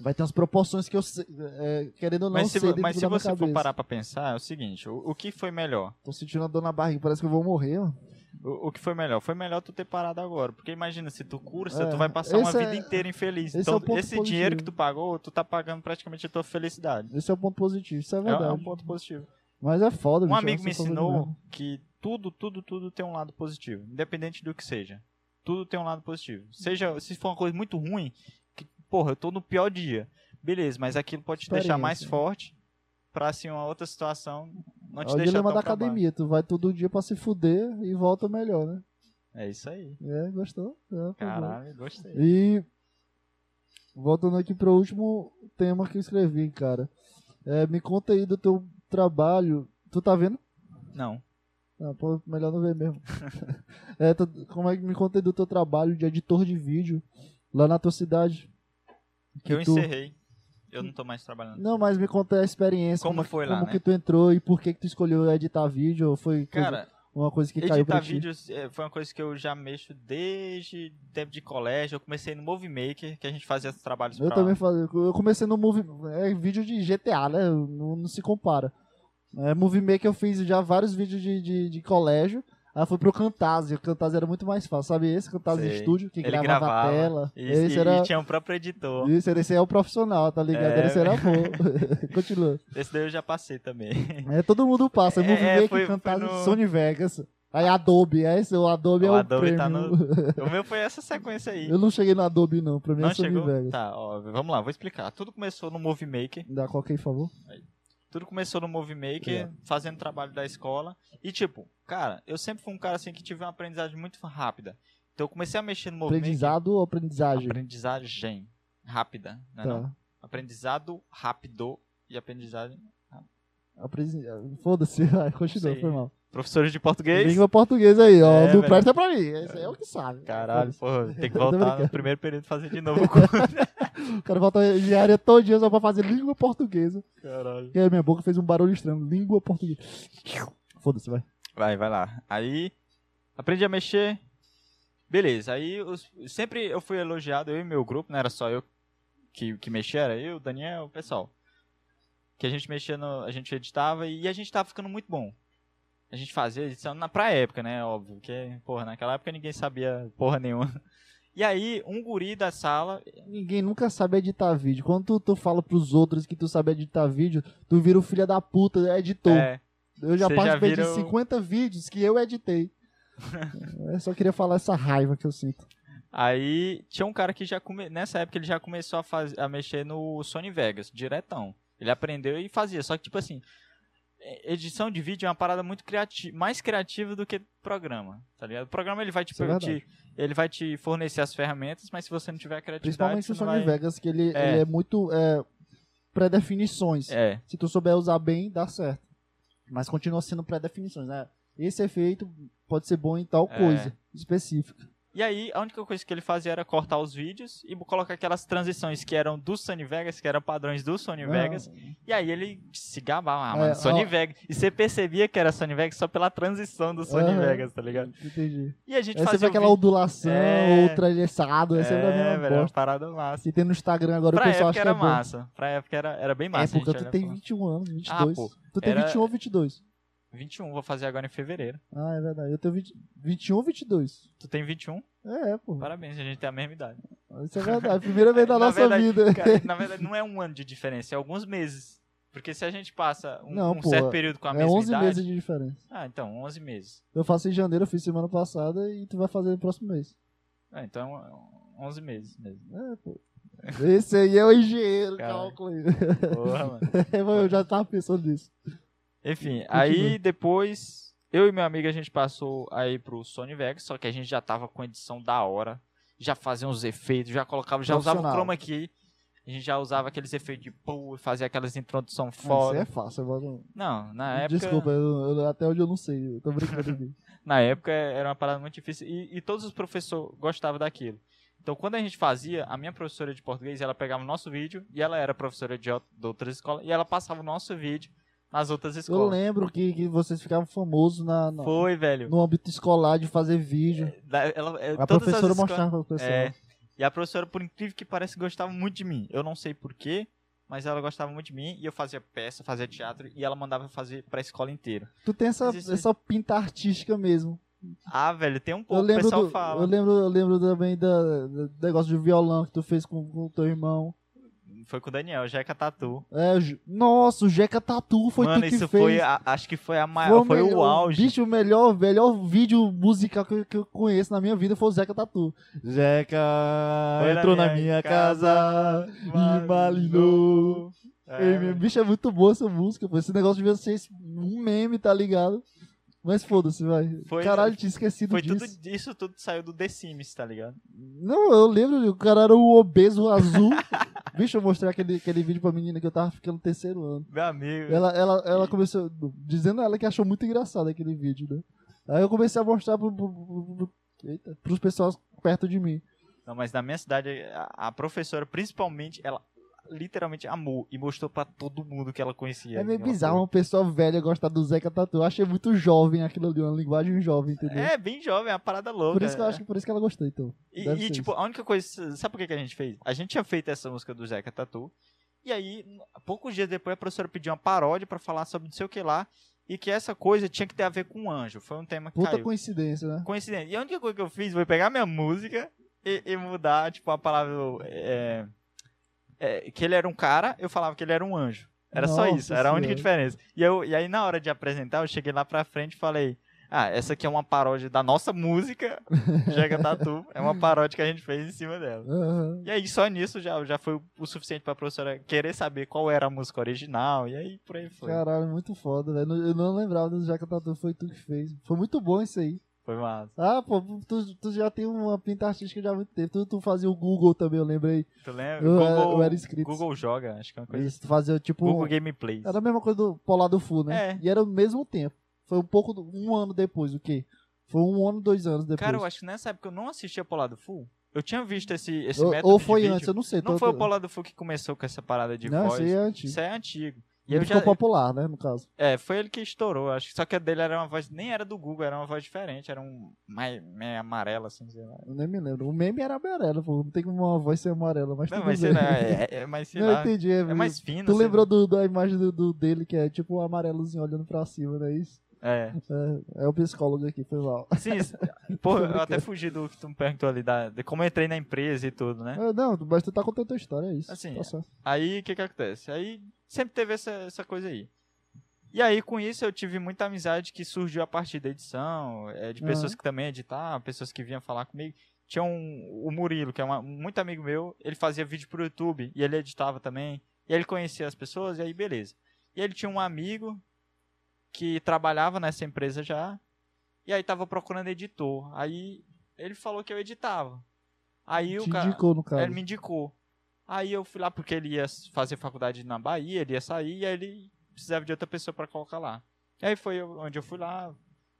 Speaker 2: vai ter as proporções que eu, sei, é, querendo ou não,
Speaker 1: Mas se,
Speaker 2: sei
Speaker 1: vo-
Speaker 2: dentro
Speaker 1: mas se
Speaker 2: da minha
Speaker 1: você for
Speaker 2: cabeça.
Speaker 1: parar pra pensar, é o seguinte: o, o que foi melhor?
Speaker 2: Tô sentindo a dor na barriga, parece que eu vou morrer, mano.
Speaker 1: O, o que foi melhor? Foi melhor tu ter parado agora. Porque imagina, se tu cursa,
Speaker 2: É,
Speaker 1: tu vai passar uma
Speaker 2: esse
Speaker 1: vida
Speaker 2: é-
Speaker 1: inteira infeliz.
Speaker 2: esse é
Speaker 1: Então,
Speaker 2: o ponto
Speaker 1: esse dinheiro
Speaker 2: positivo.
Speaker 1: que tu pagou, tu tá pagando praticamente a tua felicidade.
Speaker 2: Esse é o ponto positivo, isso é
Speaker 1: É, é
Speaker 2: verdade.
Speaker 1: um ponto positivo.
Speaker 2: Mas é foda,
Speaker 1: Um
Speaker 2: bicho,
Speaker 1: amigo
Speaker 2: essa
Speaker 1: me
Speaker 2: coisa de merda.
Speaker 1: ensinou que tudo, tudo, tudo tem um lado positivo. Independente do que seja. Tudo tem um lado positivo. Seja, se for uma coisa muito ruim, que, porra, eu tô no pior dia. Beleza, mas aquilo pode te deixar mais
Speaker 2: Experiência.
Speaker 1: forte pra, assim, uma outra situação não
Speaker 2: É
Speaker 1: te
Speaker 2: o
Speaker 1: deixar
Speaker 2: dilema
Speaker 1: tão
Speaker 2: da
Speaker 1: pra baixo.
Speaker 2: academia, tu vai todo dia pra se fuder e volta melhor, né?
Speaker 1: É isso aí.
Speaker 2: É, gostou? É, foi bom.
Speaker 1: Caralho, gostei.
Speaker 2: E voltando aqui pro último tema que eu escrevi, cara. É, me conta aí do teu trabalho. Tu tá vendo?
Speaker 1: Não.
Speaker 2: Ah, pô, melhor não ver mesmo. É, tu- como é que me conta aí do teu trabalho de editor de vídeo lá na tua cidade?
Speaker 1: Que eu
Speaker 2: tu-
Speaker 1: encerrei. Eu não tô mais trabalhando.
Speaker 2: Não, mas me conta a experiência.
Speaker 1: Como
Speaker 2: que-
Speaker 1: foi lá,
Speaker 2: Como
Speaker 1: né?
Speaker 2: que tu entrou e por que que tu escolheu editar vídeo? Ou foi coisa-
Speaker 1: Cara,
Speaker 2: uma coisa que caiu
Speaker 1: editar
Speaker 2: pra ti?
Speaker 1: vídeos eh, foi uma coisa que eu já mexo desde tempo de colégio. Eu comecei no Movie Maker, que a gente fazia esses trabalhos
Speaker 2: Eu
Speaker 1: pra
Speaker 2: também fazia. Eu comecei no movie, é vídeo de GTA, né? Não, não se compara. É, movie Maker eu fiz já vários vídeos de, de, de colégio. Aí eu fui pro Camtasia. O Camtasia era muito mais fácil, sabe? Esse Camtasia
Speaker 1: Sei.
Speaker 2: Studio, que
Speaker 1: Ele
Speaker 2: gravava,
Speaker 1: gravava.
Speaker 2: a tela.
Speaker 1: E,
Speaker 2: esse
Speaker 1: e-
Speaker 2: era...
Speaker 1: e tinha um próprio editor.
Speaker 2: Isso, esse aí é o profissional, tá ligado?
Speaker 1: É,
Speaker 2: Esse era bom. Continua.
Speaker 1: Esse daí eu já passei também.
Speaker 2: É, todo mundo passa.
Speaker 1: É,
Speaker 2: Movie
Speaker 1: é,
Speaker 2: Maker,
Speaker 1: foi- foi
Speaker 2: Camtasia,
Speaker 1: no-
Speaker 2: Sony Vegas. Aí Adobe, é esse, o Adobe
Speaker 1: O
Speaker 2: é o
Speaker 1: Adobe tá
Speaker 2: premium.
Speaker 1: o meu foi essa sequência aí.
Speaker 2: Eu não cheguei no Adobe, não. Pra mim é
Speaker 1: Não
Speaker 2: Sony
Speaker 1: chegou?
Speaker 2: Vegas.
Speaker 1: Tá, ó, vamos lá, vou explicar. Tudo começou no Movie Maker.
Speaker 2: Dá qualquer favor.
Speaker 1: Tudo começou no Movie Maker, fazendo trabalho da escola. E tipo, cara, eu sempre fui um cara assim que tive uma aprendizagem muito rápida. Então eu comecei a mexer no Movie Maker.
Speaker 2: Aprendizado ou aprendizagem?
Speaker 1: Aprendizagem rápida, né?
Speaker 2: Tá.
Speaker 1: não? Aprendizado rápido e aprendizagem.
Speaker 2: Apresen- Foda-se, vai, continua,
Speaker 1: Sei.
Speaker 2: foi mal.
Speaker 1: Professores de português.
Speaker 2: Língua portuguesa aí, ó.
Speaker 1: É,
Speaker 2: não
Speaker 1: velho.
Speaker 2: presta pra mim. Esse aí é o que sabe.
Speaker 1: Caralho, porra, tem que
Speaker 2: Eu tô
Speaker 1: voltar no
Speaker 2: brincando.
Speaker 1: primeiro período e fazer de novo o curso.
Speaker 2: O cara volta a diária todo dia só pra fazer língua portuguesa.
Speaker 1: Caralho.
Speaker 2: E aí minha boca fez um barulho estranho. Língua portuguesa. Foda-se, vai.
Speaker 1: Vai, vai lá. Aí, aprendi a mexer. Beleza, aí os- sempre eu fui elogiado, eu e meu grupo, não era só eu que, que mexia, era eu, o Daniel, o pessoal. Que a gente mexia, no- a gente editava e a gente tava ficando muito bom. A gente fazia edição na, pra época, né? Óbvio, porque, porra, naquela época ninguém sabia porra nenhuma. E aí, um guri da sala,
Speaker 2: Ninguém nunca sabe editar vídeo. Quando tu, tu fala pros outros que tu sabe editar vídeo, tu vira o filho da puta, é editor.
Speaker 1: é,
Speaker 2: eu já
Speaker 1: cê já
Speaker 2: participei de
Speaker 1: vira o-
Speaker 2: 50 vídeos que eu editei. eu só queria falar essa raiva que eu sinto.
Speaker 1: Aí tinha um cara que já come... nessa época ele já começou a, faz... a mexer no Sony Vegas, diretão. Ele aprendeu e fazia, só que tipo assim, e- edição de vídeo é uma parada muito criati... mais criativa do que programa, tá ligado? O programa ele vai te,
Speaker 2: Isso é
Speaker 1: per-
Speaker 2: verdade.
Speaker 1: te- ele vai te fornecer as ferramentas, mas se você não tiver criatividade,
Speaker 2: Principalmente
Speaker 1: você
Speaker 2: o
Speaker 1: não
Speaker 2: Sony
Speaker 1: vai...
Speaker 2: Vegas, que ele
Speaker 1: É.
Speaker 2: ele é muito é, pré-definições.
Speaker 1: É,
Speaker 2: Se tu souber usar bem, dá certo. Mas continua sendo pré-definições, né? Esse efeito pode ser bom em tal
Speaker 1: É.
Speaker 2: coisa específica.
Speaker 1: E aí, a única coisa que ele fazia era cortar os vídeos e colocar aquelas transições que eram do Sony Vegas, que eram padrões do Sony
Speaker 2: Ah.
Speaker 1: Vegas. E aí ele se gabava, ah,
Speaker 2: É,
Speaker 1: mano, Sony
Speaker 2: ó.
Speaker 1: Vegas. E você percebia que era Sony Vegas só pela transição do Sony
Speaker 2: Aham.
Speaker 1: Vegas, tá ligado?
Speaker 2: Entendi.
Speaker 1: E a gente
Speaker 2: Aí você vê
Speaker 1: fazia. o
Speaker 2: aquela
Speaker 1: vídeo-
Speaker 2: ondulação,
Speaker 1: É.
Speaker 2: ou tralheçado, essa é, da
Speaker 1: é,
Speaker 2: mesma
Speaker 1: velho, é uma
Speaker 2: bosta.
Speaker 1: parada massa.
Speaker 2: Se tem no Instagram agora,
Speaker 1: Pra
Speaker 2: o pessoal
Speaker 1: época
Speaker 2: acha que
Speaker 1: era
Speaker 2: é bom.
Speaker 1: massa. Pra época era, era bem
Speaker 2: É,
Speaker 1: massa. a
Speaker 2: porque
Speaker 1: gente
Speaker 2: tu
Speaker 1: olhava
Speaker 2: tem
Speaker 1: e falava,
Speaker 2: 21 anos, 22.
Speaker 1: pô,
Speaker 2: tu tem
Speaker 1: era-
Speaker 2: 21 ou 22?
Speaker 1: 21, vou fazer agora em fevereiro.
Speaker 2: Ah, é verdade. Eu tenho 20... 21 ou 22?
Speaker 1: Tu tem 21?
Speaker 2: É, é, pô.
Speaker 1: Parabéns, a gente tem a mesma idade.
Speaker 2: Isso é verdade. Primeira vez da
Speaker 1: Na
Speaker 2: nossa
Speaker 1: verdade,
Speaker 2: vida.
Speaker 1: Cara, na verdade, não é um ano de diferença, é alguns meses. Porque se a gente passa um,
Speaker 2: Não,
Speaker 1: um
Speaker 2: pô,
Speaker 1: certo período com a
Speaker 2: é
Speaker 1: mesma
Speaker 2: 11
Speaker 1: idade.
Speaker 2: meses de diferença.
Speaker 1: Ah, então, 11 meses.
Speaker 2: Eu faço em janeiro, eu fiz semana passada e tu vai fazer no próximo mês.
Speaker 1: Ah, então, 11 meses mesmo.
Speaker 2: É, pô. Esse aí é o engenheiro,
Speaker 1: Caralho.
Speaker 2: cálculo aí. É,
Speaker 1: Porra, mano.
Speaker 2: Eu já tava pensando nisso.
Speaker 1: Enfim, aí depois eu e meu amigo a gente passou aí pro Sony Vegas, só que a gente já tava com edição da hora, já fazia uns efeitos, já colocava, já usava o
Speaker 2: Profissional.
Speaker 1: chroma key. A gente já usava aqueles efeitos de pô, fazia aquelas introdução
Speaker 2: Isso
Speaker 1: foda.
Speaker 2: é fácil, eu vou-
Speaker 1: Não, na época
Speaker 2: Desculpa, eu- eu- até hoje eu não sei, eu tô brincando aqui.
Speaker 1: na época era uma parada muito difícil e, e todos os professores gostavam daquilo. Então, quando a gente fazia, a minha professora de português, ela pegava o nosso vídeo e ela era professora de, out- de outras escolas e ela passava o nosso vídeo nas outras
Speaker 2: Eu
Speaker 1: escolas.
Speaker 2: lembro que, que vocês ficavam famosos na, na-
Speaker 1: Foi, velho.
Speaker 2: no âmbito escolar de fazer vídeo.
Speaker 1: Da- ela- é,
Speaker 2: A
Speaker 1: todas as
Speaker 2: professora
Speaker 1: escolas-
Speaker 2: mostrava pra pessoal.
Speaker 1: É. E a professora, por incrível que pareça, gostava muito de mim. Eu não sei porquê, mas ela gostava muito de mim e eu fazia peça, fazia teatro e ela mandava eu fazer pra escola inteira.
Speaker 2: Tu tem essa,
Speaker 1: Mas isso-
Speaker 2: essa pinta artística mesmo.
Speaker 1: Ah, velho, tem um
Speaker 2: Eu
Speaker 1: pouco, o
Speaker 2: lembro,
Speaker 1: pessoal
Speaker 2: do,
Speaker 1: fala.
Speaker 2: eu, lembro, eu lembro também da- do negócio de violão que tu fez com com o teu irmão.
Speaker 1: Foi com o Daniel, Jeca Tatu.
Speaker 2: É, o Ju- nossa, o Jeca Tatu foi
Speaker 1: Mano,
Speaker 2: tu que
Speaker 1: isso
Speaker 2: fez.
Speaker 1: foi, a- acho que foi a maior, foi o
Speaker 2: melhor-
Speaker 1: auge.
Speaker 2: Bicho, o melhor, melhor vídeo musical que, eu- que eu conheço na minha vida foi o Zeca Tatu. Zeca
Speaker 1: Foi na
Speaker 2: entrou na
Speaker 1: minha
Speaker 2: minha casa,
Speaker 1: casa,
Speaker 2: e malinou.
Speaker 1: É,
Speaker 2: Ei, meu,
Speaker 1: velho.
Speaker 2: bicho, é muito boa essa música, pô. Esse negócio devia ser um meme, tá ligado? Mas foda-se, vai.
Speaker 1: Foi-
Speaker 2: Caralho, tinha esquecido
Speaker 1: Foi
Speaker 2: disso.
Speaker 1: tudo, isso tudo saiu do The Sims, tá ligado?
Speaker 2: Não, eu lembro, o cara era o obeso azul. bicho, eu mostrei aquele, aquele vídeo pra menina que eu tava ficando no terceiro ano.
Speaker 1: Meu amigo.
Speaker 2: Ela, ela, ela começou. Dizendo ela que achou muito engraçado aquele vídeo, né? Aí eu comecei a mostrar pro, pro, pro, pro- eita, pros pessoas perto de mim.
Speaker 1: Não, mas na minha cidade, a, a professora, principalmente, ela literalmente amou e mostrou pra todo mundo que ela conhecia.
Speaker 2: é meio
Speaker 1: Ela
Speaker 2: bizarro uma pessoa velha gostar do Zeca Tatu. Eu achei muito jovem aquilo ali, uma linguagem jovem, entendeu?
Speaker 1: É, bem jovem, é uma parada
Speaker 2: né?
Speaker 1: louca.
Speaker 2: por isso que eu acho que por isso que ela gostou, então.
Speaker 1: E,
Speaker 2: deve
Speaker 1: e,
Speaker 2: ser
Speaker 1: tipo, a única coisa. Sabe por que que a gente fez? A gente tinha feito essa música do Zeca Tatu. E aí, n- poucos dias depois, a professora pediu uma paródia pra falar sobre não sei o que lá. E que essa coisa tinha que ter a ver com um anjo. Foi um tema que
Speaker 2: Puta
Speaker 1: caiu.
Speaker 2: coincidência, né?
Speaker 1: Coincidência. E a única coisa que eu fiz foi pegar minha música e, e mudar, tipo, a palavra. é, é, que ele era um cara, eu falava que ele era um anjo. Era só
Speaker 2: Nossa
Speaker 1: isso, era a única
Speaker 2: Senhora.
Speaker 1: diferença. E, eu, e aí, na hora de apresentar, eu cheguei lá pra frente e falei: Ah, essa aqui é uma paródia da nossa música, Jega Tatu. É uma paródia que a gente fez em cima dela.
Speaker 2: Aham.
Speaker 1: E aí, só nisso já, já foi o suficiente pra professora querer saber qual era a música original. E aí, por aí foi.
Speaker 2: Caralho, muito foda, velho. Eu não lembrava do Zeca Tatu, foi tu que fez. Foi muito bom isso aí.
Speaker 1: Foi massa.
Speaker 2: Ah, pô, tu, tu já tem uma pinta artística já há muito tempo. Tu, tu fazia o Google também, eu lembrei.
Speaker 1: Tu lembra?
Speaker 2: Eu era-
Speaker 1: Google,
Speaker 2: eu era inscrito.
Speaker 1: Google joga, acho que é uma coisa.
Speaker 2: Isso, tu fazia tipo.
Speaker 1: Google Gameplay.
Speaker 2: Era a mesma coisa do Polar do Fu, né?
Speaker 1: É.
Speaker 2: E era o mesmo tempo. Foi um pouco, do- um ano depois, o quê? Foi um ano, dois anos depois.
Speaker 1: Cara, eu acho que nessa época eu não assistia Polado Full. Eu tinha visto esse, esse
Speaker 2: ou,
Speaker 1: método
Speaker 2: ou
Speaker 1: de
Speaker 2: foi
Speaker 1: vídeo.
Speaker 2: antes, eu não sei.
Speaker 1: Não
Speaker 2: tô-
Speaker 1: foi o
Speaker 2: tô-
Speaker 1: Polado Full que começou com essa parada de
Speaker 2: Não,
Speaker 1: voz.
Speaker 2: isso aí é antigo.
Speaker 1: Isso é antigo. E
Speaker 2: Ele
Speaker 1: eu
Speaker 2: ficou
Speaker 1: já...
Speaker 2: popular, né, no caso.
Speaker 1: É, foi ele que estourou, acho que. Só que a dele era uma voz. Nem era do Google, era uma voz diferente. Era um. mais- meio amarela, assim, sei lá.
Speaker 2: Eu nem me lembro. O meme era amarelo, pô. Não tem como uma voz ser amarela, mas
Speaker 1: Não,
Speaker 2: tudo
Speaker 1: mas
Speaker 2: bem.
Speaker 1: sei lá. É, é- mas sei
Speaker 2: não,
Speaker 1: lá.
Speaker 2: entendi. É,
Speaker 1: É mais fino.
Speaker 2: Tu
Speaker 1: sei
Speaker 2: lembrou do- da imagem do, do- dele, que é tipo um amarelozinho olhando pra cima, não é isso?
Speaker 1: lá. É.
Speaker 2: É, é o psicólogo aqui, foi mal.
Speaker 1: Sim, isso- porra, eu até fugi do que tu me perguntou ali, da, de como eu entrei na empresa e tudo, né?
Speaker 2: É, não, mas tu tá contando a tua história, é isso.
Speaker 1: Assim,
Speaker 2: tá certo.
Speaker 1: Aí o que que acontece? Aí sempre teve essa, essa coisa aí. E aí com isso eu tive muita amizade que surgiu a partir da edição, é, de pessoas que também editavam, pessoas que vinham falar comigo. Tinha um, o Murilo, que é uma- muito amigo meu, ele fazia vídeo pro YouTube e ele editava também. E ele conhecia as pessoas e aí beleza. E ele tinha um amigo que trabalhava nessa empresa já e aí tava procurando editor. Aí ele falou que eu editava. Aí o
Speaker 2: Te
Speaker 1: cara...
Speaker 2: indicou, no caso.
Speaker 1: Ele me indicou. Aí eu fui lá porque ele ia fazer faculdade na Bahia, ele ia sair, e aí ele precisava de outra pessoa pra colocar lá. E aí foi eu- onde eu fui lá.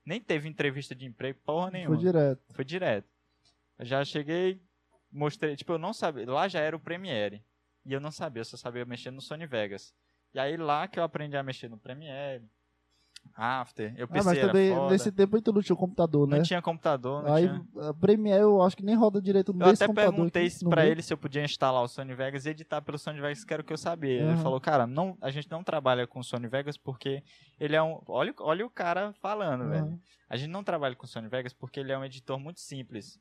Speaker 1: Nem teve entrevista de emprego, porra nenhuma.
Speaker 2: Foi direto.
Speaker 1: Foi direto. Eu já cheguei, mostrei, tipo, eu não sabia, lá já era o Premiere. E eu não sabia, eu só sabia mexer no Sony Vegas. E aí lá que eu aprendi a mexer no Premiere, After, eu
Speaker 2: Ah,
Speaker 1: pensei,
Speaker 2: mas também
Speaker 1: era foda.
Speaker 2: nesse tempo aí tu não tinha o computador,
Speaker 1: não
Speaker 2: né?
Speaker 1: tinha computador, não
Speaker 2: aí
Speaker 1: tinha...
Speaker 2: a Premiere eu acho que nem roda direito
Speaker 1: Eu
Speaker 2: nesse
Speaker 1: até
Speaker 2: um computador.
Speaker 1: perguntei
Speaker 2: aqui, não
Speaker 1: pra
Speaker 2: vê?
Speaker 1: ele se eu podia instalar o Sony Vegas e editar pelo Sony Vegas, que era o que eu sabia. Ele
Speaker 2: Aham.
Speaker 1: falou, cara, não, a gente não trabalha com o Sony Vegas porque ele é um. Olha, o- olha o cara falando,
Speaker 2: Aham.
Speaker 1: velho. A gente não trabalha com o Sony Vegas porque ele é um editor muito simples.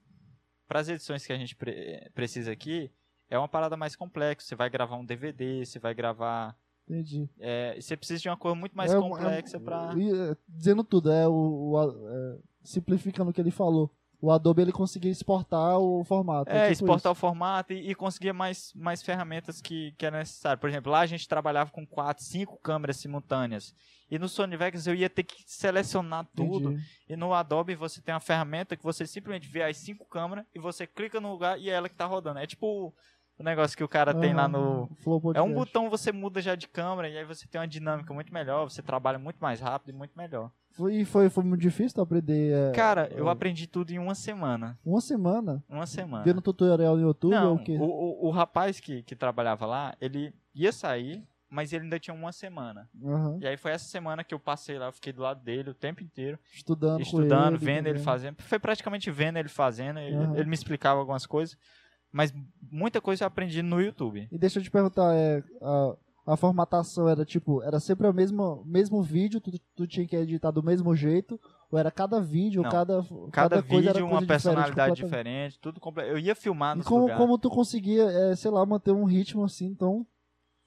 Speaker 1: Para as edições que a gente pre- precisa aqui, é uma parada mais complexa. Você vai gravar um DVD, você vai gravar.
Speaker 2: Entendi.
Speaker 1: é, você precisa de uma coisa muito mais
Speaker 2: É um- é um-
Speaker 1: complexa pra.
Speaker 2: e, é, dizendo tudo, é o, o a- é, simplificando o que ele falou. O Adobe ele conseguia exportar o formato.
Speaker 1: É,
Speaker 2: tipo
Speaker 1: exportar o formato e, e conseguir mais, mais ferramentas que, que era necessário. Por exemplo, lá a gente trabalhava com quatro, cinco câmeras simultâneas. E no Sony Vegas eu ia ter que selecionar
Speaker 2: isso.
Speaker 1: tudo.
Speaker 2: Entendi.
Speaker 1: E no Adobe você tem uma ferramenta que você simplesmente vê as cinco câmeras e você clica no lugar e é ela que tá rodando. É tipo o negócio que o cara tem lá no.
Speaker 2: Ah, Flow
Speaker 1: É um
Speaker 2: Podcast.
Speaker 1: botão, você muda já de câmera e aí você tem uma dinâmica muito melhor, você trabalha muito mais rápido e muito melhor.
Speaker 2: Foi, foi, foi muito difícil aprender. é,
Speaker 1: Cara, eu
Speaker 2: eu-
Speaker 1: aprendi tudo em uma semana.
Speaker 2: Uma semana.
Speaker 1: Uma semana.
Speaker 2: Vendo tutorial no YouTube
Speaker 1: Não,
Speaker 2: ou é o quê?
Speaker 1: o, o, o rapaz que, que trabalhava lá, ele ia sair, mas ele ainda tinha uma semana.
Speaker 2: Aham.
Speaker 1: E aí foi essa semana que eu passei lá, eu fiquei do lado dele o tempo inteiro,
Speaker 2: Estudando,
Speaker 1: estudando,
Speaker 2: com ele, né?
Speaker 1: vendo ele
Speaker 2: entendendo.
Speaker 1: fazendo. Foi praticamente vendo ele fazendo, ele,
Speaker 2: Aham.
Speaker 1: ele me explicava algumas coisas, mas muita coisa eu aprendi no YouTube.
Speaker 2: E deixa eu te perguntar, é, a, a formatação era tipo, era sempre o mesmo, mesmo vídeo, tu, tu tinha que editar do mesmo jeito, ou era cada vídeo,
Speaker 1: Não.
Speaker 2: cada
Speaker 1: Cada,
Speaker 2: coisa era
Speaker 1: vídeo,
Speaker 2: coisa
Speaker 1: uma
Speaker 2: diferente,
Speaker 1: personalidade
Speaker 2: completamente.
Speaker 1: diferente, tudo completo. Eu ia filmar
Speaker 2: E
Speaker 1: no
Speaker 2: como,
Speaker 1: lugar.
Speaker 2: como tu conseguia, é, sei lá, manter um ritmo assim tão.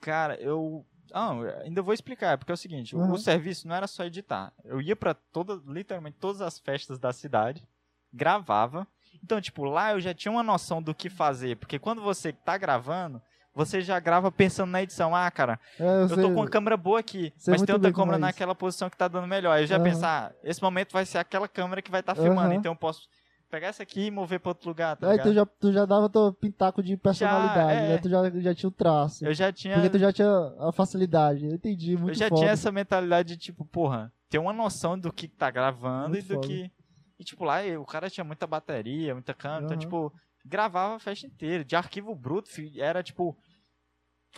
Speaker 1: Cara, eu. Ah, eu ainda vou explicar, porque é o seguinte, o-
Speaker 2: Uhum.
Speaker 1: o serviço não era só editar. Eu ia pra toda, literalmente todas as festas da cidade, gravava. Então, tipo, lá eu já tinha uma noção do que fazer, porque quando você tá gravando, você já grava pensando na edição. Ah, cara,
Speaker 2: É,
Speaker 1: eu tô com uma câmera boa aqui,
Speaker 2: sei
Speaker 1: mas
Speaker 2: muito
Speaker 1: tem outra
Speaker 2: bem como
Speaker 1: câmera
Speaker 2: é isso.
Speaker 1: naquela posição que tá dando melhor. Aí eu já
Speaker 2: Aham.
Speaker 1: pensar, ah, esse momento vai ser aquela câmera que vai estar
Speaker 2: Aham.
Speaker 1: filmando, então eu posso pegar essa aqui e mover pra outro lugar, tá
Speaker 2: Aí tu
Speaker 1: ligado?
Speaker 2: já, tu já dava teu pintaco de personalidade,
Speaker 1: é.
Speaker 2: né? Tu já, já tinha o traço.
Speaker 1: Eu já tinha
Speaker 2: Porque tu já tinha a facilidade. Eu entendi, muito
Speaker 1: Eu já
Speaker 2: foda.
Speaker 1: tinha essa mentalidade de, tipo, porra, ter uma noção do que tá gravando
Speaker 2: Muito
Speaker 1: e do
Speaker 2: foda.
Speaker 1: que. E, tipo, lá eu- o cara tinha muita bateria, muita câmera, então,
Speaker 2: Aham.
Speaker 1: tipo, gravava a festa inteira. De arquivo bruto, fi, era, tipo,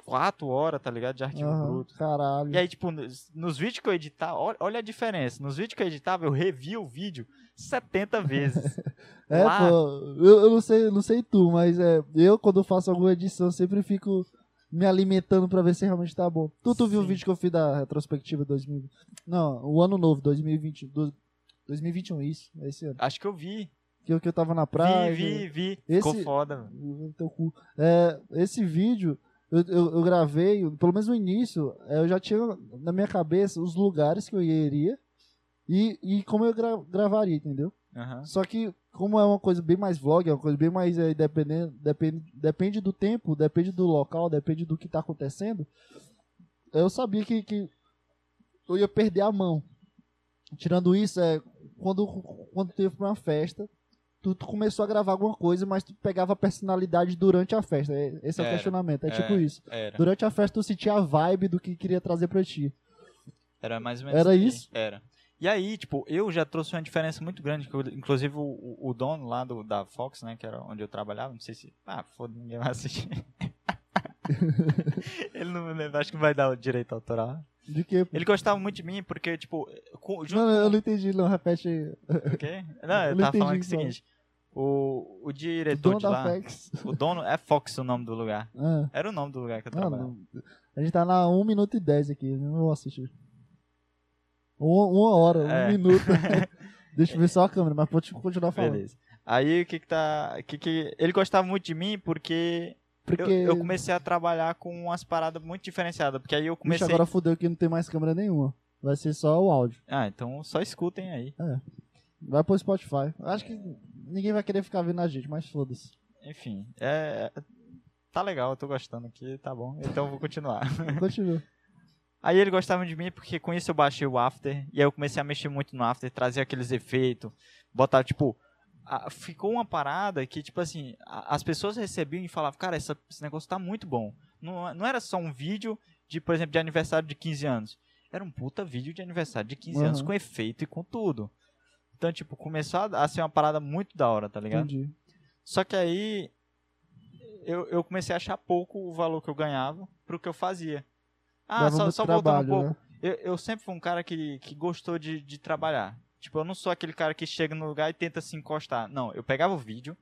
Speaker 1: quatro horas, tá ligado? De arquivo
Speaker 2: Aham,
Speaker 1: bruto.
Speaker 2: Caralho.
Speaker 1: E aí, tipo, nos, nos vídeos que eu editava, olha, olha a diferença. Nos vídeos que eu editava, eu revia o vídeo 70 vezes.
Speaker 2: É,
Speaker 1: lá-
Speaker 2: pô, eu, eu não sei, não sei tu, mas é, eu quando faço alguma edição sempre fico me alimentando pra ver se realmente tá bom. Tu, tu viu o
Speaker 1: Sim.
Speaker 2: vídeo que eu fiz da retrospectiva 2000, não, o ano novo 2020, do- 2021 isso, é esse ano.
Speaker 1: Acho que eu vi.
Speaker 2: Que eu que eu tava na praia.
Speaker 1: vi, vi, vi.
Speaker 2: esse-
Speaker 1: Ficou foda, mano.
Speaker 2: No teu cu. É, esse vídeo eu, eu, eu gravei, pelo menos no início, é, eu já tinha na minha cabeça os lugares que eu iria e, e como eu gra- gravaria, entendeu?
Speaker 1: Aham.
Speaker 2: Só que, como é uma coisa bem mais vlog, é uma coisa bem mais é, dependendo, depende, depende do tempo, depende do local, depende do que tá acontecendo, eu sabia que, que eu ia perder a mão. Tirando isso, é quando, quando teve uma festa, tu, tu começou a gravar alguma coisa, mas tu pegava a personalidade durante a festa. É- Esse é, o
Speaker 1: Era.
Speaker 2: questionamento, é,
Speaker 1: É.
Speaker 2: tipo isso.
Speaker 1: Era.
Speaker 2: Durante a festa tu sentia a vibe do que queria trazer pra ti.
Speaker 1: Era mais ou menos.
Speaker 2: Era
Speaker 1: por aí.
Speaker 2: isso?
Speaker 1: Era. E aí, tipo, eu já trouxe uma diferença muito grande, que eu- inclusive o- o, o dono lá do, da Fox, né, que era onde eu trabalhava, não sei se... Ah, foda, ninguém vai assistir. Ele não me lembra, acho que vai dar o direito autoral.
Speaker 2: De que?
Speaker 1: Ele gostava muito de mim, porque, tipo, com, junto
Speaker 2: Não, eu não entendi, não, repete aí.
Speaker 1: com o quê? Não,
Speaker 2: Eu
Speaker 1: eu
Speaker 2: não
Speaker 1: tava falando que é o
Speaker 2: entendi, não.
Speaker 1: seguinte, o, o
Speaker 2: O
Speaker 1: diretor
Speaker 2: dono
Speaker 1: de
Speaker 2: da
Speaker 1: lá,
Speaker 2: Fex.
Speaker 1: o dono, é Fox o nome do lugar.
Speaker 2: Ah.
Speaker 1: Era o nome do lugar que eu
Speaker 2: Ah,
Speaker 1: trabalhava.
Speaker 2: não. A gente tá na 1 minuto e 10 aqui, eu não vou assistir. Uma, uma hora, um
Speaker 1: É.
Speaker 2: minuto. Deixa eu ver só a câmera, mas pode continuar falando.
Speaker 1: Beleza. Aí o que que tá. o Que que... Ele gostava muito de mim porque,
Speaker 2: Porque.
Speaker 1: Eu, eu comecei a trabalhar com umas paradas muito diferenciadas. Porque aí eu
Speaker 2: Bicho,
Speaker 1: comecei.
Speaker 2: agora fudeu que não tem mais câmera nenhuma. Vai ser só o áudio.
Speaker 1: Ah, então só escutem aí.
Speaker 2: Vai pro Spotify. Acho que ninguém vai querer ficar vendo a gente, mas foda-se.
Speaker 1: Enfim, é. Tá legal, eu tô gostando aqui, tá bom. Então eu vou continuar.
Speaker 2: Continua.
Speaker 1: Aí ele gostava de mim porque com isso eu baixei o After. E aí eu comecei a mexer muito no After, trazer aqueles efeitos, botar tipo. a- ficou uma parada que, tipo assim, a- as pessoas recebiam e falavam: Cara, essa- esse negócio tá muito bom. Não, não era só um vídeo de, por exemplo, de aniversário de 15 anos. Era um puta vídeo de aniversário de 15 anos
Speaker 2: Uhum.
Speaker 1: com efeito e com tudo. Então, tipo, começou a, a ser uma parada muito da hora, tá ligado?
Speaker 2: Entendi.
Speaker 1: Só que aí eu, eu comecei a achar pouco o valor que eu ganhava pro que eu fazia. Ah,
Speaker 2: Dava
Speaker 1: só,
Speaker 2: muito
Speaker 1: só voltando um pouco.
Speaker 2: né?
Speaker 1: Eu, eu sempre fui um cara que, que gostou de, de trabalhar. Tipo, eu não sou aquele cara que chega no lugar e tenta se encostar. Não, eu pegava o vídeo,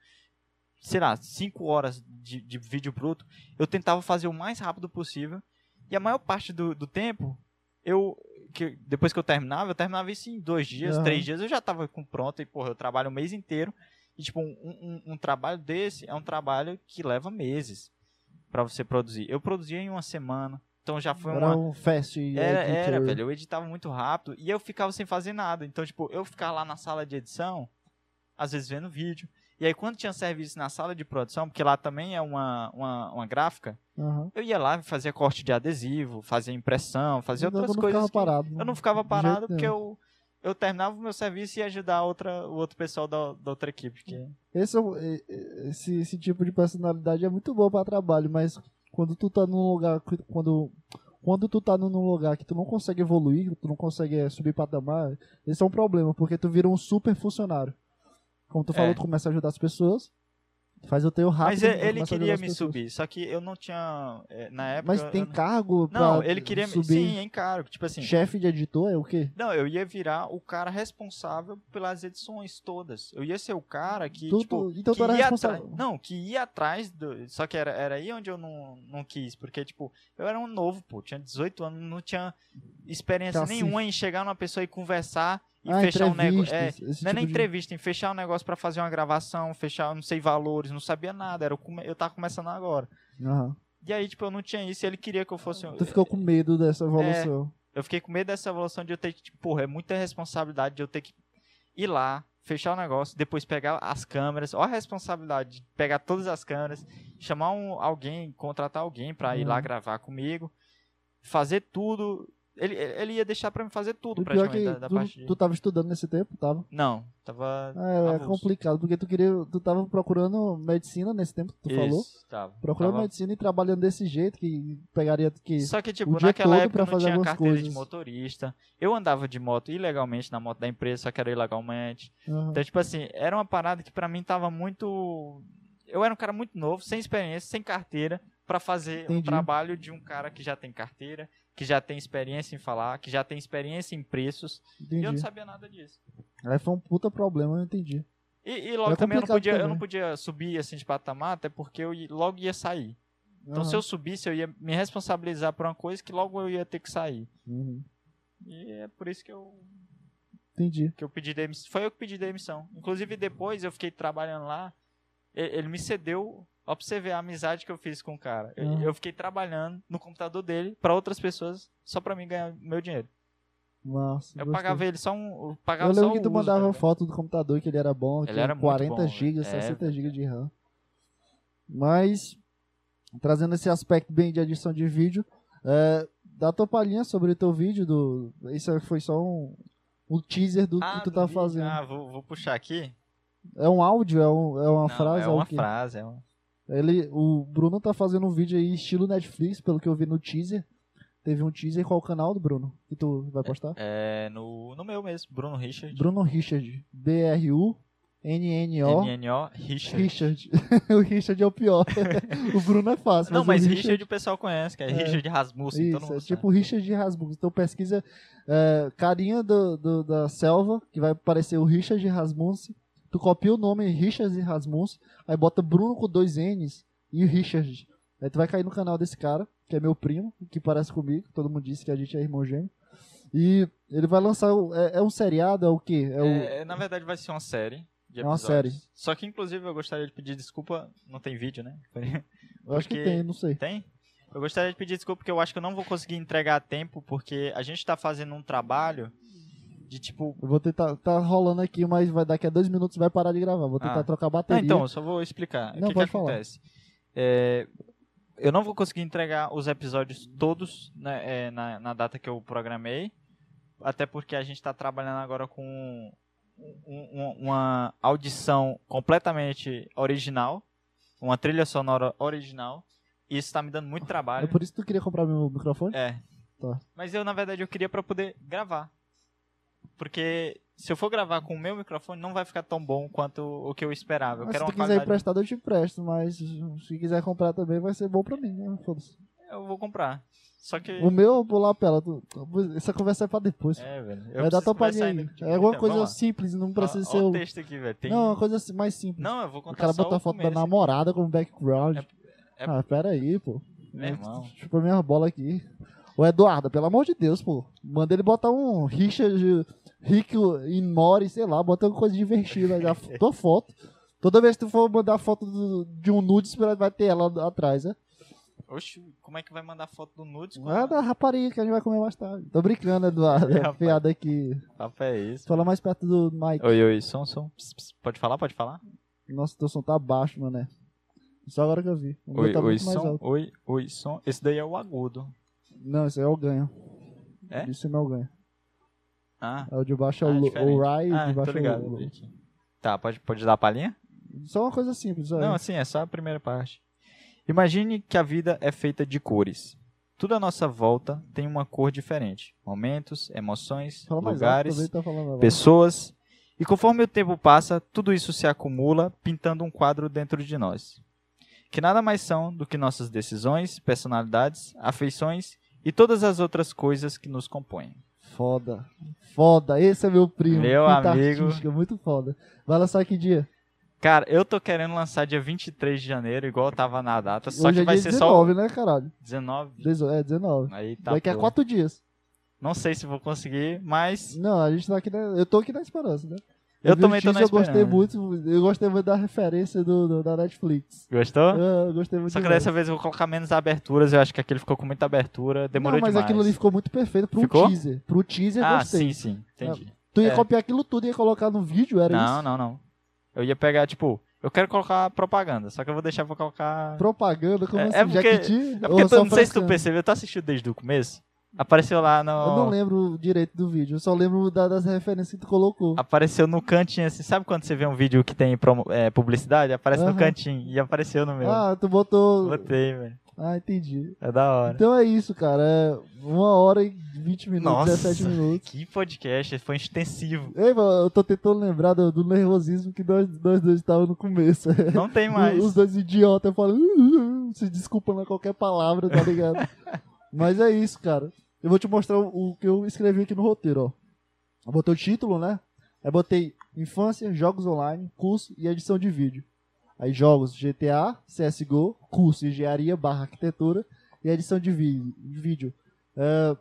Speaker 1: sei lá, 5 horas de, de vídeo bruto, eu tentava fazer o mais rápido possível. E a maior parte do, do tempo, eu. Que, depois que eu terminava, eu terminava isso em dois dias,
Speaker 2: Aham.
Speaker 1: três dias, eu já tava com pronto. E, porra, eu trabalho o mês inteiro. E, tipo, um, um, um trabalho desse é um trabalho que leva meses pra você produzir. Eu produzia em uma semana. Então já foi uma,
Speaker 2: Era um fast.
Speaker 1: era,
Speaker 2: editor.
Speaker 1: era, velho. Eu editava muito rápido e eu ficava sem fazer nada. Então, tipo, eu ficava lá na sala de edição, às vezes vendo vídeo. E aí, quando tinha serviço na sala de produção, porque lá também é uma, uma, uma gráfica,
Speaker 2: Aham.
Speaker 1: eu ia lá e fazia corte de adesivo, fazia impressão, fazia
Speaker 2: Eu não- eu
Speaker 1: outras
Speaker 2: não
Speaker 1: coisas.
Speaker 2: ficava
Speaker 1: que-
Speaker 2: parado.
Speaker 1: Eu não
Speaker 2: de
Speaker 1: ficava
Speaker 2: jeito
Speaker 1: parado porque
Speaker 2: nenhum.
Speaker 1: eu, eu terminava o meu serviço e ia ajudar a outra, o outro pessoal da, da outra equipe. Que...
Speaker 2: Esse, é o- e- e- esse, esse tipo de personalidade é muito boa pra trabalho, mas quando tu tá num lugar que- quando quando tu tá num lugar que tu não consegue evoluir, tu não consegue eh, subir patamar, esse é um problema, porque tu vira um super funcionário. Como tu
Speaker 1: É.
Speaker 2: falou, tu começa a ajudar as pessoas, faz o teu rápido.
Speaker 1: Mas
Speaker 2: tu
Speaker 1: eh, ele
Speaker 2: começa a ajudar
Speaker 1: queria
Speaker 2: as
Speaker 1: me
Speaker 2: pessoas.
Speaker 1: subir, só que eu não tinha. eh, Na época.
Speaker 2: Mas
Speaker 1: eu-
Speaker 2: tem
Speaker 1: eu não-
Speaker 2: cargo pra
Speaker 1: Não, ele queria me.
Speaker 2: subir.
Speaker 1: Sim, em cargo. Tipo assim.
Speaker 2: Chefe de editor é o quê?
Speaker 1: Não, eu ia virar o cara responsável pelas edições todas. Eu ia ser o cara que,
Speaker 2: Tu-
Speaker 1: tipo,
Speaker 2: tu- então
Speaker 1: que
Speaker 2: tu era
Speaker 1: ia
Speaker 2: responsável.
Speaker 1: atrás- Não, que ia atrás do. Só que era, era aí onde eu não, não quis. Porque, tipo, eu era um novo, pô. Tinha 18 anos, não tinha experiência
Speaker 2: Tá, sim.
Speaker 1: nenhuma em chegar numa pessoa e conversar e
Speaker 2: ah,
Speaker 1: fechar um negócio. É,
Speaker 2: entrevistas, esse
Speaker 1: não é
Speaker 2: tipo
Speaker 1: nem
Speaker 2: de-
Speaker 1: entrevista, em fechar um negócio pra fazer uma gravação, fechar, não sei, valores, não sabia nada. Era o come- eu tava começando agora.
Speaker 2: Aham.
Speaker 1: E aí, tipo, eu não tinha isso e ele queria que eu fosse.
Speaker 2: Ah.
Speaker 1: um
Speaker 2: Tu ficou com medo dessa evolução.
Speaker 1: Eu fiquei com medo dessa evolução de eu ter, que, tipo, porra, é muita responsabilidade de eu ter que ir lá, fechar o negócio, depois pegar as câmeras, ó a responsabilidade de pegar todas as câmeras, chamar um, alguém, contratar alguém pra ir
Speaker 2: Uhum.
Speaker 1: lá gravar comigo, fazer tudo. Ele, ele ia deixar pra mim fazer tudo,
Speaker 2: O pior é
Speaker 1: praticamente,
Speaker 2: que
Speaker 1: da, da
Speaker 2: tu,
Speaker 1: parte de...
Speaker 2: tu tava estudando nesse tempo, tava?
Speaker 1: Não, tava...
Speaker 2: É, é
Speaker 1: avulso.
Speaker 2: complicado, porque tu queria. Tu tava procurando medicina nesse tempo, tu
Speaker 1: Isso,
Speaker 2: falou.
Speaker 1: Tava,
Speaker 2: Procurando
Speaker 1: tava...
Speaker 2: medicina e trabalhando desse jeito, que pegaria que.
Speaker 1: Só que, tipo,
Speaker 2: o dia
Speaker 1: naquela
Speaker 2: todo
Speaker 1: época
Speaker 2: pra
Speaker 1: eu não
Speaker 2: fazer
Speaker 1: tinha
Speaker 2: algumas
Speaker 1: carteira de
Speaker 2: coisas.
Speaker 1: motorista. Eu andava de moto ilegalmente na moto da empresa, só que era ilegalmente.
Speaker 2: Aham.
Speaker 1: Então, tipo assim, era uma parada que pra mim tava muito. Eu era um cara muito novo, sem experiência, sem carteira, pra fazer um
Speaker 2: Entendi.
Speaker 1: trabalho de um cara que já tem carteira, que já tem experiência em falar, que já tem experiência em preços, e eu não
Speaker 2: entendi.
Speaker 1: sabia nada disso.
Speaker 2: Aí foi um puta problema, eu entendi.
Speaker 1: E, e logo
Speaker 2: Era
Speaker 1: também eu não,
Speaker 2: complicado
Speaker 1: podia, eu
Speaker 2: também. né?
Speaker 1: não podia subir assim de patamar, até porque eu i- logo ia sair. Então,
Speaker 2: Aham.
Speaker 1: se eu subisse, eu ia me responsabilizar por uma coisa que logo eu ia ter que sair.
Speaker 2: Uhum.
Speaker 1: E é por isso que eu
Speaker 2: Entendi.
Speaker 1: que eu pedi demissão. Foi eu que pedi demissão. Inclusive, depois eu fiquei trabalhando lá. e- Ele me cedeu. Ó, pra você ver a amizade que eu fiz com o cara. Eu,
Speaker 2: Ah.
Speaker 1: eu fiquei trabalhando no computador dele pra outras pessoas, só pra mim ganhar meu dinheiro.
Speaker 2: Nossa.
Speaker 1: Eu
Speaker 2: gostei.
Speaker 1: pagava ele só um. Eu pagava
Speaker 2: Eu lembro
Speaker 1: só
Speaker 2: que
Speaker 1: o
Speaker 2: tu
Speaker 1: uso,
Speaker 2: mandava um
Speaker 1: tá ligado?
Speaker 2: foto do computador que ele era bom,
Speaker 1: Ele
Speaker 2: que
Speaker 1: era muito
Speaker 2: 40
Speaker 1: bom,
Speaker 2: GB,
Speaker 1: velho. É,
Speaker 2: 60 GB de RAM. Mas, trazendo esse aspecto bem de edição de vídeo, é, dá tua palhinha sobre o teu vídeo. Do, isso foi só um, um teaser do
Speaker 1: Ah,
Speaker 2: que tu
Speaker 1: do
Speaker 2: tá
Speaker 1: vídeo.
Speaker 2: fazendo.
Speaker 1: Ah, vou, vou puxar aqui.
Speaker 2: É um áudio? É, um- é uma
Speaker 1: Não,
Speaker 2: frase?
Speaker 1: É
Speaker 2: ou o
Speaker 1: uma
Speaker 2: quê?
Speaker 1: frase. É uma...
Speaker 2: Ele, o Bruno tá fazendo um vídeo aí, estilo Netflix, pelo que eu vi no teaser. Teve um teaser. Qual o canal do Bruno que tu vai postar?
Speaker 1: É no, no meu mesmo, Bruno Richard.
Speaker 2: Bruno Richard. B-R-U-N-N-O.
Speaker 1: NNO Richard.
Speaker 2: Richard. o Richard é o pior. o Bruno é fácil.
Speaker 1: Não, mas
Speaker 2: o
Speaker 1: Richard, o pessoal conhece, que é, Richard Rasmussen. todo
Speaker 2: Isso,
Speaker 1: mundo
Speaker 2: é
Speaker 1: sabe.
Speaker 2: tipo o Richard de Rasmussen. Então pesquisa é, carinha do, do- da selva, que vai parecer o Richard Rasmussen. Tu copia o nome Richard Rasmussen, aí bota Bruno com dois N's e Richard. Aí tu vai cair no canal desse cara, que é meu primo, que parece comigo. Todo mundo disse que a gente é irmão gêmeo. E ele vai lançar. o- É, é um seriado? É o quê? É o-
Speaker 1: É, na verdade, vai ser uma série. de
Speaker 2: É uma
Speaker 1: episódios.
Speaker 2: série.
Speaker 1: Só que, inclusive, eu gostaria de pedir desculpa. Não tem vídeo, né?
Speaker 2: eu acho que
Speaker 1: porque-
Speaker 2: tem, não sei.
Speaker 1: Tem? Eu gostaria de pedir desculpa porque eu acho que eu não vou conseguir entregar a tempo, porque a gente tá fazendo um trabalho de tipo.
Speaker 2: Eu vou tentar. Tá rolando aqui, mas vai daqui a dois minutos vai parar de gravar. Vou tentar
Speaker 1: Ah.
Speaker 2: trocar a
Speaker 1: Ah,
Speaker 2: bateria.
Speaker 1: então, eu só vou explicar.
Speaker 2: Não,
Speaker 1: o que, que
Speaker 2: pode falar.
Speaker 1: acontece? É, eu não vou conseguir entregar os episódios todos né, é, na, na data que eu programei. Até porque a gente está trabalhando agora com um- um- uma audição completamente original, uma trilha sonora original. E isso está me dando muito
Speaker 2: É
Speaker 1: trabalho.
Speaker 2: por isso que tu queria comprar meu microfone?
Speaker 1: É.
Speaker 2: Tá.
Speaker 1: Mas eu, na verdade, eu queria para poder gravar. Porque se eu for gravar com o meu microfone, não vai ficar tão bom quanto o que eu esperava. Eu
Speaker 2: Ah,
Speaker 1: quero
Speaker 2: se tu
Speaker 1: uma
Speaker 2: quiser
Speaker 1: qualidade
Speaker 2: emprestado, eu te empresto, mas se quiser comprar também vai ser bom pra mim, né? Foda-se.
Speaker 1: Eu vou comprar. Só que.
Speaker 2: O meu eu vou lá pela. tu- tu- Essa conversa é pra depois.
Speaker 1: É, velho.
Speaker 2: vai dar
Speaker 1: Eu preciso
Speaker 2: tua
Speaker 1: conversar
Speaker 2: palhinha aí.
Speaker 1: ainda contigo.
Speaker 2: É alguma
Speaker 1: Então,
Speaker 2: coisa
Speaker 1: vamos lá. Ah,
Speaker 2: simples, não
Speaker 1: Ó,
Speaker 2: precisa
Speaker 1: ó
Speaker 2: ser.
Speaker 1: o
Speaker 2: o-
Speaker 1: texto aqui, velho. Tem...
Speaker 2: Não, é
Speaker 1: Não,
Speaker 2: uma coisa assim, mais simples.
Speaker 1: eu vou
Speaker 2: o
Speaker 1: contar
Speaker 2: cara
Speaker 1: só
Speaker 2: bota a
Speaker 1: o
Speaker 2: foto da
Speaker 1: começo.
Speaker 2: namorada como background.
Speaker 1: É- é-
Speaker 2: Ah, pera aí, pô.
Speaker 1: Meu irmão.
Speaker 2: Chupa minha bola aqui. Ô, Eduardo, pelo amor de Deus, pô. Manda ele botar um Richard Rico in Mori, sei lá, bota alguma coisa divertida aí da f- tua foto. Toda vez que tu for mandar foto do- de um nude, espera- vai ter ela atrás, né?
Speaker 1: Oxi, como é que vai mandar foto do nudes? com
Speaker 2: Ah, da rapariga que a gente vai comer mais tarde. Tô brincando, Eduardo.
Speaker 1: É,
Speaker 2: É uma
Speaker 1: rapaz.
Speaker 2: piada aqui.
Speaker 1: Papo é isso.
Speaker 2: Fala mais perto do Mike.
Speaker 1: Oi, oi, som, som. Ps, ps. Pode falar, pode falar?
Speaker 2: Nossa, teu som tá baixo, mané. Só agora que eu vi. O meu
Speaker 1: Oi,
Speaker 2: tá
Speaker 1: oi,
Speaker 2: muito mais
Speaker 1: som.
Speaker 2: alto.
Speaker 1: Oi, oi, som. Esse daí é o agudo.
Speaker 2: Não, isso aí é o ganho.
Speaker 1: É?
Speaker 2: Isso não é o ganho.
Speaker 1: Ah,
Speaker 2: É o de baixo é
Speaker 1: ah,
Speaker 2: o, lo-
Speaker 1: diferente.
Speaker 2: o Rai e
Speaker 1: ah
Speaker 2: de
Speaker 1: tô
Speaker 2: baixo é
Speaker 1: ligado.
Speaker 2: o Low.
Speaker 1: Vicky. Tá, pode, pode dar a palhinha?
Speaker 2: Só uma coisa simples, olha.
Speaker 1: Não, assim, é só a primeira parte. Imagine que a vida é feita de cores. Tudo à nossa volta tem uma cor diferente. Momentos, emoções,
Speaker 2: Fala mais alto também,
Speaker 1: lugares,
Speaker 2: tá falando agora.
Speaker 1: pessoas. E conforme o tempo passa, tudo isso se acumula, pintando um quadro dentro de nós. Que nada mais são do que nossas decisões, personalidades, afeições e todas as outras coisas que nos compõem.
Speaker 2: Foda. Foda. Esse é meu primo.
Speaker 1: Meu
Speaker 2: Pinta
Speaker 1: amigo.
Speaker 2: Artística, muito foda. Vai lançar que dia?
Speaker 1: Cara, eu tô querendo lançar dia 23 de janeiro, igual tava na data, só
Speaker 2: Hoje
Speaker 1: que
Speaker 2: é
Speaker 1: vai
Speaker 2: dia
Speaker 1: ser
Speaker 2: 19, né, caralho?
Speaker 1: só 19.
Speaker 2: Dezo- É, 19.
Speaker 1: Aí tá
Speaker 2: Daqui a
Speaker 1: boa.
Speaker 2: quatro dias.
Speaker 1: Não sei se vou conseguir, mas
Speaker 2: Não, a gente tá aqui na... Eu tô aqui na esperança, né?
Speaker 1: eu,
Speaker 2: vi o
Speaker 1: também tô na
Speaker 2: teaser, eu
Speaker 1: esperança.
Speaker 2: gostei muito, eu gostei muito da referência do, do- da Netflix. Ah,
Speaker 1: Gostou?
Speaker 2: Eu, eu gostei muito
Speaker 1: Só que
Speaker 2: demais.
Speaker 1: dessa vez eu vou colocar menos aberturas, eu acho que aquele ficou com muita abertura, demorou
Speaker 2: Não, mas
Speaker 1: demais.
Speaker 2: aquilo ali ficou muito perfeito pro
Speaker 1: Ficou?
Speaker 2: teaser. Pro teaser eu
Speaker 1: ah,
Speaker 2: gostei.
Speaker 1: sim, sim, entendi.
Speaker 2: Tu ia
Speaker 1: É.
Speaker 2: copiar aquilo tudo e ia colocar no vídeo, era
Speaker 1: não,
Speaker 2: isso?
Speaker 1: não, não. Eu ia pegar, tipo, eu quero colocar propaganda, só que eu vou deixar pra colocar...
Speaker 2: Propaganda, como
Speaker 1: É-
Speaker 2: assim?
Speaker 1: é porque-
Speaker 2: Jequiti?
Speaker 1: É
Speaker 2: Ou
Speaker 1: porque tu,
Speaker 2: só
Speaker 1: não sei se tu
Speaker 2: frescando?
Speaker 1: percebeu, tu assistiu desde o começo? Apareceu lá no...
Speaker 2: Eu não lembro direito do vídeo, eu só lembro da- das referências que tu colocou.
Speaker 1: Apareceu no cantinho, assim, sabe quando você vê um vídeo que tem promo- é, publicidade? Aparece
Speaker 2: Aham.
Speaker 1: no cantinho, e apareceu no meu.
Speaker 2: Ah, tu botou.
Speaker 1: Botei, velho.
Speaker 2: Ah, entendi.
Speaker 1: É da hora.
Speaker 2: Então é isso, cara. É uma hora e 20 minutos,
Speaker 1: Nossa.
Speaker 2: 17 minutos.
Speaker 1: Que podcast, foi extensivo.
Speaker 2: Ei, mano, eu tô tentando lembrar do, do nervosismo que nós, nós dois estávamos no começo.
Speaker 1: Não tem mais.
Speaker 2: Os dois idiotas falando, "Uh, uh", se desculpando a qualquer palavra, tá ligado? Mas é isso, cara. Eu vou te mostrar o, o que eu escrevi aqui no roteiro, ó. Eu botei o título, né? Aí botei infância, jogos online, curso e edição de vídeo. Aí jogos GTA, CSGO, curso engenharia barra arquitetura e edição de, vi- de vídeo. É,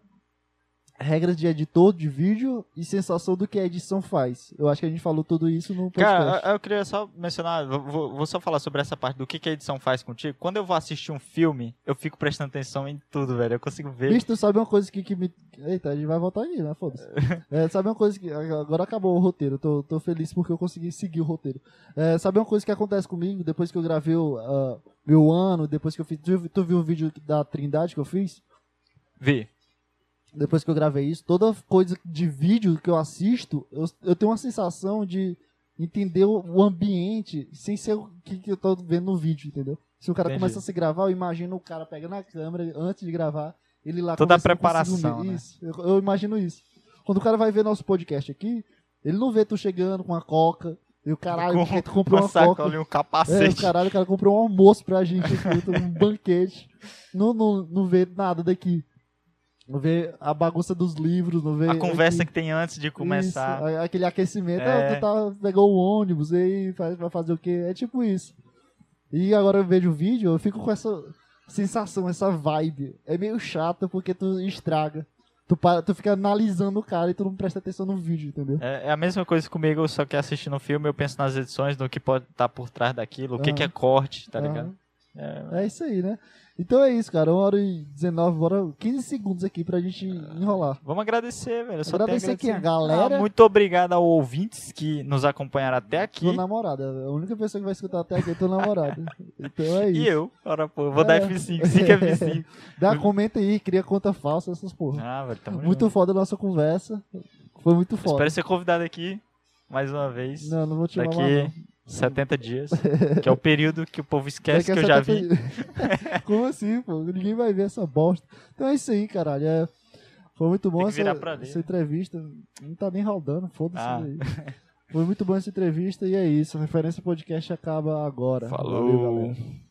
Speaker 2: regras de editor de vídeo e sensação do que a edição faz. Eu acho que a gente falou tudo isso no podcast.
Speaker 1: Cara, eu, eu queria só mencionar, vou- vou, vou só falar sobre essa parte do que, que a edição faz contigo. Quando eu vou assistir um filme, eu fico prestando atenção em tudo, velho. Eu consigo ver.
Speaker 2: Bicho, tu sabe uma coisa que, que me. Eita, a gente vai voltar aí, né? Foda-se. É, sabe uma coisa que. Agora acabou o roteiro. eu Tô, tô feliz porque eu consegui seguir o roteiro. É, sabe uma coisa que acontece comigo depois que eu gravei o, ah, meu ano, depois que eu fiz. Tu, tu viu o vídeo da Trindade que eu fiz?
Speaker 1: Vi.
Speaker 2: Depois que eu gravei isso, toda coisa de vídeo que eu assisto, eu, eu tenho uma sensação de entender o, o ambiente sem ser o que, que eu tô vendo no vídeo, entendeu? Se o cara
Speaker 1: Entendi.
Speaker 2: começa a se gravar, eu imagino o cara pegando a câmera antes de gravar ele lá
Speaker 1: Toda a
Speaker 2: conversando consigo
Speaker 1: preparação,
Speaker 2: mesmo.
Speaker 1: né?
Speaker 2: Isso, eu, eu imagino isso. Quando o cara vai ver nosso podcast aqui, ele não vê tu chegando com a coca. E o caralho,
Speaker 1: Com-
Speaker 2: porque tu
Speaker 1: Uma
Speaker 2: comprou uma
Speaker 1: sacola
Speaker 2: coca.
Speaker 1: e um
Speaker 2: É, o
Speaker 1: capacete.
Speaker 2: caralho, o cara comprou um almoço pra gente aqui, tu- um banquete. Não, não, não vê nada daqui. Não vê a bagunça dos livros, não vê.
Speaker 1: a conversa
Speaker 2: aqui.
Speaker 1: que tem antes de começar.
Speaker 2: é, Isso, a- aquele aquecimento. Ah,
Speaker 1: É.
Speaker 2: tu tá, pegou o ônibus aí, faz, vai fazer o quê? É tipo isso. E agora eu vejo o vídeo, eu fico com essa sensação, essa vibe. É meio chato porque tu estraga. Tu, para, tu fica analisando o cara e tu não presta atenção no vídeo, entendeu?
Speaker 1: É, é a mesma coisa comigo, só que assistindo o filme eu penso nas edições, no que pode estar por trás daquilo, o que,
Speaker 2: Aham.
Speaker 1: que é corte, tá ligado?
Speaker 2: Aham. É isso aí, né? Então é isso, cara. Uma hora e 19, bora 15 segundos aqui pra gente enrolar.
Speaker 1: Vamos agradecer, velho. Só
Speaker 2: Agradecer aqui
Speaker 1: tem
Speaker 2: a galera.
Speaker 1: Ah, muito obrigado aos ouvintes que nos acompanharam até aqui.
Speaker 2: Tua namorada. É A única pessoa que vai escutar até aqui é tua namorada. Então é isso.
Speaker 1: E eu, ora pô, vou dar
Speaker 2: É.
Speaker 1: F5, 5 F5.
Speaker 2: Dá, comenta aí, cria conta falsa, essas porra.
Speaker 1: Ah, velho, tamo
Speaker 2: Muito foda a nossa conversa. Foi muito foda.
Speaker 1: Espero ser convidado aqui mais uma vez.
Speaker 2: Não, não vou te
Speaker 1: daqui
Speaker 2: chamar. não.
Speaker 1: 70 dias. que é o período que o povo esquece
Speaker 2: Daqui a
Speaker 1: que eu já
Speaker 2: 70
Speaker 1: vi.
Speaker 2: Como assim, pô? Ninguém vai ver essa bosta. Então é isso aí, caralho. É, Foi muito bom
Speaker 1: Tem que
Speaker 2: essa,
Speaker 1: virar pra ali.
Speaker 2: essa entrevista. Não tá nem rodando, foda-se
Speaker 1: Ah.
Speaker 2: daí. Foi muito bom essa entrevista e é isso. A referência podcast acaba agora.
Speaker 1: Falou.
Speaker 2: Valeu, galera.